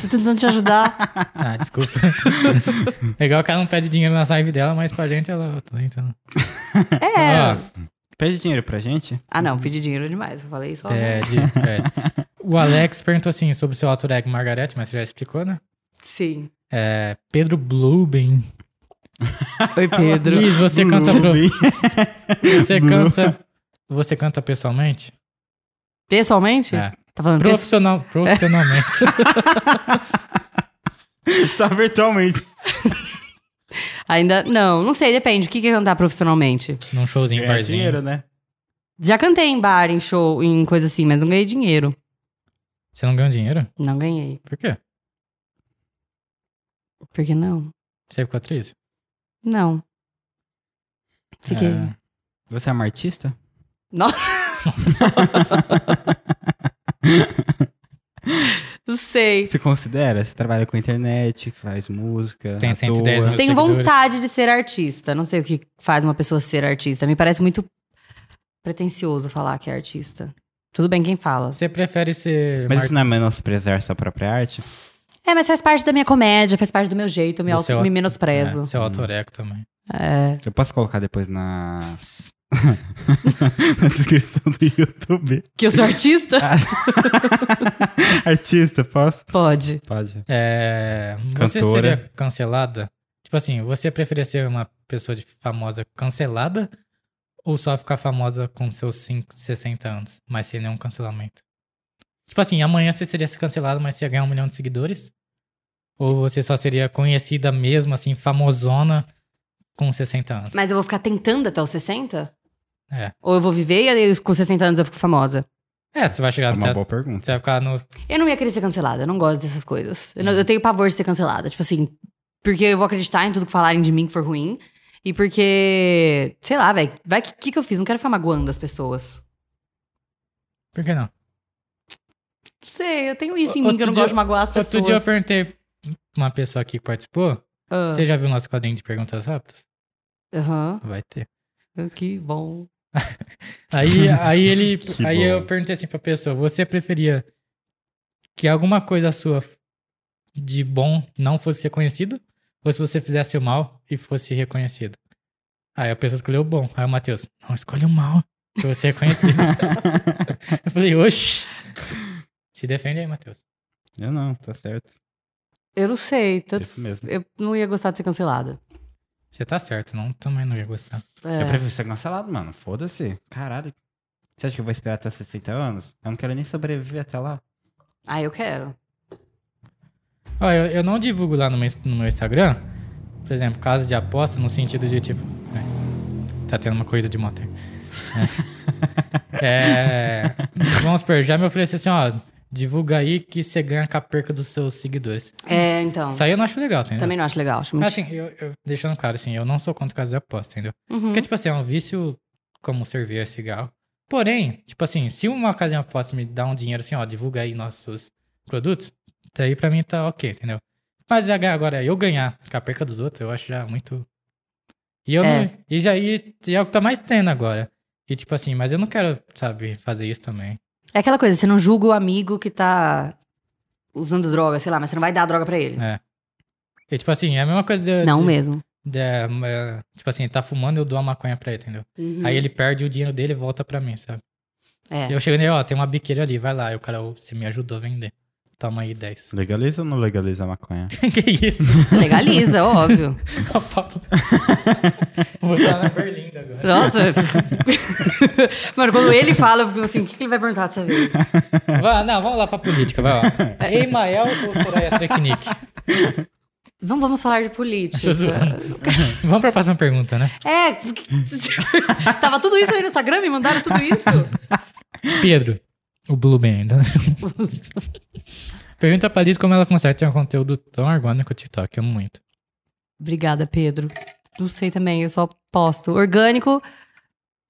Speaker 3: Tô tentando te ajudar.
Speaker 1: Ah, desculpa. Legal que ela não pede dinheiro na live dela, mas pra gente ela tá tentando.
Speaker 3: É.
Speaker 1: Ó,
Speaker 2: Pede dinheiro pra gente?
Speaker 3: Ah,
Speaker 1: Uhum.
Speaker 3: não, pedir dinheiro é demais. Eu falei só. né?
Speaker 1: pede, pede. O Alex perguntou assim sobre o seu alter ego Margarete, mas você já explicou, né?
Speaker 3: Sim.
Speaker 1: É, Pedro Bluben.
Speaker 3: Oi, É Pedro.
Speaker 1: Luiz,
Speaker 2: Uhum.
Speaker 1: você canta, pro-
Speaker 2: Blumen.
Speaker 1: você canta, você canta pessoalmente?
Speaker 3: Pessoalmente?
Speaker 1: É.
Speaker 3: Tá falando pessoalmente?
Speaker 1: Profissional, profissionalmente.
Speaker 2: Só virtualmente.
Speaker 3: Ainda. Não, não sei, depende. O que que é cantar profissionalmente?
Speaker 1: Num showzinho,
Speaker 2: Ganhar
Speaker 1: barzinho.
Speaker 2: dinheiro, né?
Speaker 3: Já cantei em bar, em show, em coisa assim, mas não ganhei dinheiro.
Speaker 1: Você não ganhou dinheiro?
Speaker 3: Não ganhei.
Speaker 1: Por quê?
Speaker 3: Por que não?
Speaker 1: Você ficou atriz?
Speaker 3: Não. Fiquei.
Speaker 1: É.
Speaker 2: Você é uma artista?
Speaker 3: Não sei.
Speaker 2: Você considera? Você trabalha com internet, faz música.
Speaker 1: Tem
Speaker 2: atua.
Speaker 1: 110 mil-
Speaker 3: Tenho
Speaker 1: seguidores.
Speaker 3: vontade de ser artista. Não sei o que faz uma pessoa ser artista. Me parece muito pretencioso falar que é artista. Tudo bem quem fala.
Speaker 1: Você prefere ser
Speaker 2: Mas
Speaker 1: mar-
Speaker 2: isso não é menosprezar sua própria arte?
Speaker 3: É, mas faz parte da minha comédia, faz parte do meu jeito, eu me,
Speaker 1: Do
Speaker 3: auto-
Speaker 1: seu-
Speaker 3: me
Speaker 1: é,
Speaker 3: menosprezo.
Speaker 1: seu alter
Speaker 2: Hum.
Speaker 1: ego também. É.
Speaker 2: Eu posso colocar depois na. na descrição do YouTube.
Speaker 3: Que eu sou artista?
Speaker 2: Artista, posso?
Speaker 3: Pode.
Speaker 2: Pode.
Speaker 1: É, você
Speaker 2: Cantora.
Speaker 1: seria cancelada? Tipo assim, você preferia ser uma pessoa de famosa cancelada ou só ficar famosa com seus 5, 60 anos, mas sem nenhum cancelamento? Tipo assim, amanhã você seria cancelado, mas você ia ganhar um milhão de seguidores? Ou você só seria conhecida mesmo, assim, famosona com 60 anos?
Speaker 3: Mas eu vou ficar tentando até os 60?
Speaker 1: É.
Speaker 3: Ou eu vou viver e aí com 60 anos eu fico famosa?
Speaker 1: É, você vai
Speaker 2: É
Speaker 1: chegar no.
Speaker 2: uma
Speaker 1: teto-
Speaker 2: boa pergunta.
Speaker 1: Você vai ficar no.
Speaker 3: Eu não ia querer ser cancelada, eu não gosto dessas coisas. Eu, não-
Speaker 1: Uhum.
Speaker 3: eu tenho pavor de ser cancelada, tipo assim, porque eu vou acreditar em tudo que falarem de mim que for ruim. E porque, sei lá, velho, vai que, que que eu fiz? Não quero ficar magoando as pessoas.
Speaker 1: Por que não?
Speaker 3: Não sei, eu tenho isso em
Speaker 1: O-
Speaker 3: mim que
Speaker 1: outro
Speaker 3: eu não
Speaker 1: dia-
Speaker 3: gosto de magoar as pessoas.
Speaker 1: Outro dia eu perguntei pra uma pessoa aqui que participou.
Speaker 3: Ah,
Speaker 1: Você já viu o nosso quadrinho de perguntas rápidas?
Speaker 3: Aham,
Speaker 1: Vai ter.
Speaker 3: que bom.
Speaker 1: Aí, aí ele.
Speaker 2: Que
Speaker 1: aí
Speaker 2: bom.
Speaker 1: eu perguntei assim pra pessoa: você preferia que alguma coisa sua de bom não fosse reconhecida? Ou se você fizesse o mal e fosse reconhecido? Aí a pessoa escolheu o bom. Aí o Matheus, não, escolhe o mal, que você é reconhecido. eu falei, oxe. Se defende aí, Matheus.
Speaker 2: Eu não, tá certo.
Speaker 3: Eu não sei, tanto.
Speaker 2: Isso mesmo.
Speaker 3: Eu não ia gostar de ser cancelada.
Speaker 1: Você tá certo, não, também não ia gostar.
Speaker 3: É.
Speaker 2: Eu prefiro ser cancelado, mano. Foda-se. Caralho. Você acha que eu vou esperar até 60 anos? Eu não quero nem sobreviver até lá.
Speaker 3: Ah, eu quero.
Speaker 1: Ó, eu, eu não divulgo lá no meu, no meu Instagram, por exemplo, casa de aposta, no sentido de tipo. é, tá tendo uma coisa de moto aí. É, é, vamos supor, já me ofereceu assim, ó, divulga aí que você ganha com a perca dos seus seguidores.
Speaker 3: É, então.
Speaker 1: Isso aí eu não acho legal, entendeu?
Speaker 3: Também não acho legal, acho muito.
Speaker 1: Assim, eu, eu- deixando claro, assim, eu não sou contra casa de aposta, entendeu?
Speaker 3: Uhum.
Speaker 1: Porque, tipo assim, é um vício como cerveja, cigarro. Porém, tipo assim, se uma casinha aposta me dá um dinheiro assim, ó, divulga aí nossos produtos, daí pra mim tá ok, entendeu? Mas aga- agora, eu ganhar com a perca dos outros, eu acho já muito. E eu
Speaker 3: É.
Speaker 1: não. E já e, e é o que tá mais tendo agora. E tipo assim, mas eu não quero, sabe, fazer isso também.
Speaker 3: É aquela coisa, você não julga o amigo que tá usando droga, sei lá, mas você não vai dar droga pra ele.
Speaker 1: É. E tipo assim, é a mesma coisa de.
Speaker 3: não
Speaker 1: de-
Speaker 3: mesmo.
Speaker 1: de- é, tipo assim, tá fumando, eu dou a maconha pra ele, entendeu?
Speaker 3: Uhum.
Speaker 1: Aí ele perde o dinheiro dele e volta pra mim, sabe?
Speaker 3: É.
Speaker 1: Eu chego nele, ó, tem uma biqueira ali, vai lá. Aí o cara, ô, você me ajudou a vender. Toma aí 10.
Speaker 2: Legaliza ou não legaliza a maconha?
Speaker 1: que isso?
Speaker 3: Legaliza, óbvio.
Speaker 1: Ó, papo. Vou estar na Berlinda agora.
Speaker 3: Nossa. Mano, quando ele fala, eu fico assim, o que, que ele vai perguntar dessa vez?
Speaker 1: Vai, não, vamos lá pra política, vai lá. É Emael ou Soraya Tecnic?
Speaker 3: Não vamos falar de política.
Speaker 1: Tô zoando. vamos pra próxima pergunta, né?
Speaker 3: É, porque- tava tudo isso aí no Instagram, me mandaram tudo isso.
Speaker 1: Pedro, o Blue Band. Pergunta pra Liz como ela consegue ter um conteúdo tão orgânico no TikTok, amo muito.
Speaker 3: Obrigada, Pedro. Não sei também, eu só posto. Orgânico,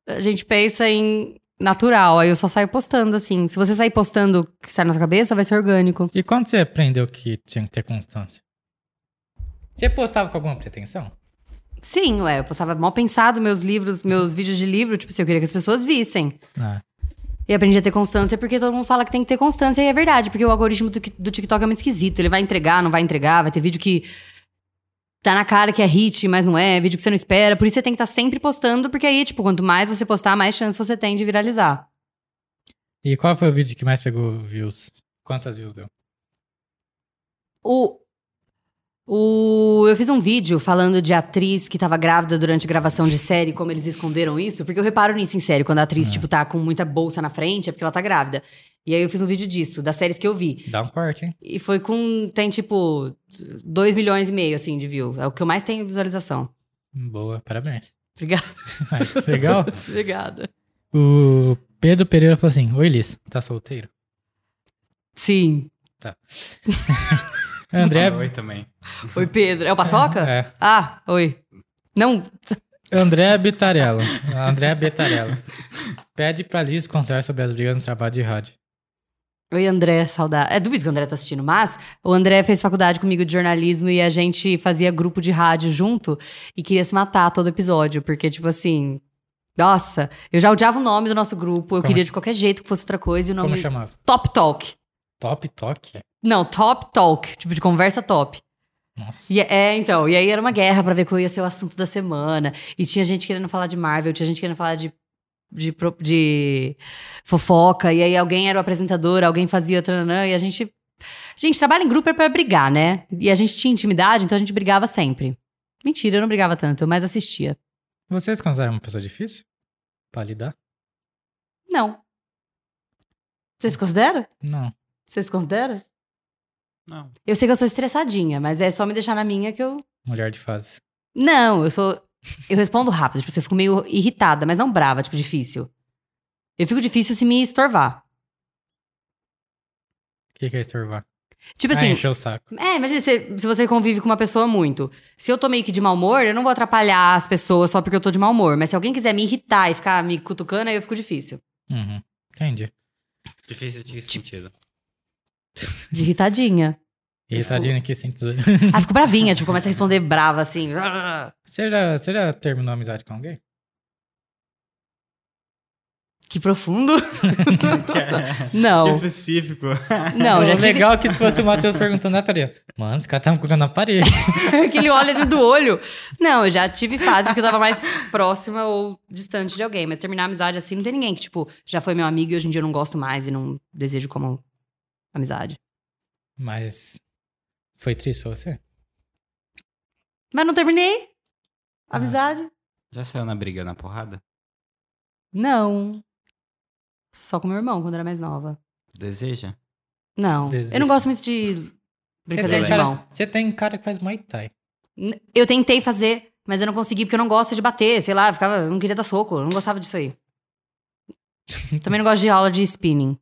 Speaker 3: a gente pensa em natural, aí eu só saio postando, assim. Se você sair postando o que sai na sua cabeça, vai ser orgânico.
Speaker 1: E quando você aprendeu que tinha que ter constância? Você postava com alguma pretensão?
Speaker 3: Sim, ué, eu postava mal pensado meus livros, meus vídeos de livro, tipo, se eu queria que as pessoas vissem.
Speaker 1: Ah,
Speaker 3: E aprendi a ter constância porque todo mundo fala que tem que ter constância e é verdade, porque o algoritmo do, do TikTok é muito esquisito. Ele vai entregar, não vai entregar, vai ter vídeo que tá na cara que é hit, mas não é, vídeo que você não espera. Por isso você tem que estar sempre postando, porque aí, tipo, quanto mais você postar, mais chance você tem de viralizar.
Speaker 1: E qual foi o vídeo que mais pegou views? Quantas views deu?
Speaker 3: O. O, eu fiz um vídeo falando de atriz que tava grávida durante gravação de série, como eles esconderam isso, porque eu reparo nisso em série, quando a atriz, tipo, tá com muita bolsa na frente, é porque ela tá grávida. E aí eu fiz um vídeo disso, das séries que eu vi.
Speaker 1: Dá um corte, hein?
Speaker 3: E foi com. Tem tipo. 2 milhões e meio, assim, de view. É o que eu mais tenho visualização.
Speaker 1: Boa, parabéns.
Speaker 3: Obrigada.
Speaker 1: Legal.
Speaker 3: Obrigada.
Speaker 1: O Pedro Pereira falou assim: Oi, Liz, tá solteiro?
Speaker 3: Sim.
Speaker 1: André.
Speaker 2: Oi também.
Speaker 3: Oi, Pedro. É o Paçoca?
Speaker 1: É.
Speaker 3: Ah, oi. Não.
Speaker 1: André Betarello. André Betarello. Pede pra Liz contar sobre as brigas no trabalho de rádio.
Speaker 3: Oi, André, saudade. É duvido que o André tá assistindo, mas o André fez faculdade comigo de jornalismo e a gente fazia grupo de rádio junto e queria se matar todo episódio, porque, tipo assim. Nossa, eu já odiava o nome do nosso grupo, eu
Speaker 1: Como
Speaker 3: queria
Speaker 1: ch-
Speaker 3: de qualquer jeito que fosse outra coisa e o
Speaker 1: Como assim?
Speaker 3: nome.
Speaker 1: chamava?
Speaker 3: Top Talk.
Speaker 1: Top Toque?
Speaker 3: Não, Top Talk. Tipo, de conversa top.
Speaker 1: Nossa.
Speaker 3: E é, então, e aí era uma guerra pra ver qual ia ser o assunto da semana. E tinha gente querendo falar de Marvel, tinha gente querendo falar de, de, pro- de fofoca, e aí alguém era o apresentador, alguém fazia trananã, e a gente. Gente, trabalho em grupo é pra brigar, né? E a gente tinha intimidade, então a gente brigava sempre. Mentira, eu não brigava tanto, eu mais assistia.
Speaker 1: Vocês consideram uma pessoa difícil? Pra lidar?
Speaker 3: Não. Vocês consideram?
Speaker 1: Não.
Speaker 3: Vocês consideram?
Speaker 2: Não.
Speaker 3: Eu sei que eu sou estressadinha, mas é só me deixar na minha que eu.
Speaker 1: Mulher de fase.
Speaker 3: Não, eu sou Eu respondo rápido, tipo, assim, eu fico meio irritada, mas não brava, tipo, difícil. Eu fico difícil se me estorvar.
Speaker 1: O que, que é estorvar?
Speaker 3: Tipo
Speaker 1: ah,
Speaker 3: assim,
Speaker 1: encher o saco.
Speaker 3: É, imagina se, se você convive com uma pessoa muito. Se eu tô meio que de mau humor, eu não vou atrapalhar as pessoas só porque eu tô de mau humor. Mas se alguém quiser me irritar e ficar me cutucando, aí eu fico difícil.
Speaker 1: Uhum. Entendi.
Speaker 2: Difícil de sentido.
Speaker 3: De irritadinha.
Speaker 1: Irritadinho aqui sem tesouro.
Speaker 3: Aí fico bravinha, tipo, começa a responder brava assim.
Speaker 1: Você já, você já terminou a amizade com alguém?
Speaker 3: Que profundo. Não.
Speaker 2: Que específico.
Speaker 3: Não,
Speaker 1: o
Speaker 3: já tive.
Speaker 1: legal é que se fosse o Matheus perguntando, eu estaria. Mano, esse cara tá me colocando na parede.
Speaker 3: que ele olha dentro do olho. Não, eu já tive fases que eu tava mais próxima ou distante de alguém. Mas terminar a amizade assim, não tem ninguém que, tipo, já foi meu amigo e hoje em dia eu não gosto mais e não desejo como amizade.
Speaker 1: Mas foi triste pra você?
Speaker 3: Mas não terminei.
Speaker 1: Ah.
Speaker 3: Amizade?
Speaker 2: Já saiu na briga, na porrada?
Speaker 3: Não. Só com meu irmão, quando eu era mais nova.
Speaker 2: Deseja?
Speaker 3: Não.
Speaker 1: Desejo.
Speaker 3: Eu não gosto muito de
Speaker 1: Você
Speaker 3: brincadeira
Speaker 1: tem,
Speaker 3: de
Speaker 1: cara,
Speaker 3: mão.
Speaker 1: você tem cara que faz Muay Thai.
Speaker 3: N- Eu tentei fazer, mas eu não consegui porque eu não gosto de bater, sei lá, eu ficava, eu não queria dar soco, eu não gostava disso aí. Também não gosto de aula de spinning.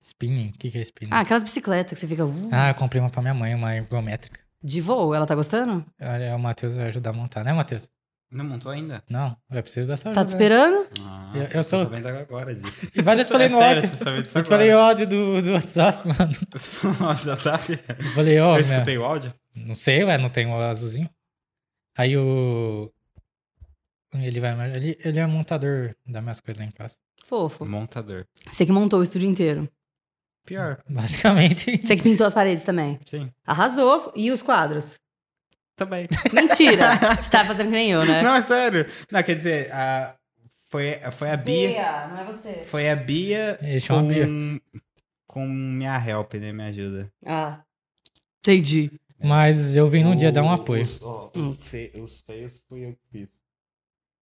Speaker 1: Spinning? O que, que é spinning?
Speaker 3: Ah, aquelas bicicletas que você fica uh,
Speaker 1: Ah, eu comprei uma pra minha mãe, uma ergométrica.
Speaker 3: de voo, ela tá gostando?
Speaker 1: Olha, o Matheus vai ajudar a montar, né, Matheus?
Speaker 2: Não montou ainda?
Speaker 1: Não, eu preciso dessa ajuda.
Speaker 3: Tá te esperando?
Speaker 2: Ah,
Speaker 1: Eu- eu
Speaker 2: tô
Speaker 1: sou-
Speaker 2: sabendo agora disso.
Speaker 1: E vai, eu te falei no
Speaker 2: É sério,
Speaker 1: ódio.
Speaker 2: tô sabendo disso
Speaker 1: Eu te falei
Speaker 2: agora.
Speaker 1: ódio do, do WhatsApp, mano.
Speaker 2: Você falou no áudio da Tati?
Speaker 1: Eu falei, ó,
Speaker 2: Eu
Speaker 1: meu,
Speaker 2: escutei o áudio?
Speaker 1: não sei, ué, não tem o azulzinho. Aí o... Ele vai... Ele, ele é montador das minhas coisas lá em casa.
Speaker 3: Fofo.
Speaker 2: Montador.
Speaker 3: Você que montou o estúdio inteiro.
Speaker 2: Pior,
Speaker 1: Basicamente.
Speaker 3: Você que pintou as paredes também.
Speaker 2: sim.
Speaker 3: Arrasou. E os quadros?
Speaker 2: Também.
Speaker 3: Mentira. você tá fazendo que nem eu, né?
Speaker 2: Não, é sério. Não, quer dizer, a- foi, foi a Bia.
Speaker 3: não é você.
Speaker 2: Foi a Bia
Speaker 1: Ele chama
Speaker 2: com,
Speaker 1: Bia.
Speaker 2: com minha help, né? Me ajuda.
Speaker 3: Ah. Entendi.
Speaker 1: Mas eu vim num dia dar um apoio.
Speaker 3: Hum.
Speaker 2: os feios fui eu que fiz.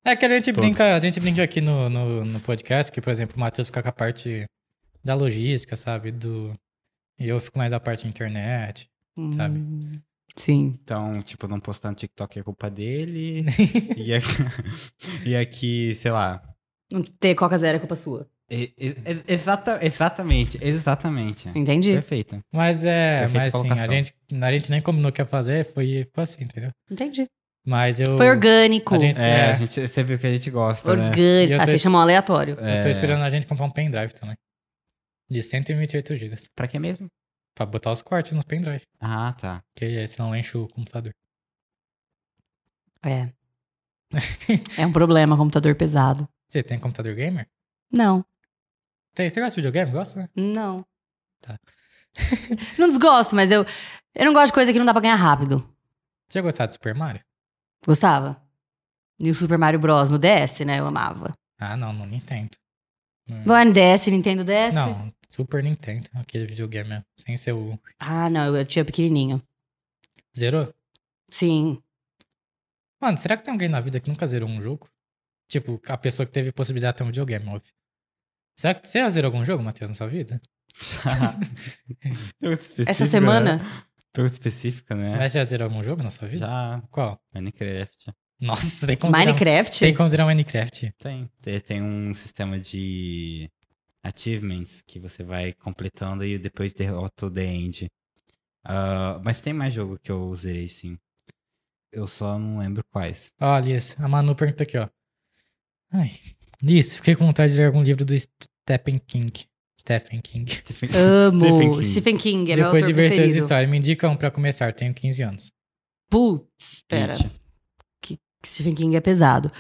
Speaker 1: É que a gente
Speaker 2: Todos.
Speaker 1: brinca, a gente brinca aqui no, no, no podcast, que, por exemplo, o Matheus fica com a parte da logística, sabe? Do. E eu fico mais da parte da internet. Sabe?
Speaker 3: Hum, Sim.
Speaker 2: Então, tipo, não postar no TikTok é culpa dele. e, aqui, e aqui, sei lá.
Speaker 3: Não ter Coca Zero é culpa sua.
Speaker 2: E- e- e- exata, exatamente, exatamente.
Speaker 3: Entendi.
Speaker 2: Perfeito.
Speaker 1: Mas é.
Speaker 2: Perfeita
Speaker 1: mas assim, a
Speaker 2: colocação.
Speaker 1: gente, a gente nem combinou o que ia fazer, foi, ficou assim, entendeu?
Speaker 3: Entendi.
Speaker 1: Mas eu.
Speaker 3: Foi orgânico.
Speaker 1: a gente-
Speaker 2: É,
Speaker 1: É.
Speaker 2: a gente, você viu que a gente gosta, né?
Speaker 1: E eu
Speaker 3: Orgânico. Ah,
Speaker 1: tô- É.
Speaker 3: você chamou aleatório.
Speaker 1: Eu
Speaker 2: É.
Speaker 1: tô esperando a gente comprar um pendrive também. De 128 GB.
Speaker 2: Pra quê mesmo?
Speaker 1: Pra botar os cortes no pendrive.
Speaker 2: Ah, tá.
Speaker 1: Porque aí senão enche o computador.
Speaker 3: É. é um problema, computador pesado.
Speaker 1: Você tem computador gamer?
Speaker 3: Não,
Speaker 1: Tem. Você gosta de videogame? Gosta, né?
Speaker 3: não.
Speaker 1: Tá.
Speaker 3: não desgosto, mas eu, eu não gosto de coisa que não dá pra ganhar rápido.
Speaker 1: Você gostava de Super Mario?
Speaker 3: Gostava? E o Super Mario Bros. no DS, né? Eu amava.
Speaker 1: Ah, não, no Nintendo. Hum.
Speaker 3: Bom, no DS, Nintendo DS?
Speaker 1: Não, Super Nintendo, aquele videogame mesmo, sem ser o.
Speaker 3: Ah, não, eu tinha pequenininho.
Speaker 1: Zerou?
Speaker 3: Sim.
Speaker 1: Mano, será que tem alguém na vida que nunca zerou um jogo? Tipo, a pessoa que teve possibilidade de ter um videogame, óbvio. Será que você já zerou algum jogo, Matheus, na sua vida?
Speaker 2: Pergunta específica,
Speaker 3: Essa semana?
Speaker 2: né? Pergunta específica, né?
Speaker 1: Mas já zerou algum jogo na sua vida?
Speaker 2: Já,
Speaker 1: Qual?
Speaker 2: Minecraft.
Speaker 1: Nossa, tem como zerar. um,
Speaker 3: Minecraft?
Speaker 1: Tem como zerar Minecraft.
Speaker 2: Tem. Tem, tem um sistema de achievements que você vai completando e depois derrota o The End. Ah, mas tem mais jogo que eu zerei, sim. Eu só não lembro quais.
Speaker 1: Ó, Liz, a Manu pergunta aqui, ó. Ai. Liz, fiquei com vontade de ler algum livro do Stephen King. Stephen King.
Speaker 2: Stephen, Stephen
Speaker 3: Amo.
Speaker 2: King.
Speaker 3: Stephen King, é meu
Speaker 1: Depois
Speaker 3: autor
Speaker 1: de ver suas
Speaker 3: preferido.
Speaker 1: histórias, me indica um pra começar, tenho 15 anos.
Speaker 3: Putz, pera.
Speaker 2: Gente,
Speaker 3: Stephen King é pesado.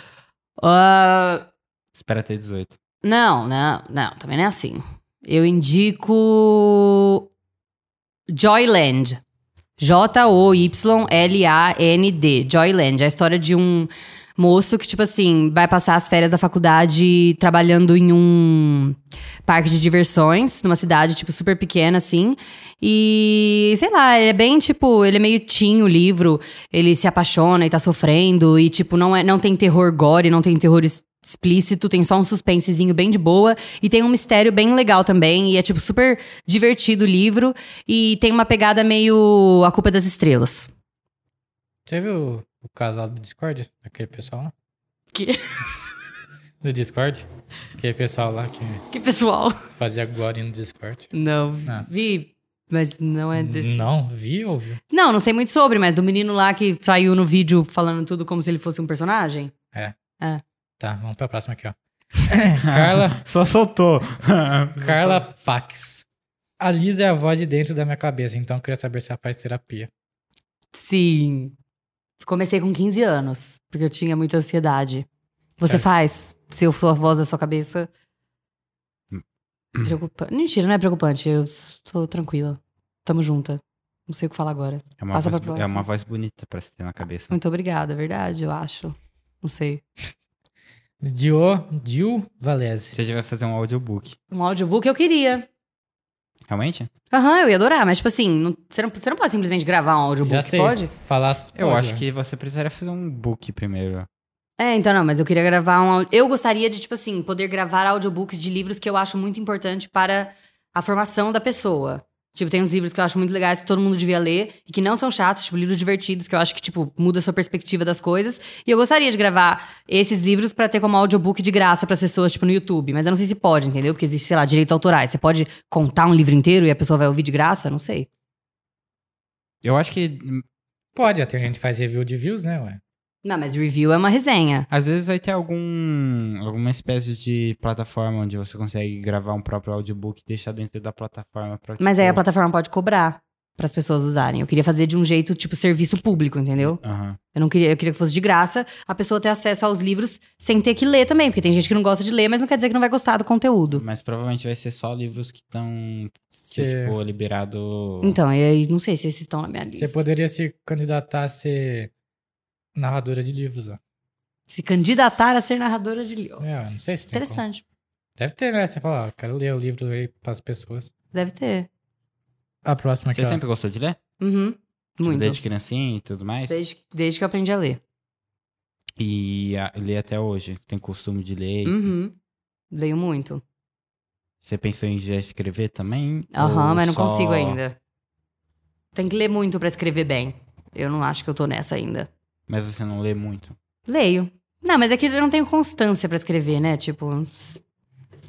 Speaker 3: Ah,
Speaker 2: Espera até 18.
Speaker 3: não, não, não, também não é assim. Eu indico Joyland. J-O-Y-L-A-N-D. Joyland. É a história de um moço que, tipo assim, vai passar as férias da faculdade trabalhando em um parque de diversões, numa cidade, tipo, super pequena, assim. E, sei lá, ele é bem, tipo, ele é meio teen o livro. Ele se apaixona e tá sofrendo. E, tipo, não, é, não tem terror gore, não tem terror es- explícito. Tem só um suspensezinho bem de boa. E tem um mistério bem legal também. E é, tipo, super divertido o é livro. E tem uma pegada meio A Culpa das Estrelas.
Speaker 1: Você viu O casal do Discord, aquele pessoal lá.
Speaker 3: Que,
Speaker 1: Do Discord? Aquele pessoal lá que
Speaker 3: que pessoal.
Speaker 1: fazia gore no Discord.
Speaker 3: Não,
Speaker 1: Ah.
Speaker 3: vi, mas não é desse.
Speaker 1: Não, vi ou viu?
Speaker 3: Não, não sei muito sobre, mas do menino lá que saiu no vídeo falando tudo como se ele fosse um personagem.
Speaker 1: Tá, vamos pra próxima aqui, ó. Carla,
Speaker 2: Só soltou.
Speaker 1: Carla Pax. A Liz é a voz de dentro da minha cabeça, então eu queria saber se ela faz terapia.
Speaker 3: Sim. Comecei com 15 anos, porque eu tinha muita ansiedade. Você
Speaker 1: É.
Speaker 3: faz, se eu sou a voz da sua cabeça.
Speaker 1: Hum.
Speaker 3: Preocupante. Mentira, não é preocupante. Eu sou tranquila. Tamo junta. Não sei o que falar agora.
Speaker 2: É uma,
Speaker 3: Passa
Speaker 2: voz,
Speaker 3: pra próxima.
Speaker 2: é uma voz bonita pra se ter na cabeça.
Speaker 3: Muito obrigada, é verdade, eu acho. Não sei.
Speaker 1: Dio, Dio Valese.
Speaker 2: Você já vai fazer um audiobook.
Speaker 3: Um audiobook eu queria.
Speaker 2: Realmente?
Speaker 3: Aham, eu ia adorar, mas tipo assim, não- você, não, você não pode simplesmente gravar um audiobook,
Speaker 1: Já sei.
Speaker 3: pode?
Speaker 1: Falar.
Speaker 2: Eu
Speaker 1: pode,
Speaker 2: acho
Speaker 1: né?
Speaker 2: que você precisaria fazer um book primeiro.
Speaker 3: É, então não, mas eu queria gravar um. au- Eu gostaria de, tipo assim, poder gravar audiobooks de livros que eu acho muito importante para a formação da pessoa. Tipo, tem uns livros que eu acho muito legais que todo mundo devia ler e que não são chatos, tipo, livros divertidos, que eu acho que, tipo, muda a sua perspectiva das coisas. E eu gostaria de gravar esses livros pra ter como audiobook de graça pras pessoas, tipo, no YouTube. Mas eu não sei se pode, entendeu? Porque existe, sei lá, direitos autorais. Você pode contar um livro inteiro e a pessoa vai ouvir de graça? Não sei.
Speaker 2: Eu acho que hum,
Speaker 1: Pode, até a gente faz review de views, né, ué?
Speaker 3: Não, mas review é uma resenha.
Speaker 2: às vezes vai ter algum alguma espécie de plataforma onde você consegue gravar um próprio audiobook e deixar dentro da plataforma. Pra,
Speaker 3: Mas aí a
Speaker 2: tipo,
Speaker 3: plataforma pode cobrar pras pessoas usarem. Eu queria fazer de um jeito, tipo, serviço público, entendeu?
Speaker 2: Aham.
Speaker 3: Eu não queria, eu queria que fosse de graça a pessoa ter acesso aos livros sem ter que ler também, porque tem gente que não gosta de ler, mas não quer dizer que não vai gostar do conteúdo.
Speaker 2: Mas provavelmente vai ser só livros que estão,
Speaker 1: Cê-
Speaker 2: tipo, liberado...
Speaker 3: Então, e aí não sei se esses estão na minha lista.
Speaker 1: Você poderia se candidatar a ser narradora de livros, ó.
Speaker 3: Se candidatar a ser narradora de livro.
Speaker 1: É, eu não sei se tem. como.
Speaker 3: Interessante.
Speaker 1: Deve ter, né? Você fala, ó, quero ler o livro aí pras pessoas.
Speaker 3: Deve ter.
Speaker 1: A próxima aqui,
Speaker 2: Você
Speaker 1: ó.
Speaker 2: sempre gostou de ler?
Speaker 3: Uhum.
Speaker 2: Tipo,
Speaker 3: Muito.
Speaker 2: Desde criancinha e tudo mais?
Speaker 3: Desde, desde que eu aprendi a ler.
Speaker 2: E a, ler até hoje? Tem costume de ler?
Speaker 3: Uhum. Leio muito.
Speaker 2: Você pensou em já escrever também?
Speaker 3: Aham,
Speaker 2: Ou
Speaker 3: mas não
Speaker 2: só-
Speaker 3: consigo ainda. Tem que ler muito pra escrever bem. Eu não acho que eu tô nessa ainda.
Speaker 2: Mas você não lê muito.
Speaker 3: Leio. Não, mas é que eu não tenho constância pra escrever, né? Tipo,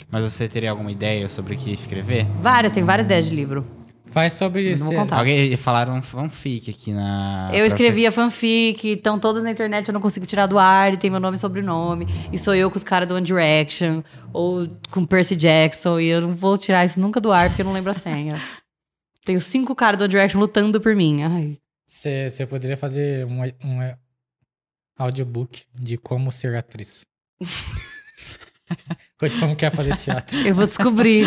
Speaker 2: Mas você teria alguma ideia sobre o que escrever?
Speaker 3: várias, tem várias ideias de livro.
Speaker 1: Faz sobre
Speaker 3: Mas não vou
Speaker 1: ser-
Speaker 3: contar. Tá.
Speaker 2: Alguém falaram um fanfic aqui na.
Speaker 3: Eu
Speaker 2: Ah, pra
Speaker 3: escrevia fanfic, estão todas na internet, eu não consigo tirar do ar, e tem meu nome e sobrenome, e sou eu com os caras do One Direction, ou com Percy Jackson, e eu não vou tirar isso nunca do ar, porque eu não lembro a senha. Tenho cinco caras do One Direction lutando por mim. Ai.
Speaker 1: Você você poderia fazer um, um é, audiobook de como ser atriz. Ou de como quer fazer teatro.
Speaker 3: Eu vou descobrir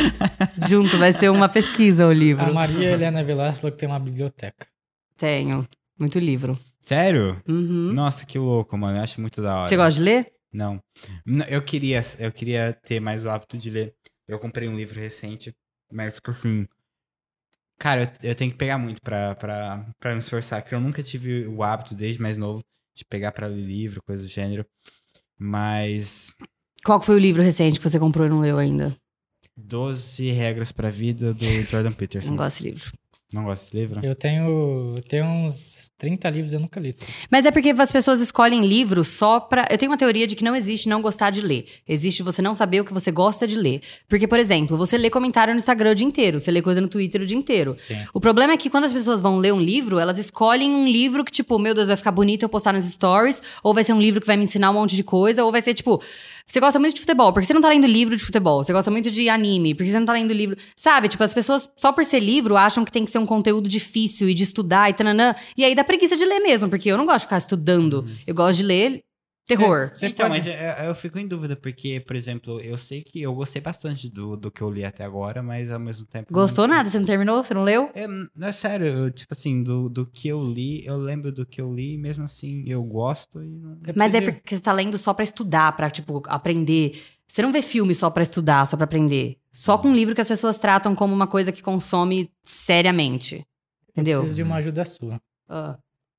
Speaker 3: junto, vai ser uma pesquisa o
Speaker 1: A
Speaker 3: livro.
Speaker 1: Maria Helena Velasco falou que tem uma biblioteca.
Speaker 3: Tenho, muito livro.
Speaker 2: Você... Sério?
Speaker 3: Uhum.
Speaker 2: Nossa, que louco, mano. Eu acho muito da hora.
Speaker 3: Você gosta de ler?
Speaker 2: Não. Não, Eu queria, eu queria ter mais o hábito de ler. Eu comprei um livro recente, mas, tipo assim. Cara, eu, eu tenho que pegar muito pra, pra, pra me esforçar, que eu nunca tive o hábito, desde mais novo, de pegar pra ler livro, coisa do gênero. Mas.
Speaker 3: Qual que foi o livro recente que você comprou e não leu ainda?
Speaker 2: 12 Regras pra Vida do Jordan Peterson.
Speaker 3: Não gosto de livro.
Speaker 2: Não gosto desse livro?
Speaker 1: Eu tenho, eu tenho uns 30 livros eu nunca li.
Speaker 3: Mas é porque as pessoas escolhem livro só pra. Eu tenho uma teoria de que não existe não gostar de ler. Existe você não saber o que você gosta de ler. Porque, por exemplo, você lê comentário no Instagram o dia inteiro, você lê coisa no Twitter o dia inteiro.
Speaker 1: Sim.
Speaker 3: O problema é que quando as pessoas vão ler um livro, elas escolhem um livro que, tipo, meu Deus, vai ficar bonito eu postar nos stories, ou vai ser um livro que vai me ensinar um monte de coisa, ou vai ser, tipo, você gosta muito de futebol, porque você não tá lendo livro de futebol, você gosta muito de anime, porque você não tá lendo livro. Sabe, tipo, as pessoas, só por ser livro, acham que tem que ser um conteúdo difícil e de estudar e tananã. E aí dá preguiça de ler mesmo, porque eu não gosto de ficar estudando. Eu gosto de ler terror.
Speaker 1: Você
Speaker 2: então,
Speaker 1: pode.
Speaker 2: mas eu, eu fico em dúvida, porque, por exemplo, eu sei que eu gostei bastante do, do que eu li até agora, mas ao mesmo tempo.
Speaker 3: Gostou
Speaker 2: não-
Speaker 3: nada? Você não terminou? Você não leu?
Speaker 2: É, não é sério, eu, tipo assim, do, do que eu li, eu lembro do que eu li, e mesmo assim, eu gosto e não.
Speaker 1: eu
Speaker 3: Mas é
Speaker 1: preciso-
Speaker 3: porque você tá lendo só pra estudar, pra, tipo, aprender. Você não vê filme só pra estudar, só pra aprender. Só com um livro que as pessoas tratam como uma coisa que consome seriamente.
Speaker 1: eu
Speaker 3: Entendeu?
Speaker 1: preciso de uma ajuda sua.
Speaker 3: Ah,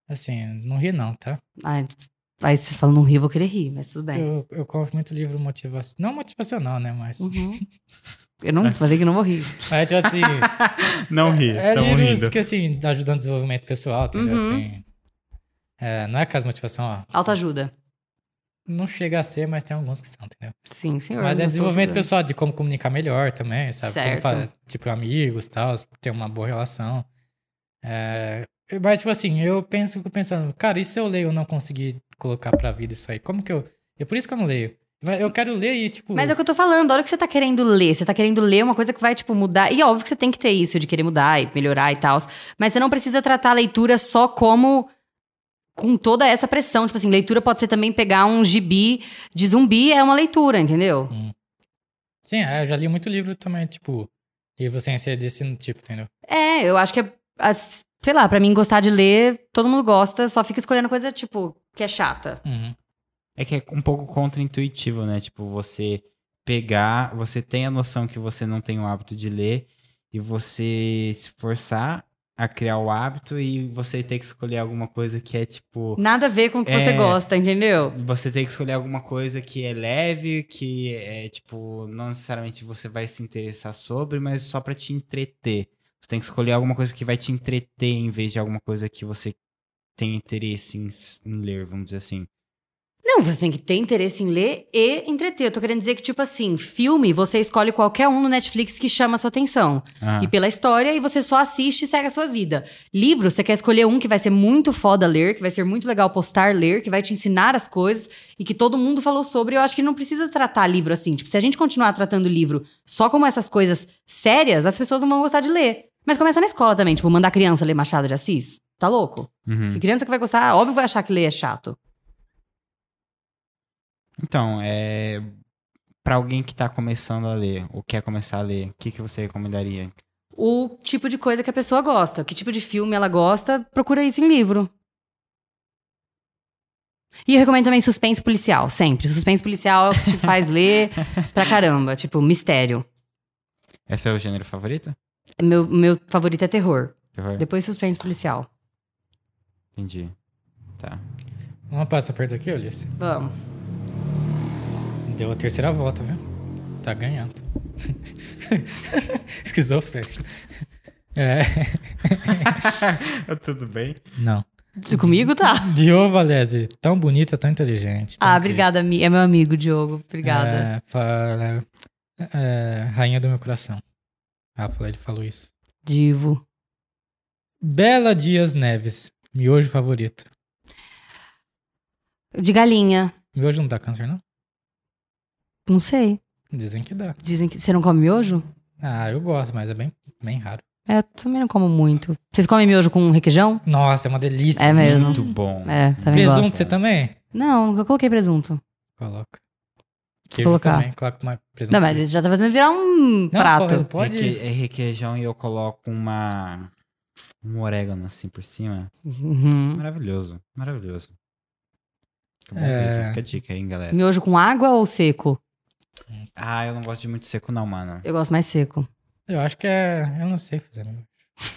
Speaker 1: Assim, não ri não, tá?
Speaker 3: ai, aí vocês falam, não rir, eu vou querer rir, mas tudo bem.
Speaker 1: Eu, eu compro muito livro motivacional. Não motivacional, né? Mas.
Speaker 3: Uhum. Eu não falei que não vou rir.
Speaker 1: Mas tipo assim.
Speaker 2: Não ri, é
Speaker 1: É livros que, assim, ajudando o desenvolvimento pessoal, entendeu?
Speaker 3: Uhum.
Speaker 1: Assim, É, não é caso motivação, ó.
Speaker 3: Autoajuda.
Speaker 1: Não chega a ser, mas tem alguns que são, entendeu?
Speaker 3: Sim, senhor.
Speaker 1: Mas é
Speaker 3: autoajuda.
Speaker 1: desenvolvimento pessoal, de como comunicar melhor também, sabe?
Speaker 3: Certo.
Speaker 1: Como falar, tipo, amigos e tal, ter uma boa relação. É, mas, tipo assim, eu penso, fico pensando, cara, e se eu ler e eu não conseguir colocar pra vida isso aí? Como que eu. É por isso que eu não leio. Mas Eu quero ler e, tipo.
Speaker 3: Mas é o que eu tô falando, olha o que você tá querendo ler. Você tá querendo ler uma coisa que vai, tipo, mudar. E óbvio que você tem que ter isso de querer mudar e melhorar e tal. Mas você não precisa tratar a leitura só como. Com toda essa pressão. Tipo assim, leitura pode ser também pegar um gibi de zumbi, é uma leitura, entendeu?
Speaker 1: Sim, é, eu já li muito livro também, tipo. Livro sem ser desse tipo, entendeu?
Speaker 3: É, eu acho que é. as- sei lá, pra mim gostar de ler, todo mundo gosta, só fica escolhendo coisa, tipo, que é chata.
Speaker 1: Uhum.
Speaker 2: É que é um pouco contraintuitivo, né? Tipo, você pegar, você tem a noção que você não tem o hábito de ler e você se forçar a criar o hábito e você ter que escolher alguma coisa que é tipo.
Speaker 3: Nada a ver com o que
Speaker 2: É.
Speaker 3: você gosta, entendeu?
Speaker 2: Você tem que escolher alguma coisa que é leve, que é tipo, não necessariamente você vai se interessar sobre, mas só pra te entreter. Você tem que escolher alguma coisa que vai te entreter em vez de alguma coisa que você tem interesse em, s- em ler, vamos dizer assim.
Speaker 3: Não, você tem que ter interesse em ler e entreter. Eu tô querendo dizer que, tipo assim, filme, você escolhe qualquer um no Netflix que chama a sua atenção.
Speaker 2: Ah,
Speaker 3: E pela história, e você só assiste e segue a sua vida. Livro, você quer escolher um que vai ser muito foda ler, que vai ser muito legal postar ler, que vai te ensinar as coisas e que todo mundo falou sobre. Eu acho que não precisa tratar livro assim. Tipo, se a gente continuar tratando livro só como essas coisas sérias, as pessoas não vão gostar de ler. Mas começa na escola também, tipo, mandar criança ler Machado de Assis. Tá louco?
Speaker 2: uhum.
Speaker 3: E criança que vai gostar, óbvio, vai achar que ler é chato.
Speaker 2: Então, é. Pra alguém que tá começando a ler, ou quer começar a ler, o que, que você recomendaria?
Speaker 3: o tipo de coisa que a pessoa gosta, que tipo de filme ela gosta, procura isso em livro. E eu recomendo também suspense policial, sempre. Suspense policial é o que te faz ler pra caramba, tipo, mistério.
Speaker 2: É seu gênero favorito?
Speaker 3: Meu, meu favorito é terror.
Speaker 2: Terror?
Speaker 3: Depois suspense policial.
Speaker 2: Entendi. Tá.
Speaker 1: Uma próxima pergunta aqui, Ulisses.
Speaker 3: Vamos.
Speaker 1: Deu a terceira volta, viu? Tá ganhando. Esquizofrênico. É.
Speaker 2: Tudo bem?
Speaker 1: Não.
Speaker 3: Comigo tá.
Speaker 1: Diogo Valese, tão bonita, tão inteligente. tão
Speaker 3: Ah,
Speaker 1: incrível.
Speaker 3: obrigada, mi- é meu amigo, Diogo. Obrigada.
Speaker 1: É, fala- é, rainha do meu coração. Ah, falou- ele falou isso.
Speaker 3: Divo.
Speaker 1: Bela Dias Neves, miojo favorito.
Speaker 3: De galinha.
Speaker 1: Miojo não dá câncer, não?
Speaker 3: Não sei.
Speaker 1: Dizem que dá.
Speaker 3: Dizem que você não come miojo?
Speaker 1: Ah, eu gosto, mas é bem, bem raro.
Speaker 3: É, eu também não como muito. Vocês comem miojo com requeijão?
Speaker 1: Nossa, é uma delícia.
Speaker 3: É mesmo.
Speaker 2: Muito bom.
Speaker 3: É, também
Speaker 1: Presunto,
Speaker 3: gosto.
Speaker 1: você também?
Speaker 3: Não, nunca coloquei presunto.
Speaker 1: Coloca. Queijo
Speaker 3: colocar.
Speaker 1: também, coloca mais presunto.
Speaker 3: Não, mas isso já tá fazendo virar um
Speaker 1: Não,
Speaker 3: prato.
Speaker 1: pô, Pode.
Speaker 2: Reque- é requeijão e eu coloco uma. Um orégano assim por cima.
Speaker 3: Uhum.
Speaker 2: Maravilhoso, maravilhoso. Fica bom
Speaker 1: É.
Speaker 2: mesmo. Fica a dica, hein, galera.
Speaker 3: Miojo com água ou seco?
Speaker 2: Ah, eu não gosto de muito seco, não, mano.
Speaker 3: Eu gosto mais seco.
Speaker 1: Eu acho que é. Eu não sei fazer miojo.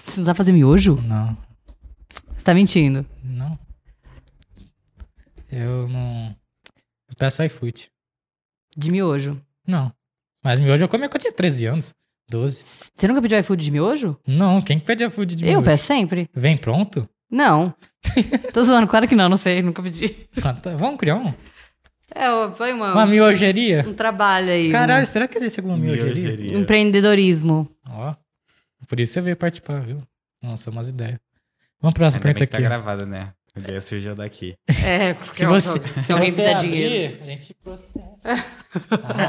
Speaker 3: Você não sabe fazer miojo?
Speaker 1: Não,
Speaker 3: Você tá mentindo.
Speaker 1: não. Eu não. Eu peço iFood.
Speaker 3: De miojo.
Speaker 1: Não. Mas miojo eu comia quando eu tinha 13 anos. 12.
Speaker 3: Você nunca pediu iFood de miojo?
Speaker 1: Não, quem que pede iFood de miojo?
Speaker 3: Eu peço sempre.
Speaker 1: Vem pronto?
Speaker 3: Não. Tô zoando, claro que não, não sei, nunca pedi.
Speaker 1: Ah, tá. Vamos criar um?
Speaker 3: É, ó, foi uma-
Speaker 1: Uma miojeria?
Speaker 3: um trabalho aí. um-
Speaker 1: Caralho, será que existe alguma miojeria?
Speaker 3: Empreendedorismo.
Speaker 1: Ó. Por isso você veio participar, viu? Nossa, umas ideias. Vamos pra próxima
Speaker 2: Ainda
Speaker 1: pergunta
Speaker 2: bem que tá
Speaker 1: aqui.
Speaker 2: gravado, né? A ideia surgiu daqui.
Speaker 3: É,
Speaker 1: se você,
Speaker 3: se alguém
Speaker 1: você
Speaker 3: fizer
Speaker 1: abrir,
Speaker 3: dinheiro.
Speaker 1: A gente processa.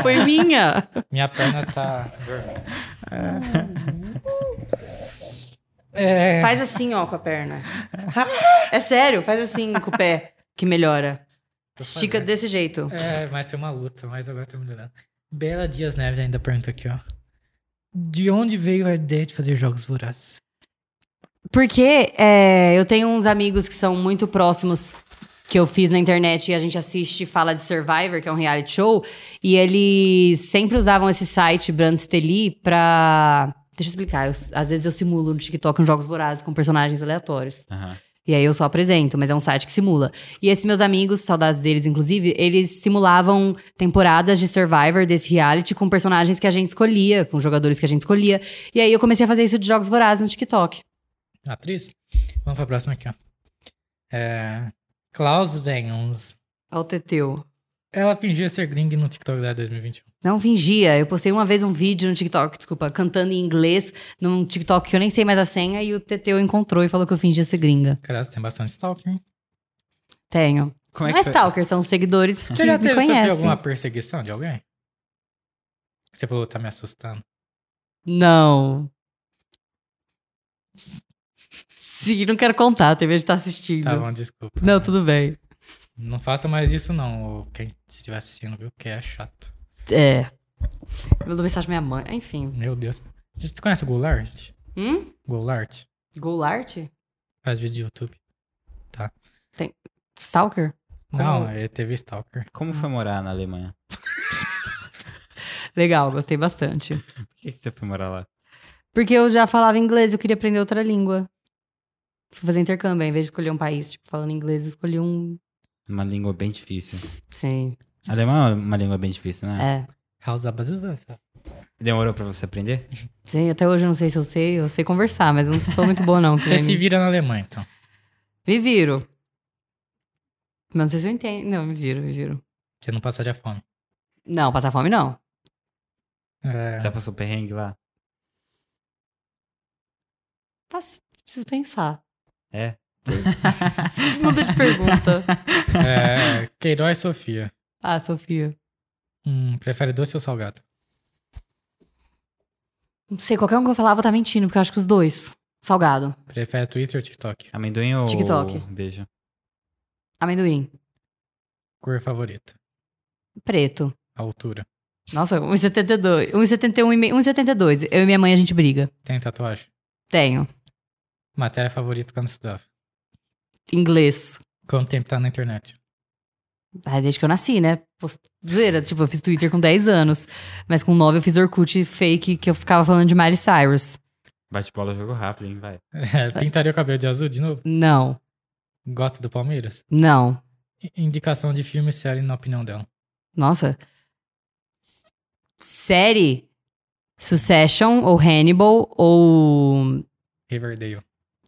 Speaker 3: Foi minha.
Speaker 1: Minha perna tá dormindo. É.
Speaker 3: Faz assim, ó, com a perna. É sério, faz assim com o pé, que melhora. Estica desse jeito.
Speaker 1: É, mas foi uma luta, mas agora tá melhorando. Bela Dias Neves ainda pergunta aqui, ó. De onde veio a ideia de fazer jogos vorazes?
Speaker 3: Porque é, eu tenho uns amigos que são muito próximos que eu fiz na internet e a gente assiste e fala de Survivor, que é um reality show, e eles sempre usavam esse site Brandsteli pra. Deixa eu explicar. eu- às vezes eu simulo no TikTok uns jogos vorazes com personagens aleatórios.
Speaker 2: Aham.
Speaker 3: E aí eu só apresento, mas é um site que simula. E esses meus amigos, saudades deles inclusive, eles simulavam temporadas de Survivor desse reality com personagens que a gente escolhia, com jogadores que a gente escolhia. E aí eu comecei a fazer isso de jogos vorazes no TikTok.
Speaker 1: Atriz? Vamos pra próxima aqui, ó. É, Klaus Venons.
Speaker 3: Alteteu.
Speaker 1: Ela fingia ser gringa no TikTok da 2021.
Speaker 3: Não fingia. Eu postei uma vez um vídeo no TikTok, desculpa, cantando em inglês, num TikTok que eu nem sei mais a senha, e o Teteu encontrou e falou que eu fingia ser gringa.
Speaker 1: Cara, você tem bastante stalker. hein?
Speaker 3: Tenho.
Speaker 2: Como é
Speaker 3: não é
Speaker 2: que foi?
Speaker 3: stalker, são seguidores
Speaker 1: Você
Speaker 3: que
Speaker 1: já
Speaker 3: me
Speaker 1: teve sofreu
Speaker 3: conhecem.
Speaker 1: alguma perseguição de alguém? Que Você falou, tá me assustando.
Speaker 3: Não. Sim, não quero contar, teve gente tá assistindo.
Speaker 1: Tá bom, desculpa.
Speaker 3: Não, tudo bem.
Speaker 1: Não faça mais isso, não, ô, quem se estiver assistindo, viu? Porque é chato.
Speaker 3: É. Eu Mandou mensagem pra minha mãe. Enfim.
Speaker 1: Meu Deus. Você conhece o Goulart? gente?
Speaker 3: Hum?
Speaker 1: Goulart?
Speaker 3: Goulart?
Speaker 1: Faz vídeo de YouTube.
Speaker 3: Stalker?
Speaker 1: Não,
Speaker 3: Como?
Speaker 1: ele teve stalker.
Speaker 2: Como foi morar na Alemanha?
Speaker 3: Legal, gostei bastante.
Speaker 2: Por que, que você foi morar lá?
Speaker 3: Porque eu já falava inglês, eu queria aprender outra língua. Fui fazer intercâmbio, ao invés de escolher um país, tipo, falando inglês, eu escolhi um.
Speaker 2: Uma língua bem difícil.
Speaker 3: Sim.
Speaker 2: Alemão é uma língua bem difícil, né?
Speaker 3: É.
Speaker 1: House Abasuva.
Speaker 2: Demorou pra você aprender?
Speaker 3: Sim, até hoje eu não sei se eu sei, eu sei conversar, mas eu não sou muito boa, não. que
Speaker 1: Você
Speaker 3: nem
Speaker 1: se
Speaker 3: me-
Speaker 1: vira na Alemanha, então.
Speaker 3: Me viro. Mas não sei se eu entendo. Não, me viro, me viro.
Speaker 1: Você não passaria fome.
Speaker 3: Não, passar fome não.
Speaker 1: É,
Speaker 2: Já passou perrengue lá?
Speaker 3: Pass- Preciso pensar.
Speaker 2: É.
Speaker 3: Muda de pergunta.
Speaker 1: é, Queiroz Sofia.
Speaker 3: Ah, Sofia.
Speaker 1: Hum, prefere doce ou salgado?
Speaker 3: Não sei, qualquer um que eu falar, eu vou estar mentindo, porque eu acho que os dois. Salgado.
Speaker 1: Prefere Twitter ou TikTok?
Speaker 2: Amendoim ou
Speaker 3: TikTok.
Speaker 2: beijo?
Speaker 3: Amendoim.
Speaker 1: Cor favorita?
Speaker 3: Preto.
Speaker 1: Altura?
Speaker 3: Nossa, 1,72. 1,71 e meio. 1,72. Eu e minha mãe a gente briga.
Speaker 1: Tem tatuagem?
Speaker 3: Tenho.
Speaker 1: Matéria favorita quando estudava?
Speaker 3: Inglês.
Speaker 1: Quanto tempo tá na internet?
Speaker 3: Ah, desde que eu nasci, né? Post- Zoeira. Tipo, eu fiz Twitter com 10 anos. Mas com 9 eu fiz Orkut fake que eu ficava falando de Miley Cyrus.
Speaker 2: Bate-bola, jogo rápido, hein? Vai.
Speaker 1: É, pintaria o cabelo de azul de novo?
Speaker 3: Não.
Speaker 1: Gosta do Palmeiras?
Speaker 3: Não.
Speaker 1: I- Indicação de filme e série na opinião dela.
Speaker 3: Nossa. Série? Succession ou Hannibal ou.
Speaker 1: Riverdale.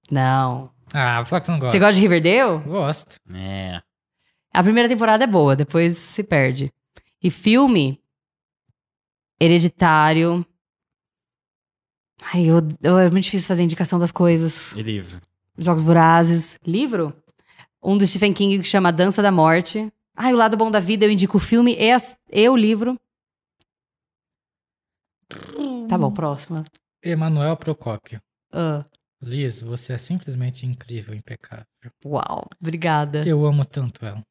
Speaker 3: Não.
Speaker 1: Ah, fala que você não gosta.
Speaker 3: Você gosta de Riverdale?
Speaker 1: Gosto.
Speaker 2: É.
Speaker 3: A primeira temporada é boa, depois se perde. E filme? Hereditário. Ai, eu, eu- é muito difícil fazer indicação das coisas.
Speaker 2: E livro?
Speaker 3: Jogos Vorazes. Livro? Um do Stephen King que chama Dança da Morte. Ai, O Lado Bom da Vida, eu indico o filme e, as- e o livro. Tá bom, próxima.
Speaker 1: Emanuel Procópio.
Speaker 3: Ah,
Speaker 1: Liz, você é simplesmente incrível, impecável.
Speaker 3: uau, obrigada.
Speaker 1: Eu amo tanto ela.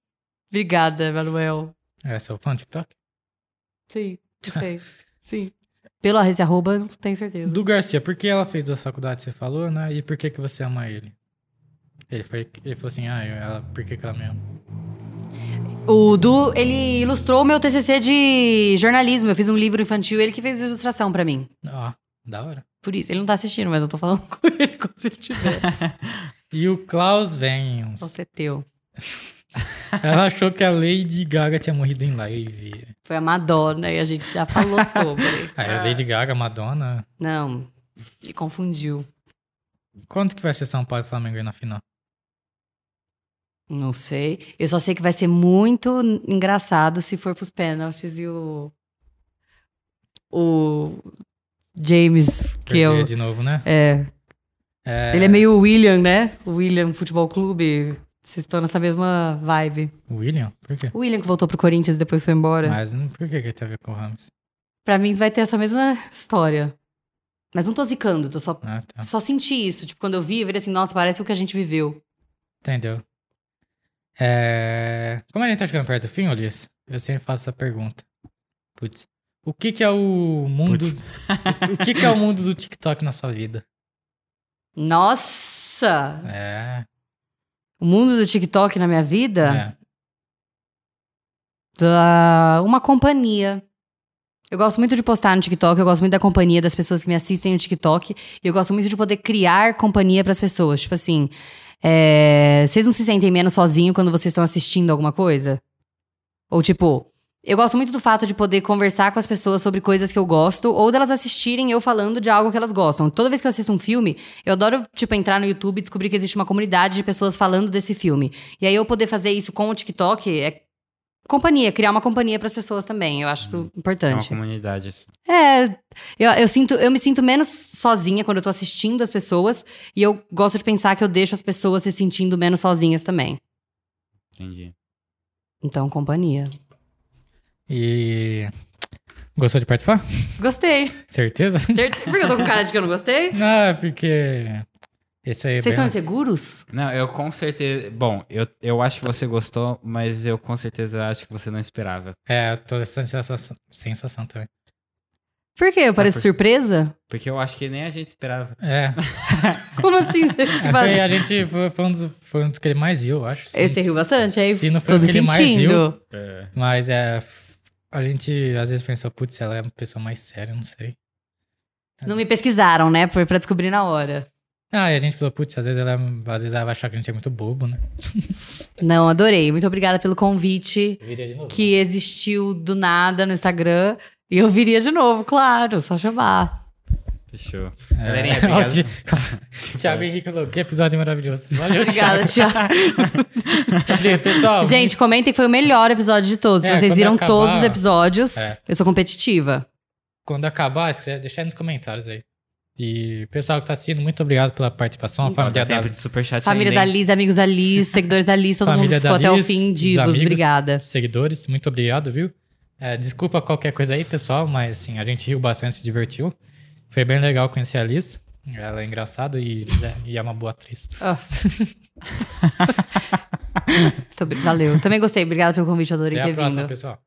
Speaker 3: Obrigada, Manuel.
Speaker 1: É seu fã do TikTok?
Speaker 3: Sim, eu sei. Sim. Pelo arroz e arroba, não tenho certeza.
Speaker 1: Do Garcia, por que ela fez duas faculdades, você falou, né? E por que, que você ama ele? Ele, foi, ele falou assim, ah, eu- ela, por que, que ela me ama?
Speaker 3: O Du, ele ilustrou o meu TCC de jornalismo. Eu fiz um livro infantil, ele que fez a ilustração pra mim.
Speaker 1: Ó, da hora.
Speaker 3: Por isso, ele não tá assistindo, mas eu tô falando com ele como se ele tivesse.
Speaker 1: E o Klaus Venhons.
Speaker 3: Você é teu.
Speaker 1: Ela achou que a Lady Gaga tinha morrido em live.
Speaker 3: Foi a Madonna e a gente já falou sobre.
Speaker 1: Aí a Lady Gaga, Madonna.
Speaker 3: Não, me confundiu.
Speaker 1: Quanto que vai ser São Paulo e Flamengo aí na final?
Speaker 3: Não sei. Eu só sei que vai ser muito engraçado se for pros pênaltis e o. O. James, que
Speaker 1: Perder
Speaker 3: eu.
Speaker 1: de novo, né?
Speaker 3: É. Ele é meio William, né? O William Futebol Clube. Vocês estão nessa mesma vibe.
Speaker 1: William? Por quê?
Speaker 3: O William que voltou pro Corinthians e depois foi embora.
Speaker 1: Mas não- por que, que ele tem a ver com o Ramos?
Speaker 3: Pra mim vai ter essa mesma história. Mas não tô zicando, tô só,
Speaker 1: Ah, tá.
Speaker 3: só senti isso. Tipo, quando eu vi, eu virei assim, nossa, parece o que a gente viveu.
Speaker 1: Entendeu? É... Como a gente tá chegando perto do fim, Ulisses, eu sempre faço essa pergunta. Putz. O que que é o mundo...
Speaker 2: Putz.
Speaker 1: o que que é o mundo do TikTok na sua vida?
Speaker 3: Nossa!
Speaker 1: É...
Speaker 3: O mundo do TikTok na minha vida?
Speaker 1: é.
Speaker 3: Tá, uma companhia. Eu gosto muito de postar no TikTok, eu gosto muito da companhia das pessoas que me assistem no TikTok. E eu gosto muito de poder criar companhia pras pessoas. Tipo assim, é, vocês não se sentem menos sozinhos quando vocês estão assistindo alguma coisa? Ou tipo, Eu gosto muito do fato de poder conversar com as pessoas sobre coisas que eu gosto ou delas assistirem eu falando de algo que elas gostam. Toda vez que eu assisto um filme, eu adoro, tipo, entrar no YouTube e descobrir que existe uma comunidade de pessoas falando desse filme. E aí eu poder fazer isso com o TikTok é companhia, criar uma companhia pras pessoas também. Eu acho isso
Speaker 2: É uma
Speaker 3: importante.
Speaker 2: comunidade. assim.
Speaker 3: É, eu, eu sinto, eu me sinto menos sozinha quando eu tô assistindo as pessoas e eu gosto de pensar que eu deixo as pessoas se sentindo menos sozinhas também.
Speaker 2: Entendi.
Speaker 3: Então, companhia.
Speaker 1: E. Gostou de participar?
Speaker 3: Gostei.
Speaker 1: Certeza?
Speaker 3: Certe... Por que eu tô com cara de que eu não gostei?
Speaker 1: Não, é porque. Esse aí é
Speaker 3: Vocês são
Speaker 1: bem-
Speaker 3: inseguros?
Speaker 2: Não, eu com certeza. Bom, eu, eu acho que você gostou, mas eu com certeza acho que você não esperava.
Speaker 1: É, eu tô essa sensação, sensação também.
Speaker 3: Por quê? Eu pareço
Speaker 2: por-
Speaker 3: surpresa?
Speaker 2: Porque eu acho que nem a gente esperava.
Speaker 1: É.
Speaker 3: Como assim? Você se
Speaker 1: é,
Speaker 3: faz-
Speaker 1: foi- a gente foi, foi um dos, foi um dos que ele mais viu, eu acho. sim.
Speaker 3: Você riu bastante, aí
Speaker 1: Se não foi
Speaker 3: tô
Speaker 1: o
Speaker 3: me
Speaker 1: que ele mais
Speaker 3: sentindo.
Speaker 2: É.
Speaker 1: Mas é. f- A gente às vezes pensou, putz, ela é uma pessoa mais séria, não sei. É.
Speaker 3: Não me pesquisaram, né? Foi pra descobrir na hora.
Speaker 1: Ah, e a gente falou, putz, às vezes ela é um-" às vezes ela vai achar que a gente é muito bobo, né?
Speaker 3: Não, adorei. Muito obrigada pelo convite
Speaker 1: Eu viria de novo.
Speaker 3: que existiu do nada no Instagram. E eu viria de novo, claro, só chamar.
Speaker 2: Fechou.
Speaker 1: É.
Speaker 2: Galerinha, obrigado.
Speaker 1: Ó, Ti- Tiago Henrique falou, que episódio maravilhoso. Valeu, Tiago.
Speaker 3: Obrigada, Tiago.
Speaker 1: Pessoal,
Speaker 3: Gente, comentem que foi o melhor episódio de todos. Se
Speaker 1: É,
Speaker 3: Vocês
Speaker 1: quando
Speaker 3: viram
Speaker 1: acabar-
Speaker 3: todos os episódios.
Speaker 1: É.
Speaker 3: Eu sou competitiva.
Speaker 1: quando acabar, escreve, deixa aí nos comentários aí. E pessoal que tá assistindo, muito obrigado pela participação. A
Speaker 2: Ó,
Speaker 1: família
Speaker 2: dá
Speaker 1: da,
Speaker 2: tempo de superchat
Speaker 3: Família
Speaker 2: ainda,
Speaker 3: da
Speaker 2: hein?
Speaker 3: Liz, amigos da Liz, seguidores da Liz, todo
Speaker 1: família
Speaker 3: mundo ficou
Speaker 1: da
Speaker 3: até o
Speaker 1: Liz,
Speaker 3: fim,
Speaker 1: os
Speaker 3: divos.
Speaker 1: amigos,
Speaker 3: Obrigada.
Speaker 1: Seguidores, muito obrigado, viu? É, desculpa qualquer coisa aí, pessoal, mas assim, a gente riu bastante, se divertiu. Foi bem legal conhecer a Liz. Ela é engraçada e, e é uma boa atriz.
Speaker 3: Ah. Muito obri- Valeu. Também gostei. Obrigada pelo convite, adorei
Speaker 1: Até a
Speaker 3: ter
Speaker 1: próxima,
Speaker 3: vindo.
Speaker 1: pessoal.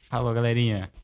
Speaker 2: Falou, galerinha.